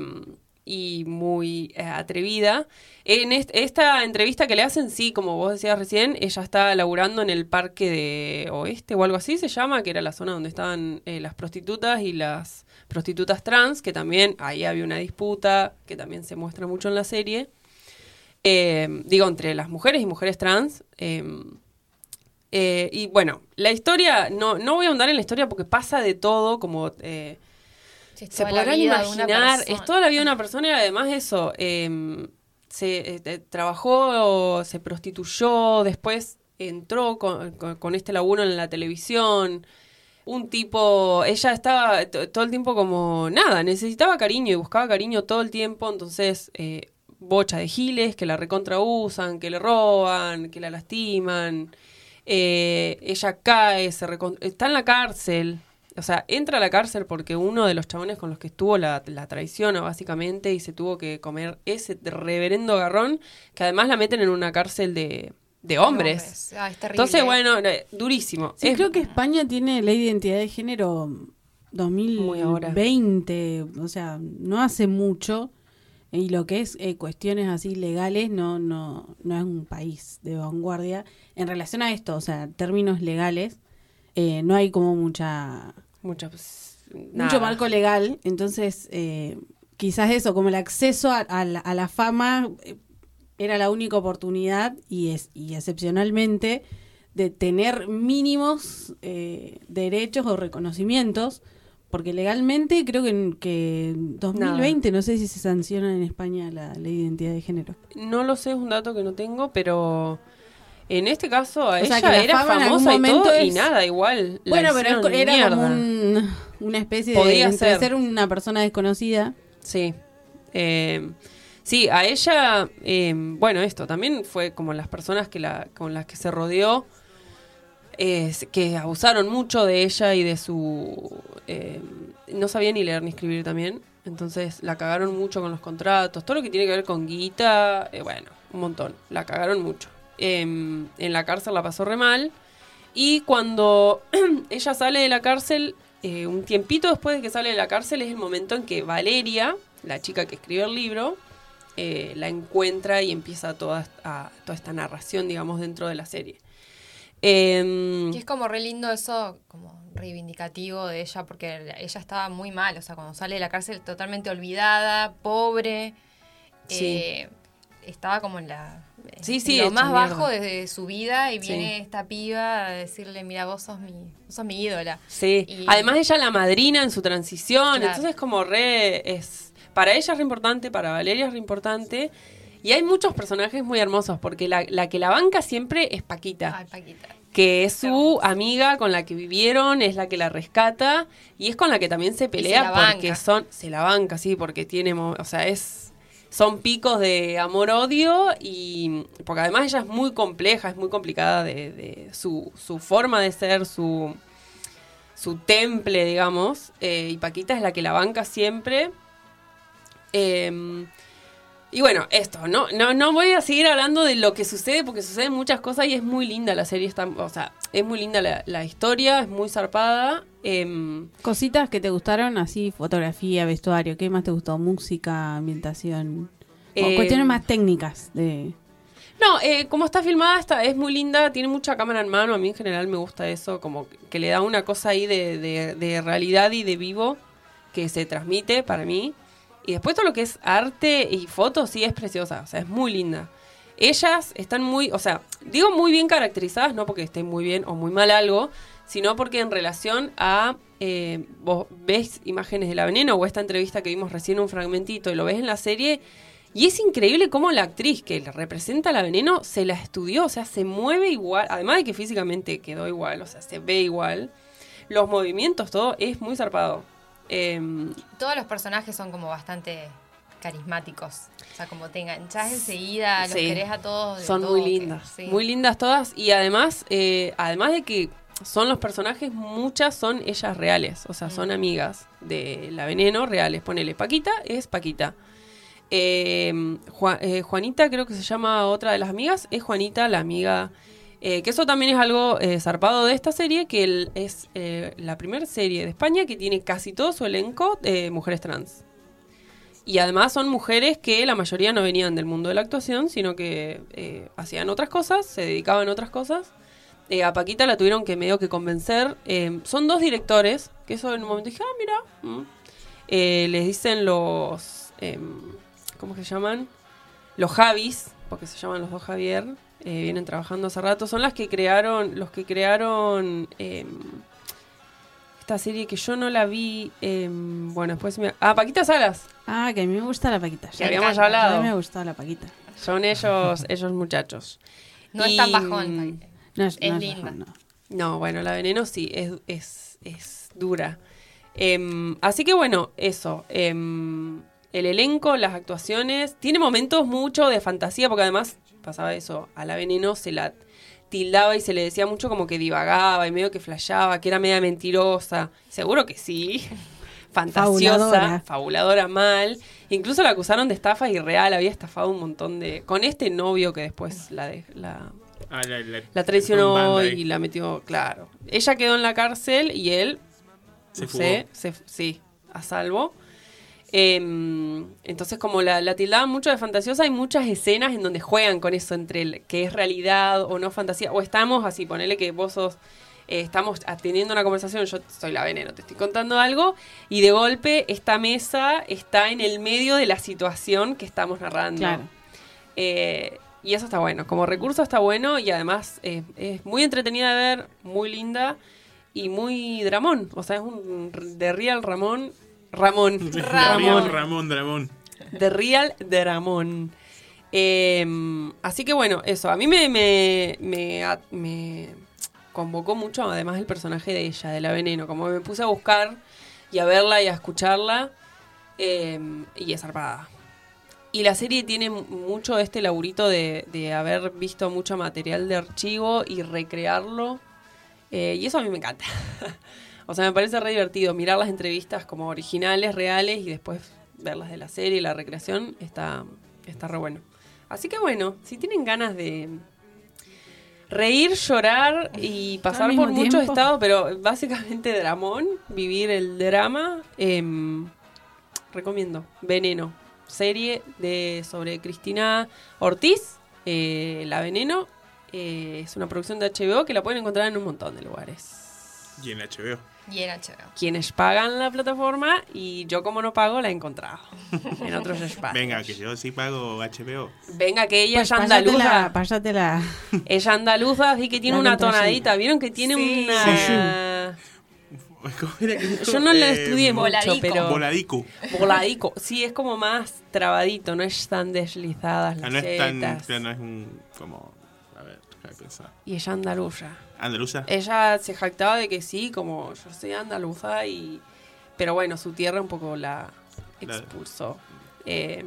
Speaker 5: y muy eh, atrevida. En est- esta entrevista que le hacen, sí, como vos decías recién, ella está laburando en el parque de Oeste o algo así se llama, que era la zona donde estaban eh, las prostitutas y las prostitutas trans, que también ahí había una disputa, que también se muestra mucho en la serie. Eh, digo, entre las mujeres y mujeres trans. eh, eh, y bueno, la historia, no, no voy a ahondar en la historia porque pasa de todo, como eh,
Speaker 7: Sí, es
Speaker 5: se
Speaker 7: toda la
Speaker 5: podrán
Speaker 7: vida de una
Speaker 5: imaginar,
Speaker 7: persona.
Speaker 5: es toda la vida de una persona y además eso, eh, se eh, eh, trabajó, se prostituyó, después entró con, con- con este laburo en la televisión. Un tipo, ella estaba t- todo el tiempo como nada, necesitaba cariño y buscaba cariño todo el tiempo, entonces eh, bocha de giles que la recontra usan, que le roban, que la lastiman. Eh, ella cae, se recon- está en la cárcel. O sea, entra a la cárcel porque uno de los chabones con los que estuvo la, la traiciona, básicamente, y se tuvo que comer ese reverendo garrón, que además la meten en una cárcel de, de hombres.
Speaker 7: hombres. Ah, es terrible.
Speaker 5: Entonces, bueno, eh, durísimo.
Speaker 4: Sí,
Speaker 5: Es-
Speaker 4: creo que España tiene la identidad de género 2020, o sea, no hace mucho. Y lo que es eh, cuestiones así legales no, no, no es un país de vanguardia. En relación a esto, o sea, términos legales, eh, no hay como mucha
Speaker 5: mucha, pues,
Speaker 4: mucho
Speaker 5: nada.
Speaker 4: marco legal. Entonces, eh, quizás eso, como el acceso a, a la, a la fama eh, era la única oportunidad y, es, y excepcionalmente de tener mínimos eh, derechos o reconocimientos, porque legalmente creo que en que en 2020, no sé si se sanciona en España la ley de identidad de género.
Speaker 5: No lo sé, es un dato que no tengo, pero en este caso a
Speaker 4: O sea,
Speaker 5: ella
Speaker 4: que la
Speaker 5: era
Speaker 4: fama en algún
Speaker 5: famosa y
Speaker 4: momento
Speaker 5: todo, y
Speaker 4: es-
Speaker 5: nada, igual. la
Speaker 4: Bueno, pero
Speaker 5: hicieron
Speaker 4: es co- era como
Speaker 5: mierda.
Speaker 4: un- una especie de
Speaker 5: Podía
Speaker 4: entre
Speaker 5: ser.
Speaker 4: ser una persona desconocida.
Speaker 5: Sí. Eh, Sí, a ella, eh, bueno, esto también fue como las personas que la, con las que se rodeó, eh, que abusaron mucho de ella y de su... eh, no sabía ni leer ni escribir también, entonces la cagaron mucho con los contratos, todo lo que tiene que ver con guita, eh, bueno, un montón, la cagaron mucho. Eh, en la cárcel la pasó re mal y cuando ella sale de la cárcel, eh, un tiempito después de que sale de la cárcel es el momento en que Valeria, la chica que escribe el libro, eh, la encuentra y empieza toda, est- a- toda esta narración, digamos, dentro de la serie. Em,
Speaker 7: Y es como re lindo eso, como reivindicativo de ella, porque ella estaba muy mal, o sea, cuando sale de la cárcel totalmente olvidada, pobre.
Speaker 5: Sí.
Speaker 7: eh, estaba como en la
Speaker 5: Sí, sí,
Speaker 7: lo
Speaker 5: hecha
Speaker 7: más
Speaker 5: mierda.
Speaker 7: bajo desde su vida y
Speaker 5: Sí.
Speaker 7: viene esta piba a decirle, mira, vos sos mi, vos sos mi ídola.
Speaker 5: Sí.
Speaker 7: Y-
Speaker 5: Además ella la madrina en su transición,
Speaker 7: Claro.
Speaker 5: entonces como re es para ella es re importante, para Valeria es re importante. Y hay muchos personajes muy hermosos, porque la, la que la banca siempre es Paquita. Que es su amiga con la que vivieron, es la que la rescata y es con la que también se
Speaker 7: la
Speaker 5: pelea
Speaker 7: banca.
Speaker 5: porque son. Se la banca, sí, porque tiene. mo- O sea, es. Son picos de amor-odio y. Porque además ella es muy compleja, es muy complicada de, de su, su forma de ser, su su temple, digamos, eh, y Paquita es la que la banca siempre. Eh, y bueno, esto, ¿no? No, no voy a seguir hablando de lo que sucede, porque suceden muchas cosas y es muy linda la serie, está, o sea, es muy linda la, la historia, es muy zarpada. em,
Speaker 4: Cositas que te gustaron, así, fotografía, vestuario, ¿qué más te gustó? Música, ambientación. O
Speaker 5: Eh,
Speaker 4: cuestiones más técnicas. De...
Speaker 5: No, eh, como está filmada, está, es muy linda, tiene mucha cámara en mano. A mí en general me gusta eso, como que- que le da una cosa ahí de, de- de realidad y de vivo que se transmite para mí. Y después todo lo que es arte y fotos, sí es preciosa, o sea, es muy linda. Ellas están muy, o sea, digo muy bien caracterizadas, no porque estén muy bien o muy mal algo, sino porque en relación a, eh, vos ves imágenes de la veneno o esta entrevista que vimos recién un fragmentito y lo ves en la serie, y es increíble cómo la actriz que le representa a la veneno se la estudió, o sea, se mueve igual, además de que físicamente quedó igual, o sea, se ve igual. Los movimientos, todo es muy zarpado. Em,
Speaker 7: Todos los personajes son como bastante carismáticos. O sea, como te enganchás enseguida, los
Speaker 5: Sí.
Speaker 7: querés a todos. de
Speaker 5: Son
Speaker 7: todo,
Speaker 5: muy
Speaker 7: que-
Speaker 5: lindas.
Speaker 7: sí.
Speaker 5: Muy lindas todas. Y además, eh, además de que son los personajes, muchas son ellas reales. O sea, son
Speaker 7: Mm.
Speaker 5: amigas de la veneno, reales. Ponele, Paquita es Paquita. Eh, Ju- eh, Juanita, creo que se llama otra de las amigas, es Juanita, la amiga. eh, que eso también es algo eh, zarpado de esta serie, que el- es eh, la primera serie de España que tiene casi todo su elenco de mujeres trans. Y además son mujeres que la mayoría no venían del mundo de la actuación, sino que eh, hacían otras cosas, se dedicaban a otras cosas. Eh, a Paquita la tuvieron que medio que convencer. Eh, son dos directores, que eso en un momento dije, ah, mira. mm. Eh, les dicen los... em, ¿Cómo que se llaman? Los Javis, porque se llaman los dos Javier. eh, vienen trabajando hace rato. Son las que crearon, los que crearon... em, esta serie que yo no la vi. em, bueno, después me. Ah, Paquita Salas.
Speaker 4: Ah, que a mí me gusta la Paquita.
Speaker 5: Que habíamos ya hablado.
Speaker 4: A mí me gusta la Paquita.
Speaker 5: Son ellos, ellos muchachos.
Speaker 7: No es tan
Speaker 5: mm.
Speaker 7: bajón,
Speaker 4: No es-
Speaker 7: Es
Speaker 4: no es
Speaker 7: linda.
Speaker 4: bajón, no.
Speaker 5: No, bueno, la veneno sí, es, es, es dura. Em, así que bueno, eso. em, el elenco, las actuaciones. Tiene momentos mucho de fantasía, porque además pasaba eso. A la veneno se la tildaba y se le decía mucho como que divagaba y medio que flasheaba, que era media mentirosa. Seguro que sí. Fantasiosa,
Speaker 4: Fabuladora.
Speaker 5: fabuladora. mal. Incluso la acusaron de estafa irreal, había estafado un montón de. con este novio que después la, de- la
Speaker 6: Ah, la, la-
Speaker 5: la traicionó
Speaker 6: fue un bando
Speaker 5: y
Speaker 6: ahí.
Speaker 5: la metió, claro. Ella quedó en la cárcel y él,
Speaker 6: Se
Speaker 5: no sé, se fu- sí, a salvo. Em, entonces, como la, la tildaban mucho de fantasiosa, hay muchas escenas en donde juegan con eso entre el que es realidad o no fantasía. O estamos así, ponele que vos sos, eh, estamos teniendo una conversación, yo soy la veneno, te estoy contando algo, y de golpe esta mesa está en el medio de la situación que estamos narrando.
Speaker 4: Claro.
Speaker 5: Eh, y eso está bueno. Como recurso está bueno y además eh, es muy entretenida de ver, muy linda y muy Dramón. O sea, es un r- de Real Ramón. Ramón.
Speaker 6: Ramón, Ramón, Ramón.
Speaker 5: De Real Dramón. Eh, así que bueno, eso. A mí me, me, me, a- me convocó mucho, además, el personaje de ella, de la veneno. Como me puse a buscar y a verla y a escucharla. eh, y es em, zarpada. Y la serie tiene mu- mucho este laburito de, de haber visto mucho material de archivo y recrearlo. Eh, y eso a mí me encanta. o sea, me parece re divertido mirar las entrevistas como originales, reales, y después verlas de la serie, la recreación, está, está re bueno. Así que bueno, si tienen ganas de reír, llorar y pasar
Speaker 4: mismo
Speaker 5: por muchos
Speaker 4: tiempo.
Speaker 5: estados, pero básicamente dramón, vivir el drama, em, recomiendo Veneno, serie de sobre Cristina Ortiz, eh, La Veneno, eh, es una producción de HBO que la pueden encontrar en un montón de lugares.
Speaker 6: Y en HBO.
Speaker 7: Y era chévere.
Speaker 5: Quienes pagan la plataforma y yo como no pago la he encontrado en otros espacios.
Speaker 6: Venga, que yo sí pago HBO.
Speaker 5: Venga, que ella
Speaker 4: Pues
Speaker 5: es
Speaker 4: pásatela-
Speaker 5: andaluza.
Speaker 4: pásatela.
Speaker 5: Ella andaluza, así que tiene
Speaker 4: La
Speaker 5: una
Speaker 4: contraseña.
Speaker 5: tonadita. ¿Vieron que tiene
Speaker 4: Sí.
Speaker 5: una...?
Speaker 6: ¿Cómo era que dijo?
Speaker 5: Yo no la
Speaker 6: Eh,
Speaker 5: estudié mucho, pero...
Speaker 6: Voladico.
Speaker 5: Voladico. Sí, es como más trabadito, no es tan deslizadas
Speaker 6: Ah,
Speaker 5: las
Speaker 6: no es tan.
Speaker 5: zetas.
Speaker 6: claro, no es un. Como. A ver, déjame pensar.
Speaker 5: Y ella andaluza.
Speaker 6: Andaluza.
Speaker 5: Ella se jactaba de que sí, como yo soy andaluza y... Pero bueno, su tierra un poco la
Speaker 6: La-
Speaker 5: expulsó. Eh,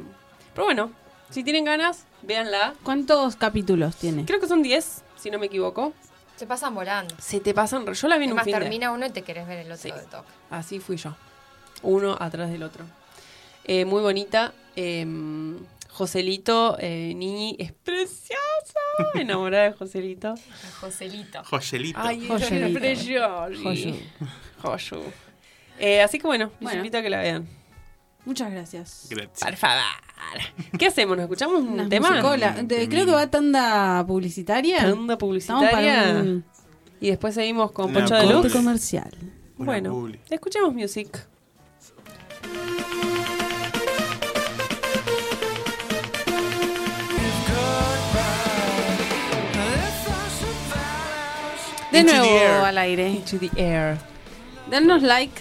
Speaker 5: pero bueno, si tienen ganas, véanla.
Speaker 4: ¿Cuántos capítulos tiene?
Speaker 5: Creo que son 10, si no me equivoco.
Speaker 7: Se pasan volando.
Speaker 5: Se te pasan... re- Yo la vi en un
Speaker 7: Además,
Speaker 5: fin de-
Speaker 7: termina uno y te querés ver el otro
Speaker 5: Sí.
Speaker 7: de toque.
Speaker 5: Así fui yo. Uno atrás del otro. Eh, muy bonita. eh, Joselito eh, Niñi es preciosa. Enamorada de Joselito.
Speaker 7: Joselito.
Speaker 6: Joselito.
Speaker 5: Ay,
Speaker 6: Joselito.
Speaker 5: Joselito.
Speaker 4: Josu.
Speaker 5: Josu. Eh, así que bueno, les
Speaker 4: Bueno.
Speaker 5: invito a que la vean.
Speaker 4: Muchas gracias.
Speaker 6: Gracias.
Speaker 5: Por favor. ¿Qué hacemos? ¿Nos escuchamos un
Speaker 4: Unas
Speaker 5: tema?
Speaker 4: musicola- de- creo que va tanda publicitaria.
Speaker 5: Tanda
Speaker 4: Estamos para
Speaker 5: publicitaria.
Speaker 4: un
Speaker 5: Y después seguimos con
Speaker 4: Una
Speaker 5: Poncho de
Speaker 4: corte
Speaker 5: Luz.
Speaker 4: comercial.
Speaker 6: Una
Speaker 5: Bueno,
Speaker 6: publi.
Speaker 5: escuchemos music.
Speaker 4: De
Speaker 5: Into the
Speaker 4: nuevo
Speaker 5: air.
Speaker 4: al aire.
Speaker 5: To the air.
Speaker 4: Danos like.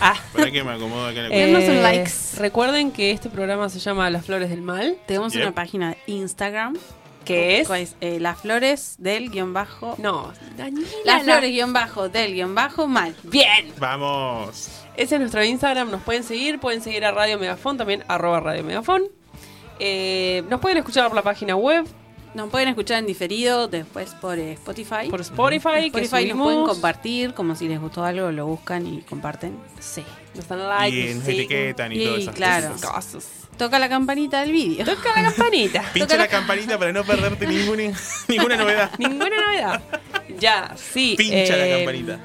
Speaker 4: Ah.
Speaker 6: Para que me acomodo acá en la
Speaker 5: Eh,
Speaker 4: Denos un likes.
Speaker 5: Recuerden que este programa se llama Las Flores del Mal.
Speaker 4: Tenemos
Speaker 5: Yep.
Speaker 4: una página de Instagram.
Speaker 5: ¿Qué es?
Speaker 4: ¿Cuál Eh, las flores del guión bajo.
Speaker 5: No.
Speaker 4: Las
Speaker 5: la-
Speaker 4: flores guión bajo del guión bajo mal.
Speaker 5: Bien.
Speaker 6: Vamos.
Speaker 5: Ese es nuestro Instagram. Nos pueden seguir. Pueden seguir a Radio Megafon también, arroba Radio Megafon. Eh, nos pueden escuchar por la página web,
Speaker 4: Nos pueden escuchar en diferido, después por eh, Spotify.
Speaker 5: por Spotify. que
Speaker 4: Spotify nos
Speaker 5: subimos.
Speaker 4: pueden compartir, como si les gustó algo, lo buscan y comparten.
Speaker 5: Sí. Nos dan like.
Speaker 6: Y
Speaker 5: nos
Speaker 6: nos
Speaker 5: siguen.
Speaker 6: etiquetan y
Speaker 4: Y
Speaker 6: todas esas
Speaker 4: claro.
Speaker 6: cosas.
Speaker 4: Toca la campanita del vídeo.
Speaker 5: Toca la campanita.
Speaker 6: Pincha la campanita para no perderte ninguna, ninguna novedad.
Speaker 5: Ninguna novedad. Ya, sí.
Speaker 6: Pincha
Speaker 5: eh,
Speaker 6: la campanita.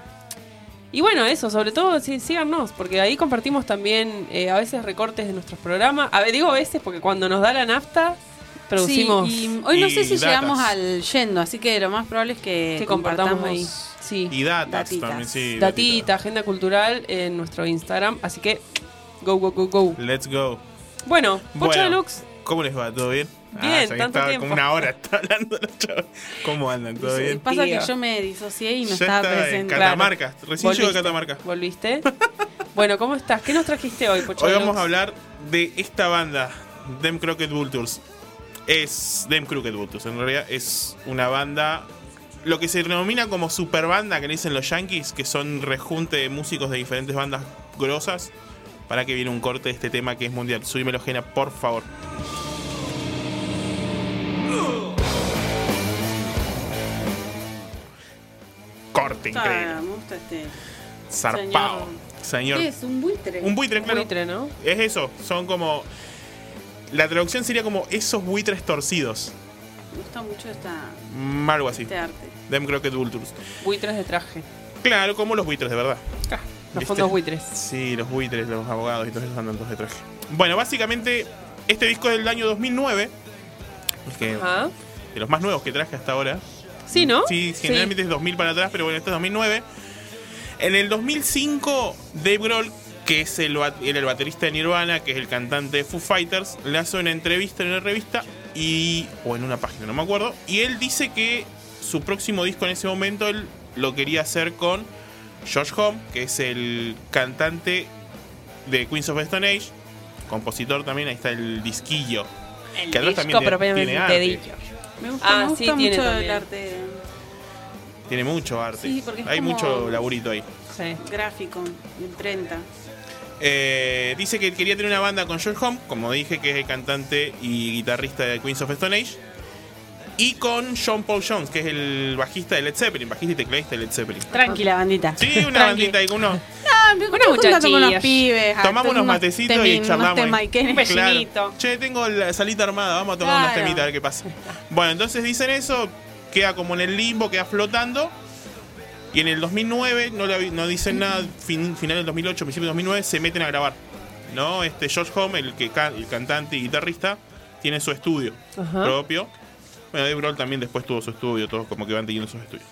Speaker 5: Y bueno, eso, sobre todo, sí, síganos, porque ahí compartimos también eh, a veces recortes de nuestros programas. A ver, digo a veces porque cuando nos da la nafta, producimos.
Speaker 4: Sí, y hoy no sé si
Speaker 5: datas.
Speaker 4: llegamos al yendo, así que lo más probable es que,
Speaker 5: Que eh, compartamos ahí. Sí.
Speaker 6: Y datas
Speaker 4: Datitas.
Speaker 6: también, sí.
Speaker 5: Datita, agenda cultural en nuestro Instagram. Así que, go, go, go, go.
Speaker 6: Let's go.
Speaker 5: Bueno, Pocho
Speaker 6: Bueno,
Speaker 5: Deluxe.
Speaker 6: ¿Cómo les va? ¿Todo bien?
Speaker 5: Bien,
Speaker 6: sabía que
Speaker 5: tanto
Speaker 6: estaba
Speaker 5: tiempo.
Speaker 6: Como una hora está hablando los chavos. ¿Cómo andan? ¿Todo
Speaker 4: Sí,
Speaker 6: bien?
Speaker 4: Pasa que yo me disocié y no
Speaker 6: Ya
Speaker 4: estaba
Speaker 6: estaba en
Speaker 4: presente.
Speaker 6: Catamarca, recién llego de Catamarca.
Speaker 5: ¿Volviste? bueno, ¿cómo estás? ¿Qué nos trajiste hoy, Pocho
Speaker 6: Hoy
Speaker 5: Deluxe?
Speaker 6: vamos a hablar de esta banda, Dem Crooked Vultures. Es Dem Crooked Vultures, en realidad es una banda, lo que se denomina como super banda, que le dicen los Yankees, que son rejunte de músicos de diferentes bandas grosas. Para que viene un corte de este tema que es mundial. Subímelo, Gena, por favor. Corte increíble.
Speaker 4: Ah, me gusta este.
Speaker 6: Zarpado. Señor.
Speaker 4: ¿Qué es? ¿Un buitre?
Speaker 6: Un buitre, claro.
Speaker 5: ¿no?
Speaker 6: Es eso, son como. La traducción sería como esos buitres torcidos.
Speaker 4: Me gusta mucho esta,
Speaker 6: Mm, Algo así.
Speaker 4: este arte.
Speaker 6: Dem Crockett Vultures.
Speaker 5: Buitres de traje.
Speaker 6: Claro, como los buitres, de verdad.
Speaker 5: Los
Speaker 6: ¿Viste?
Speaker 5: fondos buitres.
Speaker 6: Sí, los buitres, los abogados y todos esos andan todos de traje. Bueno, básicamente, este disco es del año 2009. Es que
Speaker 5: Ajá.
Speaker 6: de los más nuevos que traje hasta ahora.
Speaker 5: Ah, Sí, ¿no?
Speaker 6: Sí, generalmente es 2000 para atrás, pero bueno, este es 2009. En el 2005, Dave Grohl, que es el, bat- era el baterista de Nirvana, que es el cantante de Foo Fighters, le hace una entrevista en una revista y o en una página, no me acuerdo, y él dice que su próximo disco en ese momento él lo quería hacer con Josh Homme, que es el cantante de Queens of Stone Age, compositor también, ahí está el disquillo.
Speaker 5: El
Speaker 6: que atrás
Speaker 5: disco
Speaker 6: también tiene-
Speaker 5: propiamente
Speaker 6: tiene arte.
Speaker 5: dicho.
Speaker 4: Me gusta,
Speaker 5: Ah,
Speaker 4: me gusta
Speaker 5: sí, tiene
Speaker 4: mucho el
Speaker 5: también.
Speaker 4: arte
Speaker 6: Tiene mucho arte.
Speaker 4: Sí, porque es
Speaker 6: Hay
Speaker 4: como-
Speaker 6: mucho laburito ahí.
Speaker 5: Sí.
Speaker 4: gráfico, imprenta.
Speaker 6: Eh, dice que quería tener una banda con George Home, como dije, que es el cantante y guitarrista de Queens of Stone Age. Y con John Paul Jones, que es el bajista de Led Zeppelin, bajista y tecladista de Led Zeppelin.
Speaker 4: Tranquila, bandita. Ah,
Speaker 6: Sí, una bandita ahí, unos,
Speaker 4: una muchachita. con unos pibes. ah,
Speaker 6: Tomamos unos
Speaker 4: unos
Speaker 6: matecitos
Speaker 4: temin-
Speaker 6: y
Speaker 4: unos
Speaker 6: charlamos. ahí.
Speaker 4: temaiquenes. Un
Speaker 6: Claro.
Speaker 4: rellenito.
Speaker 6: Che, tengo la salita armada, vamos a tomar unos
Speaker 4: Claro.
Speaker 6: temitas a ver qué pasa. Bueno, entonces dicen eso, queda como en el limbo, queda flotando. Y en el 2009, no, la vi- no dicen nada, fin- final del 2008, principio del 2009, se meten a grabar. ¿No? Este George Home, el, que can- el cantante y guitarrista, tiene su estudio
Speaker 5: Ajá.
Speaker 6: propio. Bueno, Dave Grohl también después tuvo su estudio, todos como que van teniendo sus estudios.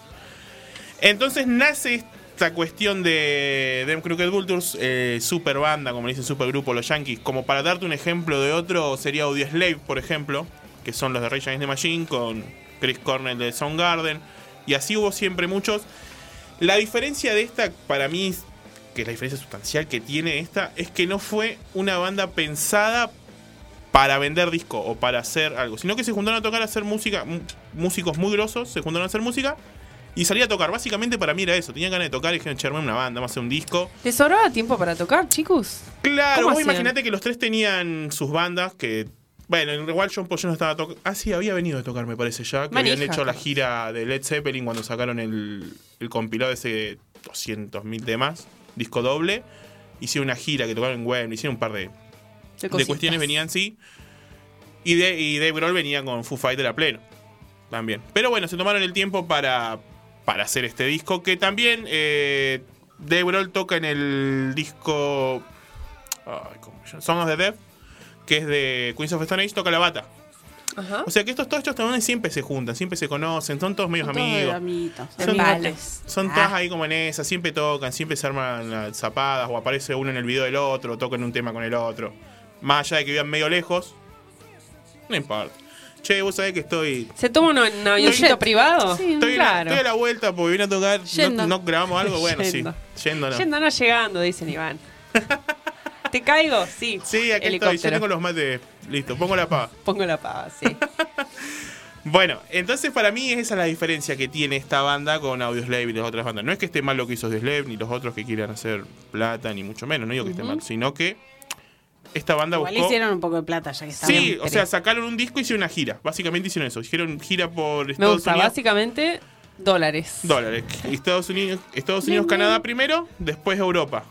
Speaker 6: Entonces nace esta cuestión de Dem Crooked Vultures, eh, super banda, como le dicen supergrupo los Yankees. Como para darte un ejemplo de otro, sería Audio Slave, por ejemplo, que son los de Rage Against the Machine con Chris Cornell de Soundgarden. Y así hubo siempre muchos. La diferencia de esta, para mí, que es la diferencia sustancial que tiene esta, es que no fue una banda pensada para vender disco o para hacer algo, sino que se juntaron a tocar a hacer música, mu- músicos muy grosos, se juntaron a hacer música y salí a tocar. Básicamente para mí era eso, tenían ganas de tocar y dijeron, che, armé una banda, vamos a hacer un disco.
Speaker 5: ¿Te sobraba tiempo para tocar, chicos?
Speaker 6: Claro,
Speaker 5: ¿Cómo
Speaker 6: vos
Speaker 5: hacían?
Speaker 6: imaginate que los tres tenían sus bandas que... Bueno, igual John Paul Jones no estaba tocando... Ah, sí, había venido a tocar, me parece ya. Que
Speaker 5: Manija.
Speaker 6: habían hecho la gira de Led Zeppelin cuando sacaron el, el compilado de ese 200.000 temas, disco doble. Hicieron una gira que tocaron en Wembley, hicieron un par de, de
Speaker 5: cositas.
Speaker 6: cuestiones, venían sí. Y, de, y Dave Grohl venía con Foo Fighter a pleno. También. Pero bueno, se tomaron el tiempo para, para hacer este disco. Que también eh, Dave Grohl toca en el disco. Ay, ¿cómo se llama? Song of the Dead, que es de Queens of Stone Age, toca la bata.
Speaker 5: Ajá.
Speaker 6: O sea que estos todos estos talones siempre se juntan, siempre se conocen, son todos medios
Speaker 4: Son todos
Speaker 6: amigos.
Speaker 4: amiguitos,
Speaker 6: son
Speaker 4: amigotes.
Speaker 6: son
Speaker 4: Ah.
Speaker 6: todas ahí como en esa, siempre tocan, siempre se arman las zapadas o aparece uno en el video del otro, tocan un tema con el otro. Más allá de que vivan medio lejos, no importa. Che, vos sabés que estoy.
Speaker 5: ¿Se toma un, un avioncito
Speaker 6: jet.
Speaker 5: privado?
Speaker 6: estoy,
Speaker 5: claro.
Speaker 6: estoy a la vuelta porque vine a tocar.
Speaker 5: Yendo.
Speaker 6: No, no grabamos algo, bueno,
Speaker 5: Yendo.
Speaker 6: sí. Yendo, no.
Speaker 5: Yendo no llegando, dicen Iván. ¿Te caigo? Sí.
Speaker 6: Sí, aquí estoy, yo tengo los mates. Listo, pongo la pava.
Speaker 5: Pongo la pava, sí.
Speaker 6: Bueno, entonces para mí esa es la diferencia que tiene esta banda con Audioslave y las otras bandas. No es que esté mal lo que hizo Audioslave ni los otros que quieran hacer plata, ni mucho menos, no digo que esté
Speaker 4: Ujú.
Speaker 6: mal, sino que esta banda
Speaker 4: Igual
Speaker 6: buscó...
Speaker 4: hicieron un poco de plata ya que estaban.
Speaker 6: Sí, o sea, sacaron un disco y hicieron una gira. Básicamente hicieron eso. Hicieron gira por
Speaker 5: Me
Speaker 6: Estados
Speaker 5: gusta,
Speaker 6: Unidos.
Speaker 5: básicamente, dólares.
Speaker 6: Dólares. Estados Unidos, Estados Unidos Canadá primero, después Europa.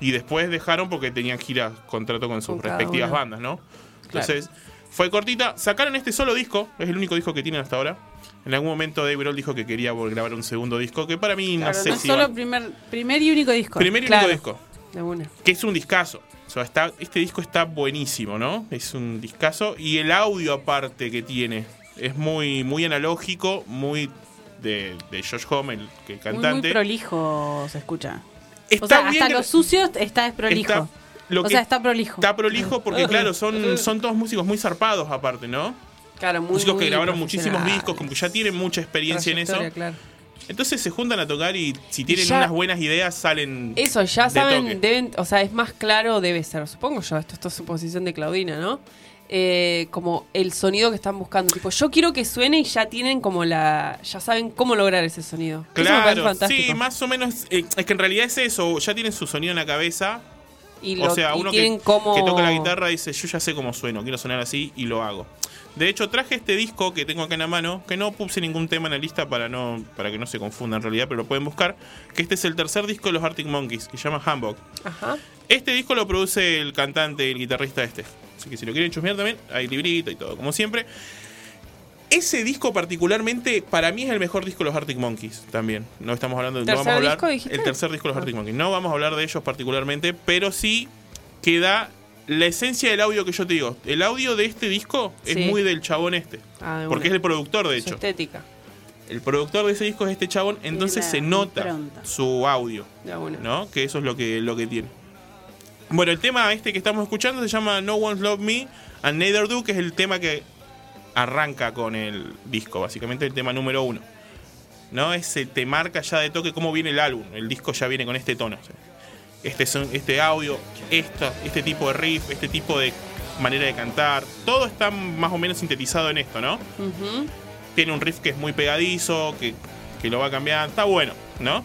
Speaker 6: Y después dejaron porque tenían giras, contrato con sus
Speaker 5: Con cada
Speaker 6: respectivas
Speaker 5: una.
Speaker 6: bandas, ¿no? Entonces, fue cortita. Sacaron este solo disco, es el único disco que tienen hasta ahora. En algún momento Dave Grohl dijo que quería vol- grabar un segundo disco, que para mí
Speaker 4: Claro,
Speaker 6: no sé
Speaker 4: no
Speaker 6: si...
Speaker 4: solo
Speaker 6: va-
Speaker 4: primer, primer y único disco.
Speaker 6: Primer y único disco.
Speaker 5: De una.
Speaker 6: Que es un discazo. O sea, está, este disco está buenísimo, ¿no? Es un discazo. Y el audio aparte que tiene es muy, muy analógico, muy de, de Josh Homme, el, que el
Speaker 4: Muy,
Speaker 6: cantante.
Speaker 4: muy prolijo se escucha.
Speaker 6: Está
Speaker 4: o sea,
Speaker 6: bien
Speaker 4: hasta
Speaker 6: que-
Speaker 4: lo sucio está desprolijo.
Speaker 6: Está- lo
Speaker 4: o
Speaker 6: que-
Speaker 4: sea, está prolijo.
Speaker 6: Está prolijo porque, claro, son, son todos músicos muy zarpados aparte, ¿no?
Speaker 5: Claro, muy,
Speaker 6: músicos
Speaker 5: muy
Speaker 6: que grabaron muchísimos
Speaker 5: profesional.
Speaker 6: discos, como que ya tienen mucha experiencia en eso.
Speaker 5: Trayectoria, claro.
Speaker 6: Entonces se juntan a tocar y si tienen
Speaker 5: ya-
Speaker 6: unas buenas ideas salen.
Speaker 5: Eso ya
Speaker 6: de
Speaker 5: saben,
Speaker 6: toque.
Speaker 5: deben, o sea, es más claro, debe ser, supongo yo, esto, esto es suposición de Claudina, ¿no? Eh, como el sonido que están buscando. Tipo, yo quiero que suene y ya tienen como la. Ya saben cómo lograr ese sonido. Eso me parece
Speaker 6: Claro,
Speaker 5: fantástico.
Speaker 6: sí, más o menos. eh, es que en realidad es eso, ya tienen su sonido en la cabeza.
Speaker 5: Y
Speaker 6: o
Speaker 5: lo-
Speaker 6: sea,
Speaker 5: y
Speaker 6: uno
Speaker 5: tienen
Speaker 6: que,
Speaker 5: cómo-
Speaker 6: que toca la guitarra dice, yo ya sé cómo sueno, quiero sonar así y lo hago. De hecho, traje este disco que tengo acá en la mano, que no puse ningún tema en la lista para, no, para que no se confunda en realidad, pero lo pueden buscar, que este es el tercer disco de los Arctic Monkeys, que se llama Humbug.
Speaker 5: Ajá.
Speaker 6: Este disco lo produce el cantante, el guitarrista este. Así que si lo quieren chusmear también, hay librito y todo, como siempre. Ese disco particularmente, para mí es el mejor disco de los Arctic Monkeys también. No estamos hablando no
Speaker 5: ¿Tercer
Speaker 6: vamos a hablar,
Speaker 5: disco, dijiste? Ah.
Speaker 6: El tercer disco de los Arctic Monkeys. No vamos a hablar de ellos particularmente, pero sí queda la esencia del audio que yo te digo. El audio de este disco
Speaker 5: Sí.
Speaker 6: es muy del chabón este.
Speaker 5: Ah, de una. este-
Speaker 6: porque es el productor, de
Speaker 5: Su
Speaker 6: hecho.
Speaker 5: estética.
Speaker 6: El productor de ese disco es este chabón, entonces
Speaker 5: la
Speaker 6: se nota
Speaker 5: impronta.
Speaker 6: su audio.
Speaker 5: De una.
Speaker 6: ¿No? Que eso es lo que, lo que tiene. Bueno, el tema este que estamos escuchando se llama No One Love Me and Neither Do, que es el tema que arranca con el disco, básicamente el tema número uno. ¿No? Ese te marca ya de toque cómo viene el álbum. El disco ya viene con este tono. o sea, Este, son, este audio, esto, este tipo de riff, este tipo de manera de cantar. Todo está más o menos sintetizado en esto, ¿no?
Speaker 5: Ujú.
Speaker 6: tiene un riff que es muy pegadizo, que, que lo va a cambiar, está bueno, ¿no?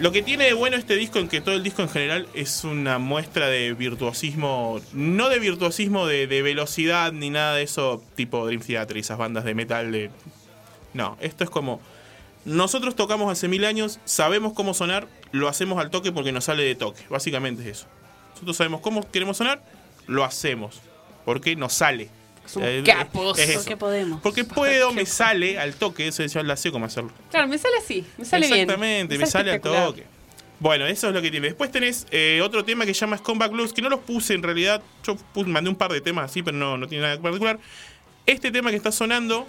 Speaker 6: Lo que tiene de bueno este disco, en que todo el disco en general es una muestra de virtuosismo, no de virtuosismo de, de velocidad ni nada de eso, tipo Dream Theater y esas bandas de metal de... No, esto es como... Nosotros tocamos hace mil años, sabemos cómo sonar, lo hacemos al toque porque nos sale de toque. Básicamente es eso. Nosotros sabemos cómo queremos sonar, lo hacemos. Porque nos sale. Eh,
Speaker 12: capos.
Speaker 6: es eso.
Speaker 12: Porque podemos.
Speaker 6: Porque puedo, me sale al toque. Eso ya la sé cómo hacerlo.
Speaker 5: Claro, me sale así, me sale bien.
Speaker 6: Exactamente, me sale al
Speaker 5: espectacular.
Speaker 6: toque. Bueno, eso es lo que tiene. Después tenés eh, otro tema que se llama Scumbag Blues, que no los puse en realidad. Yo pus- mandé un par de temas así, pero no, no tiene nada en particular. Este tema que está sonando,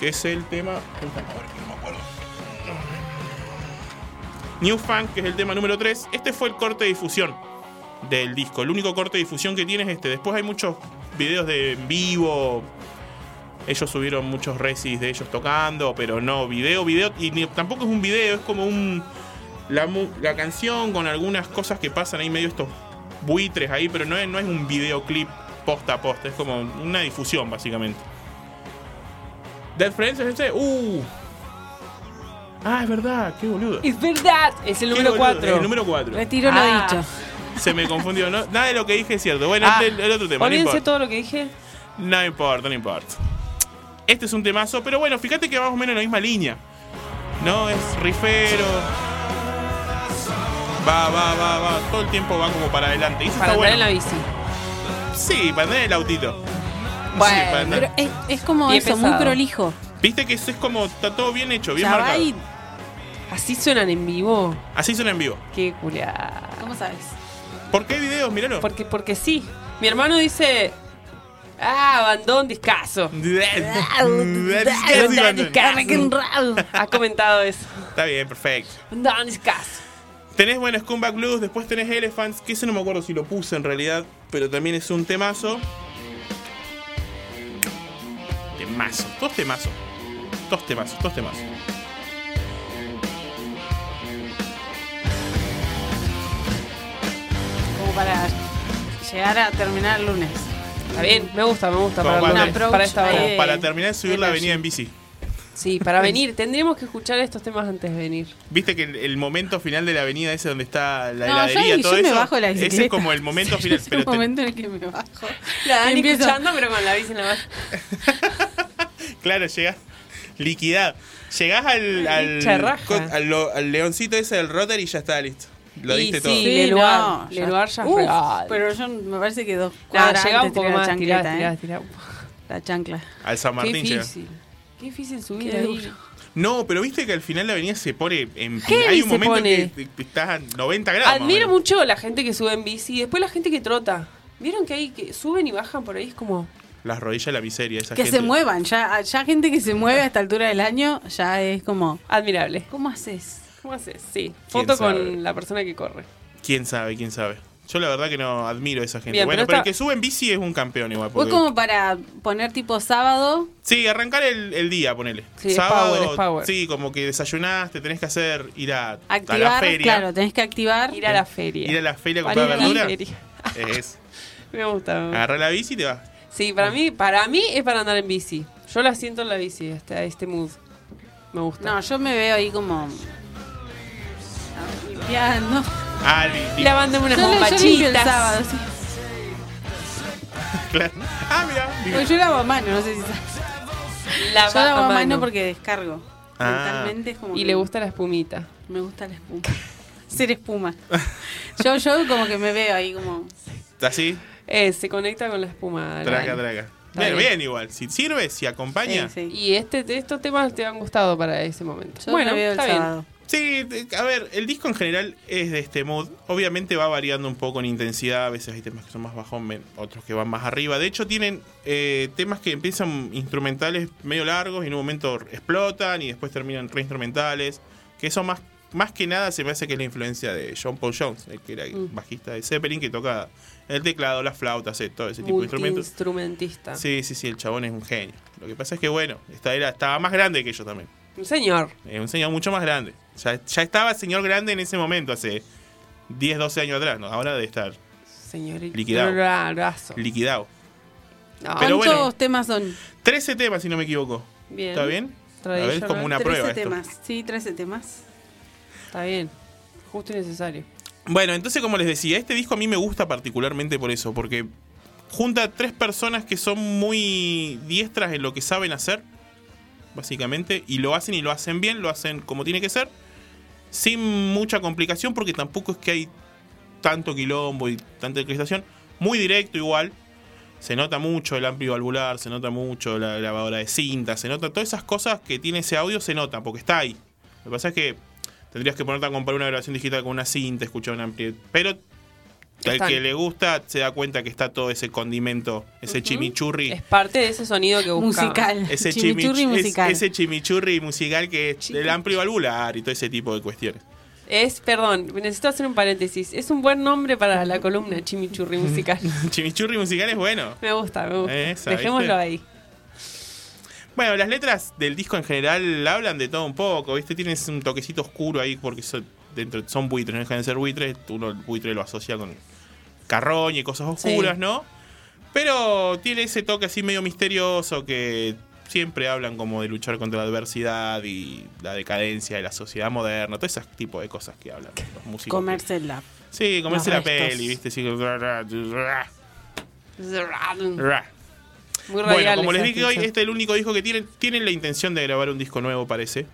Speaker 6: que es el tema. New Funk, que es el tema número 3. Este fue el corte de difusión del disco. El único corte de difusión que tiene es este. Después hay muchos videos de en vivo. Ellos subieron muchos resis de ellos tocando, pero no, video, video. Y ni- tampoco es un video, es como un. La, mu- la canción con algunas cosas que pasan ahí medio estos buitres ahí, pero no es, no es un videoclip posta a posta, es como una difusión básicamente. Dead Friends es este. ¡Uh! Ah, es verdad, qué boludo.
Speaker 5: Es verdad, es el
Speaker 6: Qué
Speaker 5: número
Speaker 6: boludo,
Speaker 5: 4.
Speaker 6: es el número cuatro.
Speaker 5: Retiro lo
Speaker 6: Ah.
Speaker 5: dicho.
Speaker 6: Se me confundió, ¿no? Nada de lo que dije es cierto. Bueno,
Speaker 5: Ah,
Speaker 6: este es el otro tema. no
Speaker 5: Olvídense
Speaker 6: importa.
Speaker 5: todo lo que dije.
Speaker 6: No importa, no importa. Este es un temazo, pero bueno, fíjate que va más o menos en la misma línea. No, es rifero. Va, va, va, va. Todo el tiempo va como para adelante. Y eso
Speaker 5: Para
Speaker 6: está
Speaker 5: andar en
Speaker 6: bueno.
Speaker 5: la bici.
Speaker 6: Sí, para andar en el autito.
Speaker 4: Bueno,
Speaker 6: Sí, para andar.
Speaker 4: pero es, es como
Speaker 5: Bien
Speaker 4: eso, muy
Speaker 5: pesado.
Speaker 4: prolijo.
Speaker 6: Viste que eso es como, está todo bien hecho, bien
Speaker 5: Ya va
Speaker 6: marcado.
Speaker 5: y- Así suenan en vivo.
Speaker 6: Así suena en vivo.
Speaker 5: Qué culia.
Speaker 4: ¿Cómo sabes?
Speaker 6: ¿Por qué hay videos? Míralo.
Speaker 5: Porque, porque sí. Mi hermano dice. Ah, abandón discaso.
Speaker 6: Mm.
Speaker 5: Abandón discaso. ha comentado eso.
Speaker 6: Está bien, perfecto.
Speaker 5: Abandón discaso.
Speaker 6: Tenés, bueno, Scumbag Blues, después tenés Elephants, que ese no me acuerdo si lo puse en realidad, pero también es un temazo. Temazo, dos temazos. Dos temazos, dos temazos.
Speaker 4: Como para llegar a terminar el lunes.
Speaker 5: Está bien, me gusta, me gusta.
Speaker 6: Como
Speaker 5: Para,
Speaker 6: para-
Speaker 5: el lunes, para esta
Speaker 6: como
Speaker 5: hora.
Speaker 6: para terminar de subir la
Speaker 5: energy.
Speaker 6: avenida en bici.
Speaker 5: Sí, para venir. Tendríamos que escuchar estos temas antes de venir.
Speaker 6: Viste que el, el momento final de la avenida ese donde está la
Speaker 5: No, yo-
Speaker 6: heladería,
Speaker 5: yo
Speaker 6: todo
Speaker 5: me
Speaker 6: eso.
Speaker 5: bajo de la
Speaker 6: ese es
Speaker 5: bicicleta.
Speaker 6: como el momento final.
Speaker 4: Es
Speaker 6: Pero
Speaker 4: el
Speaker 6: te-
Speaker 4: momento en el que me bajo.
Speaker 5: La Dani
Speaker 4: Empiezo.
Speaker 5: escuchando, pero con la bici en la mano.
Speaker 6: claro, llegás. Liquidad. Llegás al,
Speaker 5: Hincha
Speaker 6: al,
Speaker 5: raja.
Speaker 6: co- al, lo- al leoncito ese del rotor y ya está listo. Lo
Speaker 5: Y
Speaker 6: diste
Speaker 5: sí,
Speaker 6: todo.
Speaker 5: Leluar, Leluar ya
Speaker 4: Uf,
Speaker 5: real.
Speaker 4: Pero yo me parece que dos
Speaker 5: Nada,
Speaker 4: cuadras
Speaker 5: llegaba un
Speaker 4: antes
Speaker 5: poco
Speaker 4: tiré
Speaker 5: más.
Speaker 4: la chancleta,
Speaker 5: Tirá, tirá,
Speaker 4: ¿eh?
Speaker 5: tirá.
Speaker 4: La chancla.
Speaker 6: Al San
Speaker 5: Qué
Speaker 6: Martín llegás.
Speaker 5: difícil. Qué difícil subir
Speaker 4: Qué
Speaker 5: ahí.
Speaker 4: duro.
Speaker 6: No, pero viste que al final la avenida se pone en
Speaker 5: ¿Qué
Speaker 6: Hay un
Speaker 5: se
Speaker 6: momento
Speaker 5: pone?
Speaker 6: en que te- estás a 90 grados. más o
Speaker 5: Admiro
Speaker 6: menos.
Speaker 5: mucho la gente que sube en bici y después la gente que trota. ¿Vieron que hay que suben y bajan por ahí? Es como.
Speaker 6: Las rodillas de la miseria. Esa
Speaker 4: Que
Speaker 6: gente.
Speaker 4: se muevan, ya, ya gente que se mueve a esta altura del año ya es como...
Speaker 5: Admirable.
Speaker 4: ¿Cómo haces?
Speaker 5: ¿Cómo haces? Sí. Foto
Speaker 6: sabe?
Speaker 5: con la persona que corre.
Speaker 6: Quién sabe, quién sabe. Yo la verdad que no admiro a esa gente.
Speaker 5: Bien,
Speaker 6: bueno, pero,
Speaker 5: pero
Speaker 6: el
Speaker 5: está-
Speaker 6: que sube en bici es un campeón igual.
Speaker 4: Fue
Speaker 6: porque-
Speaker 4: como para poner tipo sábado.
Speaker 6: Sí, arrancar el, el día, ponele.
Speaker 4: Sí, es
Speaker 6: Sábado,
Speaker 4: power, es power.
Speaker 6: sí, como que desayunaste, tenés que hacer ir a, a la
Speaker 4: Activar,
Speaker 6: feria.
Speaker 4: claro, tenés que activar.
Speaker 5: Ir a la feria.
Speaker 6: Ir a la feria a
Speaker 5: Para
Speaker 6: comprar
Speaker 5: ir a la
Speaker 6: verdura.
Speaker 5: feria.
Speaker 6: Es.
Speaker 5: Me gusta. me gusta.
Speaker 6: Agarrar la bici y te vas.
Speaker 5: Sí, para mí, para mí es para andar en bici. Yo la siento en la bici, este, este mood. Me gusta.
Speaker 4: No, yo me veo ahí como... Limpiando.
Speaker 6: Ah, el- el-
Speaker 5: Lavándome unas
Speaker 4: Yo lo- yo limpio el
Speaker 5: bombachitas.
Speaker 4: sábado, sí.
Speaker 6: Claro. Ah, mira.
Speaker 4: Pues yo lavo a mano, no sé si sabes.
Speaker 5: Lava
Speaker 4: yo lavo
Speaker 5: a
Speaker 4: a mano.
Speaker 5: mano.
Speaker 4: porque descargo.
Speaker 6: Ah.
Speaker 4: Mentalmente es como
Speaker 5: Y
Speaker 4: que
Speaker 5: le gusta la espumita.
Speaker 4: Me gusta la espuma. Ser espuma. yo, yo como que me veo ahí como...
Speaker 6: Así,
Speaker 5: Eh, se conecta con la espuma.
Speaker 6: traga,
Speaker 5: Dani.
Speaker 6: traga.
Speaker 5: Está
Speaker 6: Bien,
Speaker 5: bien.
Speaker 6: bien igual. Si sirve, si acompaña.
Speaker 4: Sí, sí.
Speaker 5: Y este, estos temas te han gustado para ese momento.
Speaker 4: Yo
Speaker 5: bueno,
Speaker 4: me veo el
Speaker 5: está bien.
Speaker 4: sábado.
Speaker 6: Sí, te- a ver, el disco en general es de este mood. Obviamente va variando un poco en intensidad. A veces hay temas que son más bajos, men- otros que van más arriba. De hecho, tienen eh, temas que empiezan instrumentales medio largos y en un momento explotan y después terminan reinstrumentales. Que eso más, más que nada se me hace que es la influencia de John Paul Jones, el que era el
Speaker 5: Mm.
Speaker 6: bajista de Zeppelin, que toca el teclado, las flautas, eh, todo ese tipo de instrumentos.
Speaker 5: Multiinstrumentista.
Speaker 6: Sí, sí, sí, el chabón es un genio. Lo que pasa es que, bueno, esta era, estaba más grande que yo también.
Speaker 5: Un señor.
Speaker 6: Eh, un señor mucho más grande. Ya, ya estaba señor grande en ese momento, hace 10, 12 años atrás. ¿no? Ahora debe estar
Speaker 5: Señorita.
Speaker 6: Liquidado.
Speaker 5: Bra- brazo.
Speaker 6: liquidado.
Speaker 5: No.
Speaker 6: Pero
Speaker 4: ¿Cuántos
Speaker 6: bueno.
Speaker 4: temas son?
Speaker 6: 13 temas, si no me equivoco.
Speaker 5: Bien.
Speaker 6: ¿Está bien? A ver, es como una
Speaker 4: 13
Speaker 6: prueba esto.
Speaker 4: temas. Sí, 13 temas.
Speaker 5: Está bien. Justo y necesario.
Speaker 6: Bueno, entonces como les decía, este disco a mí me gusta particularmente por eso, porque junta tres personas que son muy diestras en lo que saben hacer, básicamente, y lo hacen y lo hacen bien, lo hacen como tiene que ser, sin mucha complicación, porque tampoco es que hay tanto quilombo y tanta orquestación, muy directo igual, se nota mucho el amplio valvular, se nota mucho la grabadora de cinta, se nota todas esas cosas que tiene ese audio, se nota, porque está ahí. Lo que pasa es que tendrías que ponerte a comparar una grabación digital con una cinta, escuchar una ampli... Pero al
Speaker 5: Están.
Speaker 6: que le gusta se da cuenta que está todo ese condimento, ese chimichurri.
Speaker 5: Es parte de ese sonido que buscamos.
Speaker 6: Ese chimichurri musical. ese chimichurri musical que es el amplio valvular y todo ese tipo de cuestiones.
Speaker 5: Es, perdón, necesito hacer un paréntesis. Es un buen nombre para la columna Chimichurri Musical.
Speaker 6: chimichurri musical es bueno.
Speaker 5: Me gusta, me gusta.
Speaker 6: Esa,
Speaker 5: Dejémoslo
Speaker 6: ¿viste?
Speaker 5: ahí.
Speaker 6: Bueno, las letras del disco en general hablan de todo un poco, ¿viste? Tienes un toquecito oscuro ahí porque son, dentro, son buitres, no dejan de ser buitres. Uno el buitre lo asocia con carroña y cosas oscuras,
Speaker 5: Sí.
Speaker 6: ¿no? Pero tiene ese toque así medio misterioso que siempre hablan como de luchar contra la adversidad y la decadencia de la sociedad moderna, todo ese tipo de cosas que hablan los músicos.
Speaker 4: Comerse el lap.
Speaker 6: Sí, comerse la
Speaker 4: Los restos.
Speaker 6: peli, ¿viste? Sí, ra, ra, ra,
Speaker 5: Muy
Speaker 6: ra. Bueno,
Speaker 5: radial
Speaker 6: como les
Speaker 5: esa
Speaker 6: dije hoy,
Speaker 5: descripción.
Speaker 6: este es el único disco que tienen. Tienen la intención de grabar un disco nuevo, parece.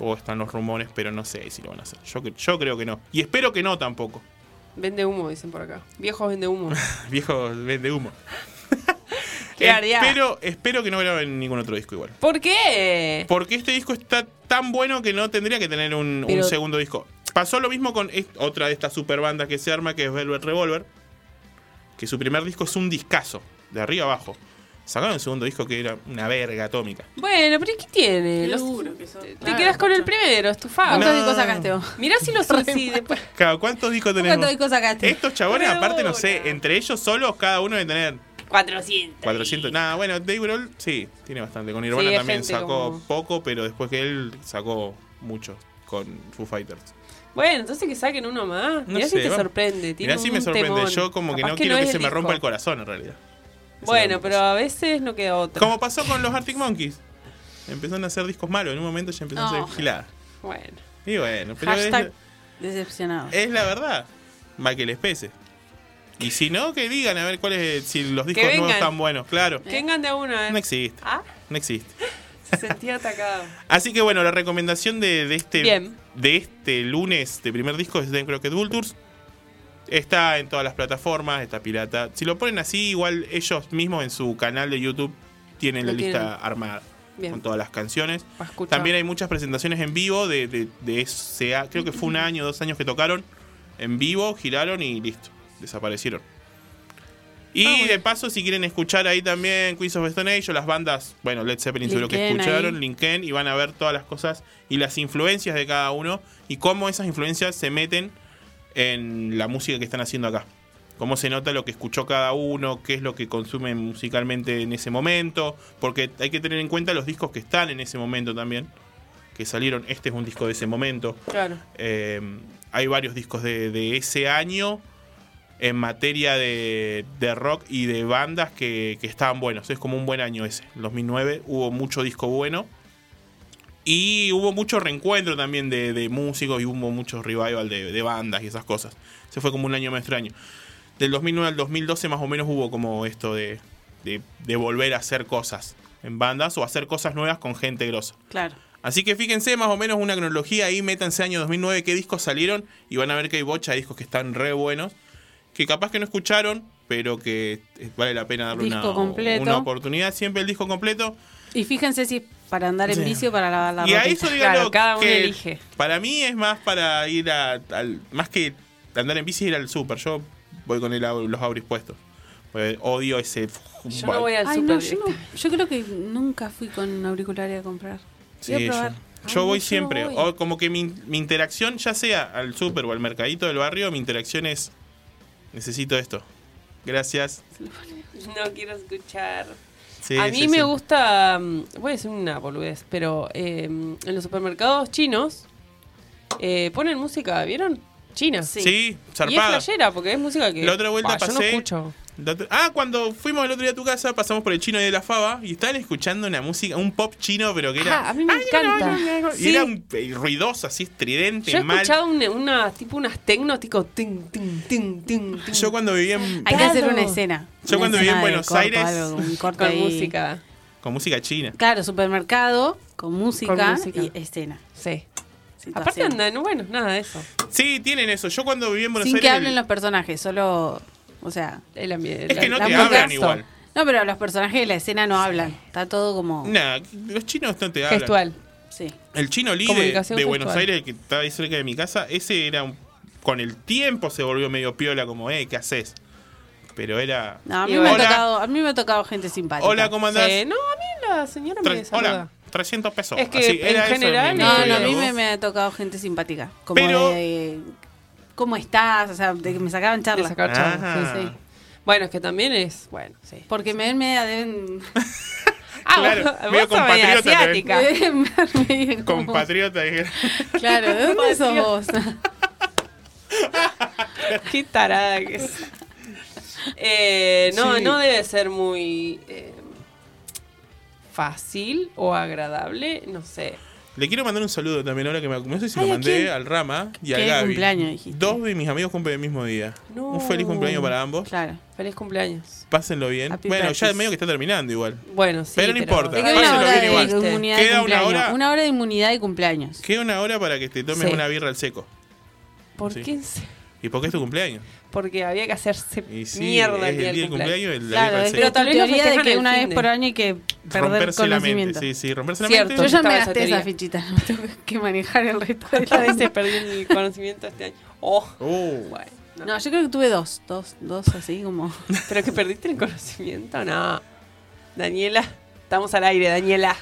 Speaker 6: O están los rumores, pero no sé si lo van a hacer. Yo, cre- yo creo que no. Y espero que no tampoco.
Speaker 5: Vende humo, dicen por acá. Viejos vende humo.
Speaker 6: Viejo vende humo.
Speaker 5: Qué ardiada.
Speaker 6: espero, espero que no graben ningún otro disco igual.
Speaker 5: ¿Por qué?
Speaker 6: Porque este disco está tan bueno que no tendría que tener un, un
Speaker 5: Pero-
Speaker 6: segundo disco. Pasó lo mismo con est- otra de estas super bandas que se arma, que es Velvet Revolver. Que su primer disco es un discazo, de arriba abajo. Sacaron el segundo disco que era una verga atómica.
Speaker 5: Bueno, pero ¿y ¿qué tiene? Los- Te quedas con el primero, estufado.
Speaker 6: ¿Cuántos No. discos sacaste
Speaker 5: vos? Mirá si los si después.
Speaker 6: Claro, ¿cuántos discos tenemos?
Speaker 5: ¿Cuántos discos sacaste?
Speaker 6: Estos chabones, aparte, no sé, entre ellos solos, cada uno debe tener
Speaker 5: 400.
Speaker 6: 400. Nada, bueno, Dave Grohl sí, tiene bastante. Con Nirvana
Speaker 5: Sí, hay
Speaker 6: también
Speaker 5: gente
Speaker 6: sacó
Speaker 5: como-
Speaker 6: poco, pero después que él sacó mucho con Foo Fighters.
Speaker 5: Bueno, entonces que saquen uno más.
Speaker 6: No
Speaker 5: Mirá
Speaker 6: sé,
Speaker 5: si te
Speaker 6: vamos.
Speaker 5: sorprende. Tiene
Speaker 6: Mirá, sí
Speaker 5: un
Speaker 6: me sorprende.
Speaker 5: temón.
Speaker 6: Yo como que
Speaker 5: Capaz
Speaker 6: no quiero que
Speaker 5: es
Speaker 6: se me
Speaker 5: disco.
Speaker 6: rompa el corazón, en realidad.
Speaker 5: Bueno, pero a veces no queda otra.
Speaker 6: Como pasó con los Arctic Monkeys. Empezaron a hacer discos malos, en un momento ya empezaron a
Speaker 4: No.
Speaker 6: hacer giladas.
Speaker 5: Bueno.
Speaker 6: Y bueno, pero es,
Speaker 4: Hashtag decepcionado.
Speaker 6: es la verdad. Va que les pese. Y si no, que digan a ver cuáles, si los
Speaker 5: Que
Speaker 6: discos nuevos
Speaker 5: vengan.
Speaker 6: están buenos, claro.
Speaker 5: Que vengan de a uno, ¿eh?
Speaker 6: No existe,
Speaker 5: Ah,
Speaker 6: no existe.
Speaker 5: se sentía atacado.
Speaker 6: Así que bueno, la recomendación de, de este
Speaker 5: Bien.
Speaker 6: de este lunes de primer disco es de Crooked Vultures. Está en todas las plataformas, está pirata. Si lo ponen así, igual ellos mismos en su canal de YouTube tienen
Speaker 5: Lo
Speaker 6: la lista
Speaker 5: tienen.
Speaker 6: armada
Speaker 5: Bien.
Speaker 6: con todas las canciones.
Speaker 5: escuchar.
Speaker 6: También hay muchas presentaciones en vivo de, de, de ese a- creo que fue un año, dos años que tocaron en vivo, giraron y listo, desaparecieron. Y de paso, si quieren escuchar ahí también Queens of Stone Age o las bandas, bueno, Led Zeppelin seguro que
Speaker 5: Linkin ahí.
Speaker 6: escucharon, Linken, y van a ver todas las cosas y las influencias de cada uno y cómo esas influencias se meten en la música que están haciendo acá. Cómo se nota lo que escuchó cada uno, qué es lo que consumen musicalmente en ese momento, porque hay que tener en cuenta los discos que están en ese momento también, que salieron. Este es un disco de ese momento.
Speaker 5: Claro.
Speaker 6: Eh, hay varios discos de, de ese año en materia de, de rock y de bandas que, que estaban buenos. Es como un buen año ese. En 2009 hubo mucho disco bueno. Y hubo mucho reencuentro también de, de músicos y hubo mucho revival de, de bandas y esas cosas. Se fue como un año más extraño. Del 2009 al 2012 más o menos hubo como esto de, de- de volver a hacer cosas en bandas o hacer cosas nuevas con gente grosa.
Speaker 4: Claro.
Speaker 6: Así que fíjense más o menos una cronología ahí, métanse año 2009, qué discos salieron y van a ver que hay bocha de discos que están re buenos, que capaz que no escucharon, pero que eh, vale la pena darle
Speaker 4: Disco
Speaker 6: una,
Speaker 4: completo.
Speaker 6: una oportunidad. Siempre el disco completo.
Speaker 4: Y fíjense si es para andar en
Speaker 6: Sí.
Speaker 4: vicio o para lavar la
Speaker 6: y
Speaker 4: ropa.
Speaker 6: a eso digan lo que Para mí es más para ir a, al- más que andar en bici ir al súper. Yo voy con el, au- los auris puestos. Pues odio ese.
Speaker 5: Yo no voy al
Speaker 4: Ay,
Speaker 5: súper
Speaker 4: no, yo, no- yo creo que nunca fui con auriculares a comprar.
Speaker 6: Sí,
Speaker 4: Voy a
Speaker 6: yo,
Speaker 4: probar.
Speaker 6: yo
Speaker 4: Ay,
Speaker 6: voy
Speaker 4: no, yo
Speaker 6: siempre. Oh.
Speaker 4: no voy.
Speaker 6: O como que mi, mi interacción, ya sea al súper o al mercadito del barrio, mi interacción es. Necesito esto. Gracias.
Speaker 5: No quiero escuchar.
Speaker 6: Sí,
Speaker 5: a mí
Speaker 6: sí,
Speaker 5: me
Speaker 6: sí.
Speaker 5: gusta, mm, voy a decir una boludez, pero eh, en los supermercados chinos eh, ponen música, ¿vieron? China.
Speaker 6: Sí,
Speaker 5: Y es
Speaker 6: zarpada.
Speaker 5: flashera, porque es música que
Speaker 6: La otra vuelta
Speaker 5: bah, yo no
Speaker 6: pasé-
Speaker 5: escucho.
Speaker 6: Dato- Ah, cuando fuimos el otro día a tu casa, pasamos por el chino de la fava y estaban escuchando una música, un pop chino, pero que era.
Speaker 5: Ah, a mí me encanta.
Speaker 6: y
Speaker 5: Sí.
Speaker 6: era un- eh, ruidoso, así estridente,
Speaker 5: Yo he
Speaker 6: mal.
Speaker 5: escuchado una, una- tipo unas tecno, tipo ting, ting, ting, ting, ting.
Speaker 6: Yo cuando vivía en.
Speaker 4: Hay que hacer una escena.
Speaker 6: Yo
Speaker 4: Una
Speaker 6: cuando viví en
Speaker 4: escena de
Speaker 6: Buenos
Speaker 4: corto,
Speaker 6: Aires-
Speaker 4: algo, un corte
Speaker 5: con
Speaker 4: ahí.
Speaker 5: música.
Speaker 6: Con música china.
Speaker 4: Claro, supermercado, con música,
Speaker 5: Con música.
Speaker 4: y escena.
Speaker 5: Sí. Aparte
Speaker 4: Situación.
Speaker 5: andan, bueno, nada de eso.
Speaker 6: Sí, tienen eso. Yo cuando viví en Buenos
Speaker 4: Sin que
Speaker 6: Aires.
Speaker 4: hablen los personajes, solo. O sea.
Speaker 5: El ambiente.
Speaker 6: Es que no
Speaker 4: la
Speaker 6: te
Speaker 4: música.
Speaker 6: hablan igual.
Speaker 4: No, pero los personajes de la escena no hablan. Está todo como.
Speaker 6: Nah, los chinos no te hablan.
Speaker 4: Sí.
Speaker 6: El chino Lee de,
Speaker 4: Comunicación
Speaker 6: de Buenos
Speaker 4: gestual.
Speaker 6: Aires, el que está ahí cerca de mi casa, ese era un- con el tiempo se volvió medio piola, como, eh, ¿qué haces? Pero era.
Speaker 4: No, a, mí
Speaker 6: Hola,
Speaker 4: me ha tocado, a mí me ha tocado gente simpática.
Speaker 6: Hola, ¿cómo andás?
Speaker 5: Eh, no, a mí la señora
Speaker 6: Tre-
Speaker 5: me saluda.
Speaker 6: hola, 300 pesos.
Speaker 5: Es que
Speaker 6: Así,
Speaker 5: en
Speaker 6: era eso
Speaker 5: general,
Speaker 6: mi- mi
Speaker 4: No, no, a
Speaker 6: diálogo.
Speaker 4: mí me, me ha tocado gente simpática. Como
Speaker 6: Pero-
Speaker 4: de, ¿Cómo estás? O sea, de que me sacaban charlas.
Speaker 5: sacar charlas, Ajá. sí, sí. Bueno, es que también es. Bueno, sí. Ah,
Speaker 4: Porque me ven media deben.
Speaker 6: Claro, medio compatriota te ven.
Speaker 4: asiática.
Speaker 6: Compatriota. dije.
Speaker 4: Claro, ¿de dónde sos vos?
Speaker 5: Qué tarada que es. Eh, no,
Speaker 4: Sí.
Speaker 5: no debe ser muy eh, fácil o agradable, no sé.
Speaker 6: Le quiero mandar un saludo también ahora que me No sé si
Speaker 5: Ay,
Speaker 6: lo
Speaker 5: ¿a
Speaker 6: mandé
Speaker 5: quién?
Speaker 6: al Rama y
Speaker 5: ¿Qué
Speaker 6: al Gaby.
Speaker 5: cumpleaños dijiste?
Speaker 6: Dos de mis amigos cumplen el mismo día.
Speaker 5: No.
Speaker 6: Un feliz cumpleaños para ambos.
Speaker 4: Claro.
Speaker 5: Feliz cumpleaños.
Speaker 6: Pásenlo bien.
Speaker 5: Happy
Speaker 6: bueno, ya
Speaker 5: practice.
Speaker 6: medio que está terminando igual.
Speaker 5: Bueno, sí.
Speaker 6: Pero no importa,
Speaker 4: Te queda una
Speaker 6: pásenlo
Speaker 4: hora
Speaker 6: bien
Speaker 4: de
Speaker 6: igual.
Speaker 4: inmunidad de
Speaker 6: Queda una
Speaker 4: cumpleaños.
Speaker 6: hora,
Speaker 4: Una hora de inmunidad de cumpleaños.
Speaker 6: queda una hora para que te tomes
Speaker 5: Sí.
Speaker 6: una birra al seco.
Speaker 5: ¿Por
Speaker 6: Sí.
Speaker 5: qué? en se-
Speaker 6: ¿Y por qué es tu cumpleaños?
Speaker 5: Porque había que hacerse
Speaker 6: Y sí,
Speaker 5: mierda
Speaker 6: es el
Speaker 5: el
Speaker 6: día
Speaker 5: día
Speaker 6: del
Speaker 5: del cumpleaños.
Speaker 6: cumpleaños, el- la
Speaker 4: Claro,
Speaker 6: birra al
Speaker 4: es
Speaker 6: seco.
Speaker 4: la
Speaker 5: Pero teoría
Speaker 4: teoría
Speaker 5: de
Speaker 4: de
Speaker 5: que
Speaker 4: que
Speaker 5: fin
Speaker 4: una
Speaker 5: de-
Speaker 4: vez por año hay que perder
Speaker 6: romperse la
Speaker 4: conocimiento.
Speaker 6: mente. Sí, sí, romperse la
Speaker 5: Cierto.
Speaker 6: mente.
Speaker 4: Yo ya me
Speaker 5: Estaba esa
Speaker 4: gasté esa
Speaker 5: teoría.
Speaker 4: fichita. Tengo que manejar el resto de
Speaker 5: A
Speaker 4: la
Speaker 5: veces perdí mi conocimiento este año. Oh,
Speaker 6: Uh.
Speaker 5: bueno.
Speaker 4: No, yo creo que tuve dos. Dos, dos así como.
Speaker 5: ¿Pero que perdiste el conocimiento? No. Daniela, estamos al aire, Daniela.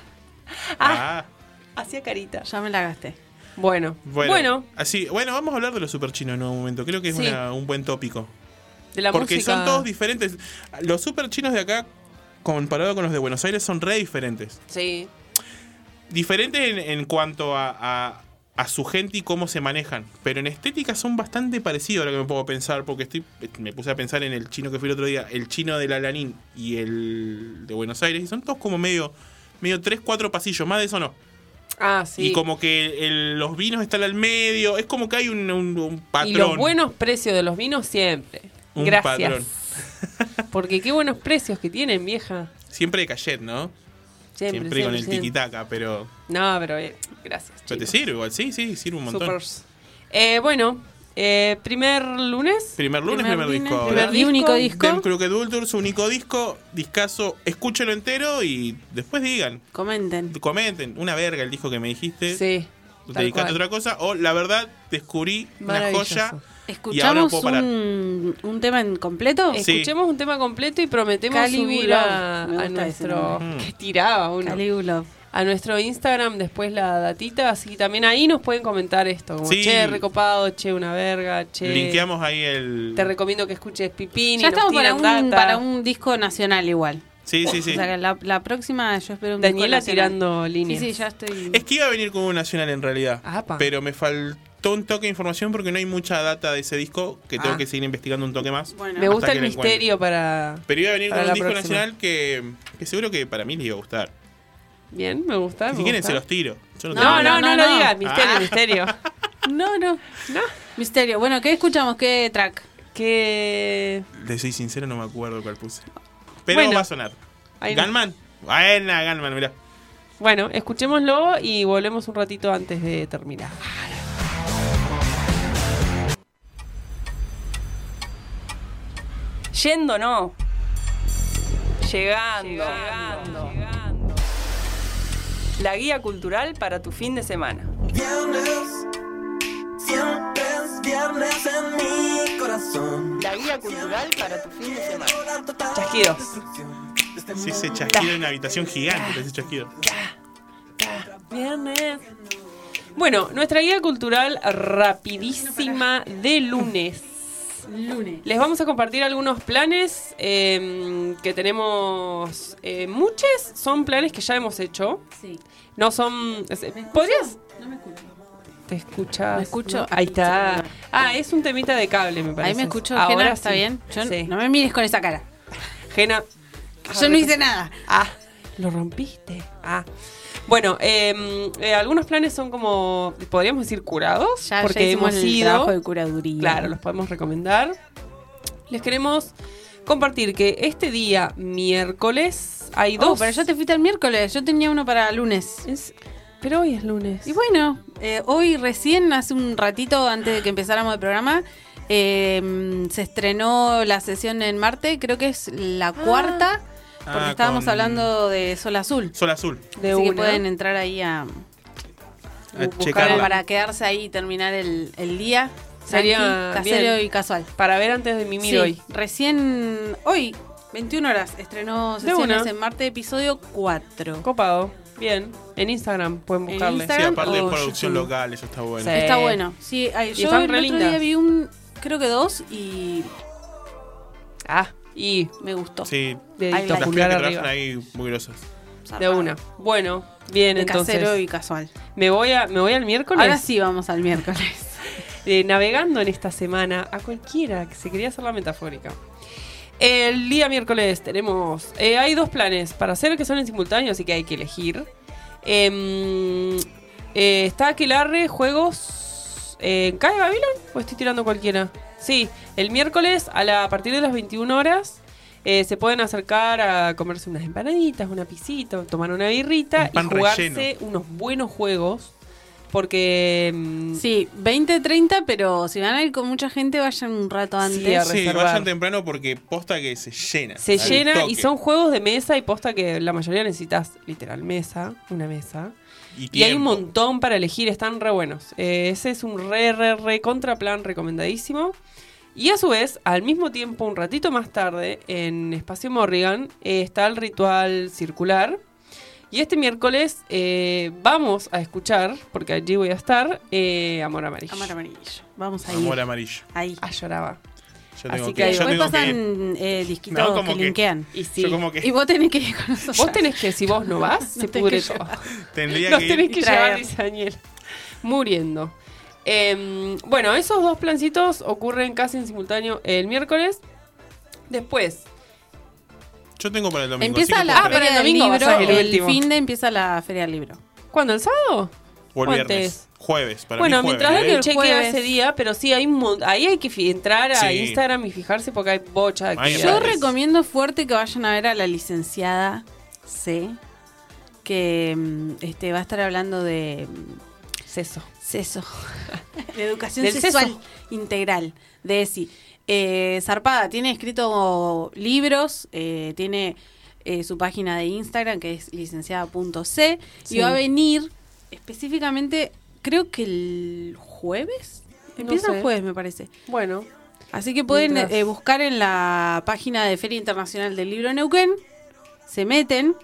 Speaker 5: Ah, hacía carita.
Speaker 4: Ya me la gasté.
Speaker 5: Bueno,
Speaker 6: Bueno,
Speaker 5: Bueno.
Speaker 6: Así, bueno, vamos a hablar de los superchinos en un momento. Creo que es
Speaker 5: Sí.
Speaker 6: una- un buen tópico.
Speaker 5: de la
Speaker 6: Porque
Speaker 5: música.
Speaker 6: son todos diferentes. Los superchinos de acá, comparado con los de Buenos Aires, son re diferentes.
Speaker 5: Sí.
Speaker 6: Diferentes en, en cuanto a, a- a su gente y cómo se manejan. Pero en estética son bastante parecidos ahora que me puedo pensar. Porque estoy me puse a pensar en el chino que fui el otro día, el chino del Alanín y el de Buenos Aires. Y son todos como medio, medio tres, cuatro pasillos. Más de eso no.
Speaker 5: Ah, sí.
Speaker 6: Y como que el- los vinos están al medio. Es como que hay un, un- un patrón.
Speaker 5: Y los buenos precios de los vinos siempre.
Speaker 6: Un
Speaker 5: Gracias.
Speaker 6: patrón.
Speaker 5: Porque qué buenos precios que tienen, vieja.
Speaker 6: Siempre de Cayet, ¿no?
Speaker 5: Siempre,
Speaker 6: Siempre, con
Speaker 5: siempre,
Speaker 6: el
Speaker 5: siempre.
Speaker 6: tiquitaca, pero.
Speaker 5: No, pero eh, gracias.
Speaker 6: Pero te
Speaker 5: chicos.
Speaker 6: sirve igual, sí, sí, sirve un montón.
Speaker 5: Supers. Eh, bueno, eh, primer lunes.
Speaker 6: Primer lunes, primer, disco.
Speaker 5: Primer
Speaker 6: ahora.
Speaker 5: y único disco.
Speaker 6: Dem Crooked Vultures, su único disco, discaso, escúchelo entero y después digan.
Speaker 4: Comenten.
Speaker 6: Comenten, una verga el disco que me dijiste.
Speaker 5: Sí. tal
Speaker 6: Dedicaste a
Speaker 5: cual.
Speaker 6: otra cosa. O la verdad, descubrí una
Speaker 5: Maravilloso.
Speaker 6: joya. Y ahora no
Speaker 4: ¿Escuchamos
Speaker 6: puedo parar.
Speaker 4: un, un tema en completo?
Speaker 6: Sí.
Speaker 5: Escuchemos un tema completo y prometemos
Speaker 4: Calibu
Speaker 5: subir
Speaker 4: Love.
Speaker 5: a,
Speaker 4: Me
Speaker 5: a
Speaker 4: gusta ese
Speaker 5: nuestro
Speaker 4: nombre.
Speaker 5: que tiraba uno.
Speaker 4: Calibu Love.
Speaker 5: A nuestro Instagram después la datita, así que también ahí nos pueden comentar esto, como
Speaker 6: Sí.
Speaker 5: che, recopado, che, una verga, che.
Speaker 6: Linkeamos ahí el.
Speaker 5: Te recomiendo que escuches Pipín
Speaker 4: Ya
Speaker 5: y nos
Speaker 4: estamos para
Speaker 5: tiran
Speaker 4: un,
Speaker 5: data.
Speaker 4: para un disco nacional igual.
Speaker 6: Sí, sí, sí.
Speaker 4: O sea, que la, la próxima yo espero un
Speaker 5: Daniela
Speaker 4: disco nacional.
Speaker 5: tirando líneas.
Speaker 4: Sí, sí, ya estoy.
Speaker 6: Es que iba a venir con un nacional en realidad.
Speaker 5: Apa.
Speaker 6: Pero me faltó un toque de información porque no hay mucha data de ese disco que tengo
Speaker 5: Ah.
Speaker 6: que seguir investigando un toque más. hasta
Speaker 5: Me gusta el
Speaker 6: que lo encuentre.
Speaker 5: misterio para.
Speaker 6: Pero iba a venir con
Speaker 5: para
Speaker 6: un
Speaker 5: la
Speaker 6: disco
Speaker 5: próxima.
Speaker 6: nacional que, que seguro que para mí les iba a gustar.
Speaker 5: Bien, me gusta.
Speaker 6: si
Speaker 5: Ah, me
Speaker 6: quieren
Speaker 5: gusta.
Speaker 6: se los tiro. Yo tengo
Speaker 5: No, no,
Speaker 6: nada.
Speaker 5: no, lo digas. Misterio,
Speaker 6: Ah.
Speaker 5: misterio.
Speaker 4: No, no.
Speaker 5: No.
Speaker 4: Misterio. Bueno, ¿qué escuchamos? ¿Qué track?
Speaker 5: Que.
Speaker 6: Les soy sincero, no me acuerdo cuál puse. Pero
Speaker 5: Bueno.
Speaker 6: va a sonar.
Speaker 5: Ahí-
Speaker 6: Gunman. Buena, Gunman, mirá.
Speaker 5: Bueno, escuchémoslo y volvemos un ratito antes de terminar.
Speaker 18: Yendo no. Llegando. La guía cultural para tu fin de semana.
Speaker 15: Viernes, siempre es viernes en mi corazón.
Speaker 18: La guía cultural para tu fin de semana.
Speaker 5: Chasquidos.
Speaker 6: Sí, ese chasquido en una habitación gigante, ese chasquido.
Speaker 5: Viernes. Bueno, nuestra guía cultural rapidísima de lunes.
Speaker 4: Lunes.
Speaker 5: Les vamos a compartir algunos planes eh, que tenemos. eh, muchos son planes que ya hemos hecho.
Speaker 4: Sí.
Speaker 5: No son. es- ¿Podrías?
Speaker 4: No me escucho.
Speaker 5: ¿Te escuchas?
Speaker 4: Me escucho.
Speaker 5: Ahí está. Ah, es un temita de cable, me parece.
Speaker 4: Ahí me escucho,
Speaker 5: Ahora
Speaker 4: Jena, ¿está
Speaker 5: sí.
Speaker 4: bien? Yo-
Speaker 5: Sí.
Speaker 4: No me mires con esa cara.
Speaker 5: Jena.
Speaker 4: Yo no hice nada.
Speaker 5: Ah, lo rompiste. Ah. Bueno, eh, eh, algunos planes son como, podríamos decir, curados.
Speaker 4: Ya,
Speaker 5: porque
Speaker 4: ya hicimos
Speaker 5: hemos
Speaker 4: el
Speaker 5: ido.
Speaker 4: trabajo de curaduría.
Speaker 5: Claro, los podemos recomendar. Les queremos compartir que este día, miércoles, hay
Speaker 4: Oh,
Speaker 5: dos.
Speaker 4: pero ya te fuiste el miércoles. Yo tenía uno para lunes.
Speaker 5: pero hoy es lunes.
Speaker 4: Y bueno, eh, hoy recién, hace un ratito antes de que empezáramos el programa, eh, se estrenó la sesión en Marte. Creo que es
Speaker 5: Ah.
Speaker 4: la cuarta, porque
Speaker 6: Ah,
Speaker 4: estábamos
Speaker 6: con-
Speaker 4: hablando de Sol Azul.
Speaker 6: Sol azul.
Speaker 4: Así que pueden entrar ahí a
Speaker 5: Uh,
Speaker 6: A
Speaker 4: buscar
Speaker 6: checarla.
Speaker 4: para quedarse ahí y terminar el, el día.
Speaker 5: Sería
Speaker 4: Sería casero
Speaker 5: bien.
Speaker 4: y casual.
Speaker 5: Para ver antes de mimir
Speaker 4: eh, Sí,
Speaker 5: hoy.
Speaker 4: Recién hoy, 21 horas, estrenó
Speaker 5: De
Speaker 4: Sesiones
Speaker 5: una.
Speaker 4: en Marte, episodio 4.
Speaker 5: Copado. Bien. En Instagram pueden
Speaker 4: En
Speaker 5: buscarle.
Speaker 6: Sí,
Speaker 4: Instagram
Speaker 6: aparte de
Speaker 4: o
Speaker 6: producción
Speaker 4: YouTube.
Speaker 6: local, eso está bueno.
Speaker 5: Sí.
Speaker 4: Está bueno. Sí, ay,
Speaker 5: Y
Speaker 4: yo
Speaker 5: están
Speaker 4: el
Speaker 5: re
Speaker 4: otro día
Speaker 5: lindas.
Speaker 4: vi un, creo que dos y
Speaker 5: Ah, y
Speaker 4: me gustó.
Speaker 6: Sí,
Speaker 5: Dedito
Speaker 6: las pibas
Speaker 5: pulgar
Speaker 6: que
Speaker 5: arriba.
Speaker 6: trabajan ahí muy grosas.
Speaker 5: De una. Bueno, bien,
Speaker 4: De
Speaker 5: entonces.
Speaker 4: casero y casual.
Speaker 5: Me voy, a, me voy al miércoles.
Speaker 4: Ahora sí vamos al miércoles.
Speaker 5: eh, navegando en esta semana a cualquiera que se quería hacer la metafórica. El día miércoles tenemos. eh, hay dos planes para hacer que son en simultáneo, así que hay que elegir. Em, eh, está Aquelarre, juegos. eh, ¿Cae Babilón? ¿O estoy tirando cualquiera? Sí, el miércoles a, la, a partir de las 21 horas. eh, se pueden acercar a comerse unas empanaditas, una pisita, tomar una birrita
Speaker 6: Un pan
Speaker 5: y jugarse
Speaker 6: relleno.
Speaker 5: unos buenos juegos. Porque mm,
Speaker 4: Sí, 20, 30, pero si van a ir con mucha gente, vayan un rato antes.
Speaker 5: a
Speaker 6: Sí,
Speaker 5: reservar.
Speaker 6: vayan temprano porque posta que se llena.
Speaker 5: Se
Speaker 6: al
Speaker 5: llena
Speaker 6: toque.
Speaker 5: y son juegos de mesa y posta que la mayoría necesitas literal mesa, una mesa.
Speaker 6: Y,
Speaker 5: Y hay un
Speaker 6: tiempo.
Speaker 5: montón para elegir, están re buenos. Eh, ese es un re, re, re contraplan recomendadísimo. Y a su vez, al mismo tiempo, un ratito más tarde, en Espacio Morrigan, eh, está el ritual circular. Y este miércoles eh, vamos a escuchar, porque allí voy a estar, eh, Amor Amarillo.
Speaker 4: Amor amarillo. Vamos a ir.
Speaker 6: Amor amarillo.
Speaker 4: ahí.
Speaker 5: Ah, lloraba.
Speaker 6: Yo
Speaker 5: Así
Speaker 6: tengo
Speaker 5: que
Speaker 6: que, yo
Speaker 4: Después
Speaker 6: tengo que-
Speaker 4: pasan eh, disquitos
Speaker 6: No, como
Speaker 4: que,
Speaker 6: que-
Speaker 4: linkean.
Speaker 5: Y sí.
Speaker 6: yo como que
Speaker 4: Y vos tenés que ir con nosotros.
Speaker 5: Vos tenés que, si vos no vas,
Speaker 4: No
Speaker 5: se
Speaker 4: tenés
Speaker 5: pudre
Speaker 4: que
Speaker 5: todo.
Speaker 6: tendría
Speaker 5: Los
Speaker 6: que
Speaker 5: tenés
Speaker 6: ir.
Speaker 5: que
Speaker 4: Y traer.
Speaker 5: llevar, dice Daniel. Muriendo. Em, bueno, esos dos plancitos ocurren casi en simultáneo el miércoles. Después.
Speaker 6: Yo tengo para el domingo.
Speaker 4: Empieza
Speaker 6: así que
Speaker 4: la
Speaker 6: puedo
Speaker 5: pero
Speaker 4: feria
Speaker 5: el
Speaker 4: del
Speaker 5: domingo
Speaker 4: libro.
Speaker 5: vas a ir,
Speaker 4: El,
Speaker 5: el último.
Speaker 4: fin de empieza la feria del libro.
Speaker 5: ¿Cuándo? ¿El sábado?
Speaker 6: O el
Speaker 5: ¿O
Speaker 6: viernes.
Speaker 5: antes?
Speaker 6: Jueves, para
Speaker 5: bueno,
Speaker 6: mí jueves.
Speaker 5: mientras
Speaker 6: ¿eh?
Speaker 5: Daniel
Speaker 4: El
Speaker 5: chequea
Speaker 4: jueves.
Speaker 5: ese día, pero sí, hay un mon- ahí hay que fi- entrar a
Speaker 6: Sí.
Speaker 5: Instagram y fijarse porque hay bocha de
Speaker 6: Ahí
Speaker 5: actividades.
Speaker 4: Yo
Speaker 6: Gracias.
Speaker 4: recomiendo fuerte que vayan a ver a la licenciada C, que mm, este, va a estar hablando de mm,
Speaker 5: Seso.
Speaker 4: seso, de educación
Speaker 5: Del seso.
Speaker 4: sexual integral, de ESI. Eh, zarpada, tiene escrito libros, eh, tiene eh, su página de Instagram que es licenciada.c
Speaker 5: Sí.
Speaker 4: y va a venir específicamente, creo que el jueves.
Speaker 5: No
Speaker 4: Empieza
Speaker 5: sé.
Speaker 4: el jueves, me parece.
Speaker 5: Bueno,
Speaker 4: Así que pueden
Speaker 5: Mientras-
Speaker 4: eh, buscar en la página de Feria Internacional del Libro Neuquén, se meten,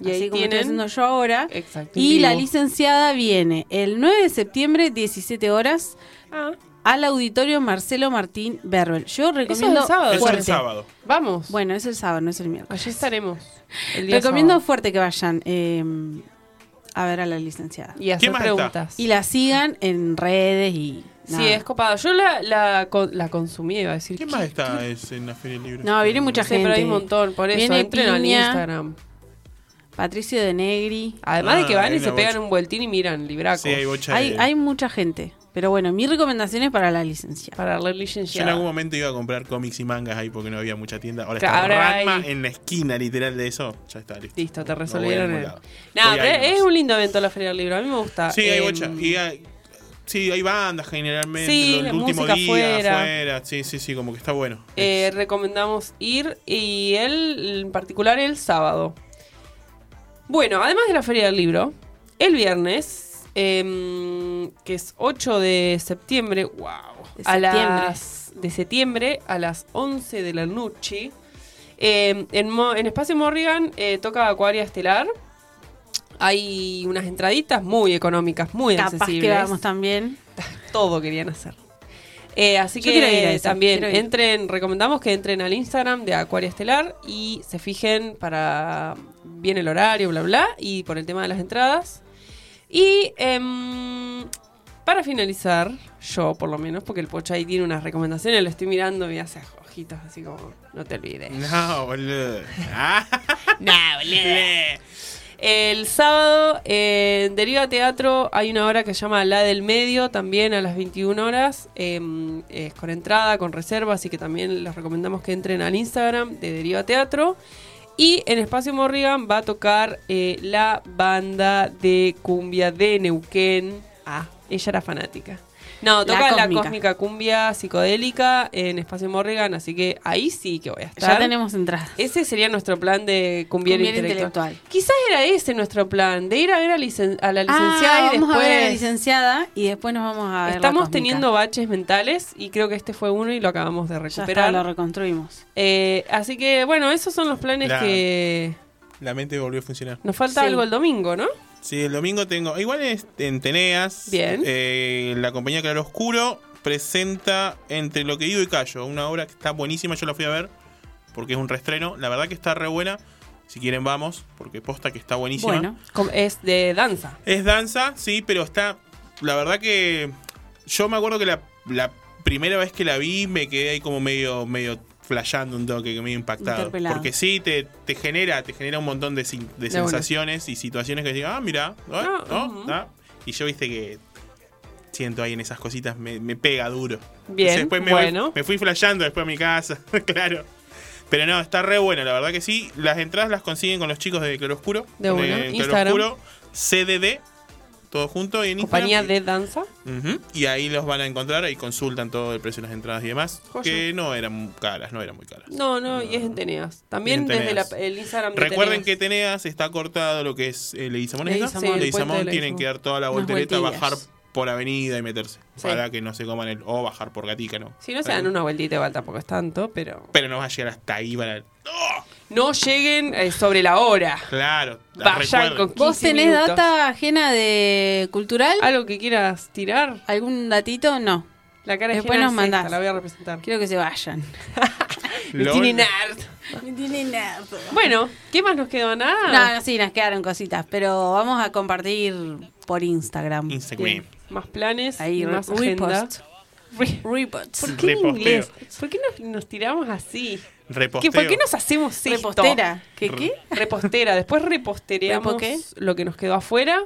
Speaker 5: Y
Speaker 4: y
Speaker 5: ahí
Speaker 4: así como
Speaker 5: tienen-
Speaker 4: estoy haciendo yo ahora.
Speaker 5: exacto. en
Speaker 4: Y la
Speaker 5: vivo.
Speaker 4: licenciada viene el 9 de septiembre, 17 horas,
Speaker 5: Ah,
Speaker 4: al auditorio Marcelo Martín Berruel. Yo recomiendo.
Speaker 5: el sábado,
Speaker 6: Eso
Speaker 4: fuerte.
Speaker 6: el sábado.
Speaker 5: vamos.
Speaker 4: Bueno, es el sábado, no es el miércoles.
Speaker 5: Allí estaremos. el día
Speaker 4: Recomiendo
Speaker 5: sábado.
Speaker 4: fuerte que vayan eh, a ver a la licenciada.
Speaker 5: Y hacer
Speaker 6: ¿Quién más está?
Speaker 5: preguntas.
Speaker 4: Y la sigan en redes y.
Speaker 5: Sí,
Speaker 4: nada.
Speaker 5: es copada. Yo la, la, con- la consumí, iba a decir.
Speaker 6: ¿Qué
Speaker 5: ¿qué-
Speaker 6: más está es, en la Feria del Libro?
Speaker 4: No, viene mucha
Speaker 5: No sé, pero hay un
Speaker 4: gente.
Speaker 5: montón, por eso.
Speaker 4: Viene
Speaker 5: Entren al
Speaker 4: piña.
Speaker 5: Instagram.
Speaker 4: Patricio de Negri.
Speaker 5: Además de que
Speaker 6: Ah,
Speaker 5: van y
Speaker 6: hay
Speaker 5: se
Speaker 6: una
Speaker 5: pegan
Speaker 6: bocha.
Speaker 5: un vueltín y miran libraco.
Speaker 6: Sí, hay bocha
Speaker 4: Hay,
Speaker 6: de-
Speaker 4: hay mucha gente. Pero bueno, mi recomendación es para la licenciada.
Speaker 5: Para leer
Speaker 6: Yo en
Speaker 5: licenciada.
Speaker 6: algún momento iba a comprar cómics y mangas ahí porque no había mucha tienda. Ahora
Speaker 5: Claro,
Speaker 6: está
Speaker 5: ahora
Speaker 6: Ranma
Speaker 5: hay-
Speaker 6: en la esquina, literal, de eso. Ya está, listo.
Speaker 5: Listo, te
Speaker 6: No voy a
Speaker 5: resolvieron
Speaker 6: ningún
Speaker 5: el-
Speaker 6: lado.
Speaker 5: Nah,
Speaker 6: Voy
Speaker 5: pero
Speaker 6: ahí
Speaker 5: es
Speaker 6: nomás.
Speaker 5: un lindo evento la Feria del Libro. A mí me gusta.
Speaker 6: Sí, hay
Speaker 5: Em,
Speaker 6: bocha. Y hay- sí, hay bandas generalmente.
Speaker 5: Sí,
Speaker 6: el último
Speaker 5: música
Speaker 6: día,
Speaker 5: afuera.
Speaker 6: afuera. Sí, sí, sí, como que está bueno.
Speaker 5: eh,
Speaker 6: Es-
Speaker 5: recomendamos ir y él, en particular, el sábado. Bueno, además de la Feria del Libro, el viernes, em, que es 8 de septiembre, wow,
Speaker 4: De
Speaker 5: a
Speaker 4: septiembre.
Speaker 5: las de septiembre a las 11 de la noche, em, en, Mo- en Espacio Morrigan eh, toca Acuaria Estelar. Hay unas entraditas muy económicas, muy
Speaker 4: Capaz que
Speaker 5: accesibles.
Speaker 4: vamos también.
Speaker 5: Todo querían hacer. Eh, así
Speaker 4: Yo
Speaker 5: que
Speaker 4: quiero ir a eso,
Speaker 5: también
Speaker 4: quiero ir.
Speaker 5: entren, recomendamos que entren al Instagram de Acuaria Estelar y se fijen para bien el horario, bla, bla, y por el tema de las entradas. Y em, Para finalizar, yo por lo menos, porque el Pocha ahí tiene unas recomendaciones, lo estoy mirando y hace ojitos así como, no te olvides.
Speaker 6: No, boludo. Ah,
Speaker 5: no, El sábado eh, en Deriva Teatro hay una hora que se llama La del Medio, también a las 21 horas. eh, es con entrada, con reserva, así que también les recomendamos que entren al Instagram de Deriva Teatro. Y en Espacio Morrigan va a tocar eh, la banda de cumbia de Neuquén. Ah, ella era fanática. No,
Speaker 4: La
Speaker 5: toca la
Speaker 4: Cósmica.
Speaker 5: cósmica, cumbia psicodélica en Espacio Morrigan, así que ahí sí que voy a estar.
Speaker 4: Ya tenemos entradas.
Speaker 5: Ese sería nuestro plan de cumbiera,
Speaker 4: Cumbiera
Speaker 5: intelectual. Quizás era ese nuestro plan, de ir a ver a, licen- a la licenciada
Speaker 4: Ah,
Speaker 5: y
Speaker 4: vamos
Speaker 5: después...
Speaker 4: a ver a la licenciada y después nos vamos a ver. la
Speaker 5: Estamos
Speaker 4: Cósmica.
Speaker 5: teniendo baches mentales y creo que este fue uno y lo acabamos de
Speaker 4: Ya está,
Speaker 5: recuperar.
Speaker 4: lo reconstruimos.
Speaker 5: Eh, así que, bueno, esos son los planes
Speaker 6: Claro.
Speaker 5: que...
Speaker 6: La mente volvió a funcionar.
Speaker 5: Nos falta
Speaker 6: Sí.
Speaker 5: algo el domingo, ¿no?
Speaker 6: Sí, el domingo tengo. Igual es en Teneas.
Speaker 5: Bien.
Speaker 6: eh, la compañía Claro Oscuro presenta Entre lo que digo y callo. Una obra que está buenísima. Yo la fui a ver porque es un reestreno. La verdad que está re buena. Si quieren, vamos. Porque posta que está buenísima.
Speaker 5: Bueno, com- es de danza.
Speaker 6: Es danza, sí, pero está. La verdad que. Yo me acuerdo que la, la primera vez que la vi me quedé ahí como medio, medio flasheando un toque, que medio impactado.
Speaker 5: Interpelado.
Speaker 6: Porque sí, te, te genera, te genera un montón de, sin- de
Speaker 5: De una.
Speaker 6: sensaciones y situaciones que digo, ah, mira, ah,
Speaker 5: Ah,
Speaker 6: ah,
Speaker 5: ujú.
Speaker 6: ah". y yo viste que siento ahí en esas cositas, me, me pega duro.
Speaker 5: Bien,
Speaker 6: Entonces, después me,
Speaker 5: bueno.
Speaker 6: me fui flasheando después a mi casa, claro. Pero no, está re buena, la verdad que sí. Las entradas las consiguen con los chicos de Eh, Claroscuro.
Speaker 5: De una.
Speaker 6: en
Speaker 5: Instagram.
Speaker 6: Claroscuro, CDD, todo junto y en
Speaker 5: Compañía
Speaker 6: Instagram.
Speaker 5: de danza.
Speaker 6: Ujú, Y ahí los van a encontrar, ahí consultan todo el precio de las entradas y demás.
Speaker 5: Joya.
Speaker 6: Que no eran caras, no eran muy caras.
Speaker 5: No, no, y es en Teneas. También
Speaker 6: En
Speaker 5: desde
Speaker 6: Teneas.
Speaker 5: la- el Instagram de
Speaker 6: Recuerden
Speaker 5: Teneas.
Speaker 6: que Teneas está cortado lo que es eh, Leguizamón. ¿es
Speaker 5: Leguizamón,
Speaker 6: acá?
Speaker 5: sí, el
Speaker 6: Leguizamón,
Speaker 5: puente de
Speaker 6: tienen
Speaker 5: Leguizamón.
Speaker 6: que dar toda la
Speaker 5: Unas
Speaker 6: voltereta,
Speaker 5: vueltillas.
Speaker 6: bajar por avenida y meterse.
Speaker 5: Sí.
Speaker 6: Para que no se coman el. O bajar por gatica, ¿no?
Speaker 5: Si no se dan una vueltita igual tampoco es tanto, pero...
Speaker 6: Pero no va a llegar hasta ahí para. ¡Oh!
Speaker 5: No lleguen eh, sobre la hora.
Speaker 6: Claro,
Speaker 5: Vayan
Speaker 6: recuerden.
Speaker 5: con 15
Speaker 4: ¿Vos tenés
Speaker 5: minutos.
Speaker 4: data ajena de cultural?
Speaker 5: ¿Algo que quieras tirar?
Speaker 4: ¿Algún datito? No.
Speaker 5: La cara
Speaker 4: Después
Speaker 5: ajena
Speaker 4: nos
Speaker 5: es
Speaker 4: mandás.
Speaker 5: esta, la voy a representar.
Speaker 4: Quiero que se vayan.
Speaker 5: No tiene nerd.
Speaker 4: No tiene nada.
Speaker 5: Bueno, ¿qué más nos quedó? Nada.
Speaker 4: No, no, sí, nos quedaron cositas, pero vamos a compartir por Instagram.
Speaker 5: Mm, Bien, Más planes,
Speaker 4: Ahí,
Speaker 5: más
Speaker 4: re-
Speaker 5: agenda.
Speaker 4: repost.
Speaker 5: Re- ¿Por qué en
Speaker 6: Reposteo.
Speaker 5: inglés? ¿Por qué nos, nos tiramos así?
Speaker 6: Reposteo.
Speaker 5: ¿Qué, ¿Por qué nos hacemos esto?
Speaker 4: Repostera. ¿Qué, qué?
Speaker 5: Repostera. Después repostereamos
Speaker 4: ¿Repo qué?
Speaker 5: lo que nos quedó afuera.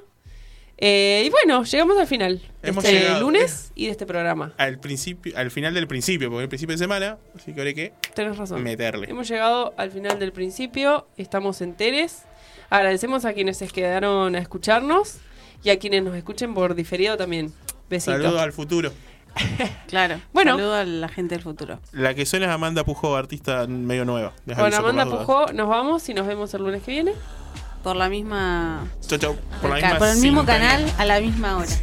Speaker 5: Eh, y bueno, llegamos al final de
Speaker 6: Hemos
Speaker 5: este
Speaker 6: llegado.
Speaker 5: lunes y de este programa.
Speaker 6: Al, principio, al final del principio, porque es el principio de semana, así que ahora hay que
Speaker 5: Tenés razón.
Speaker 6: meterle.
Speaker 5: Hemos llegado al final del principio, estamos en Teres. Agradecemos a quienes se quedaron a escucharnos y a quienes nos escuchen por diferido también. Besitos.
Speaker 6: Saludos al futuro.
Speaker 4: Claro.
Speaker 5: Bueno.
Speaker 4: Saludo a la gente del futuro.
Speaker 6: La que suena es Amanda Pujó, artista medio nueva. Les
Speaker 5: Con
Speaker 6: aviso por
Speaker 5: Amanda
Speaker 6: las dudas.
Speaker 5: Pujó, nos vamos y nos vemos el lunes que viene.
Speaker 4: Por la misma.
Speaker 6: Chau, chau. Por, la
Speaker 4: Ca-
Speaker 6: misma
Speaker 4: por el mismo
Speaker 6: sintonía.
Speaker 4: canal a la misma hora.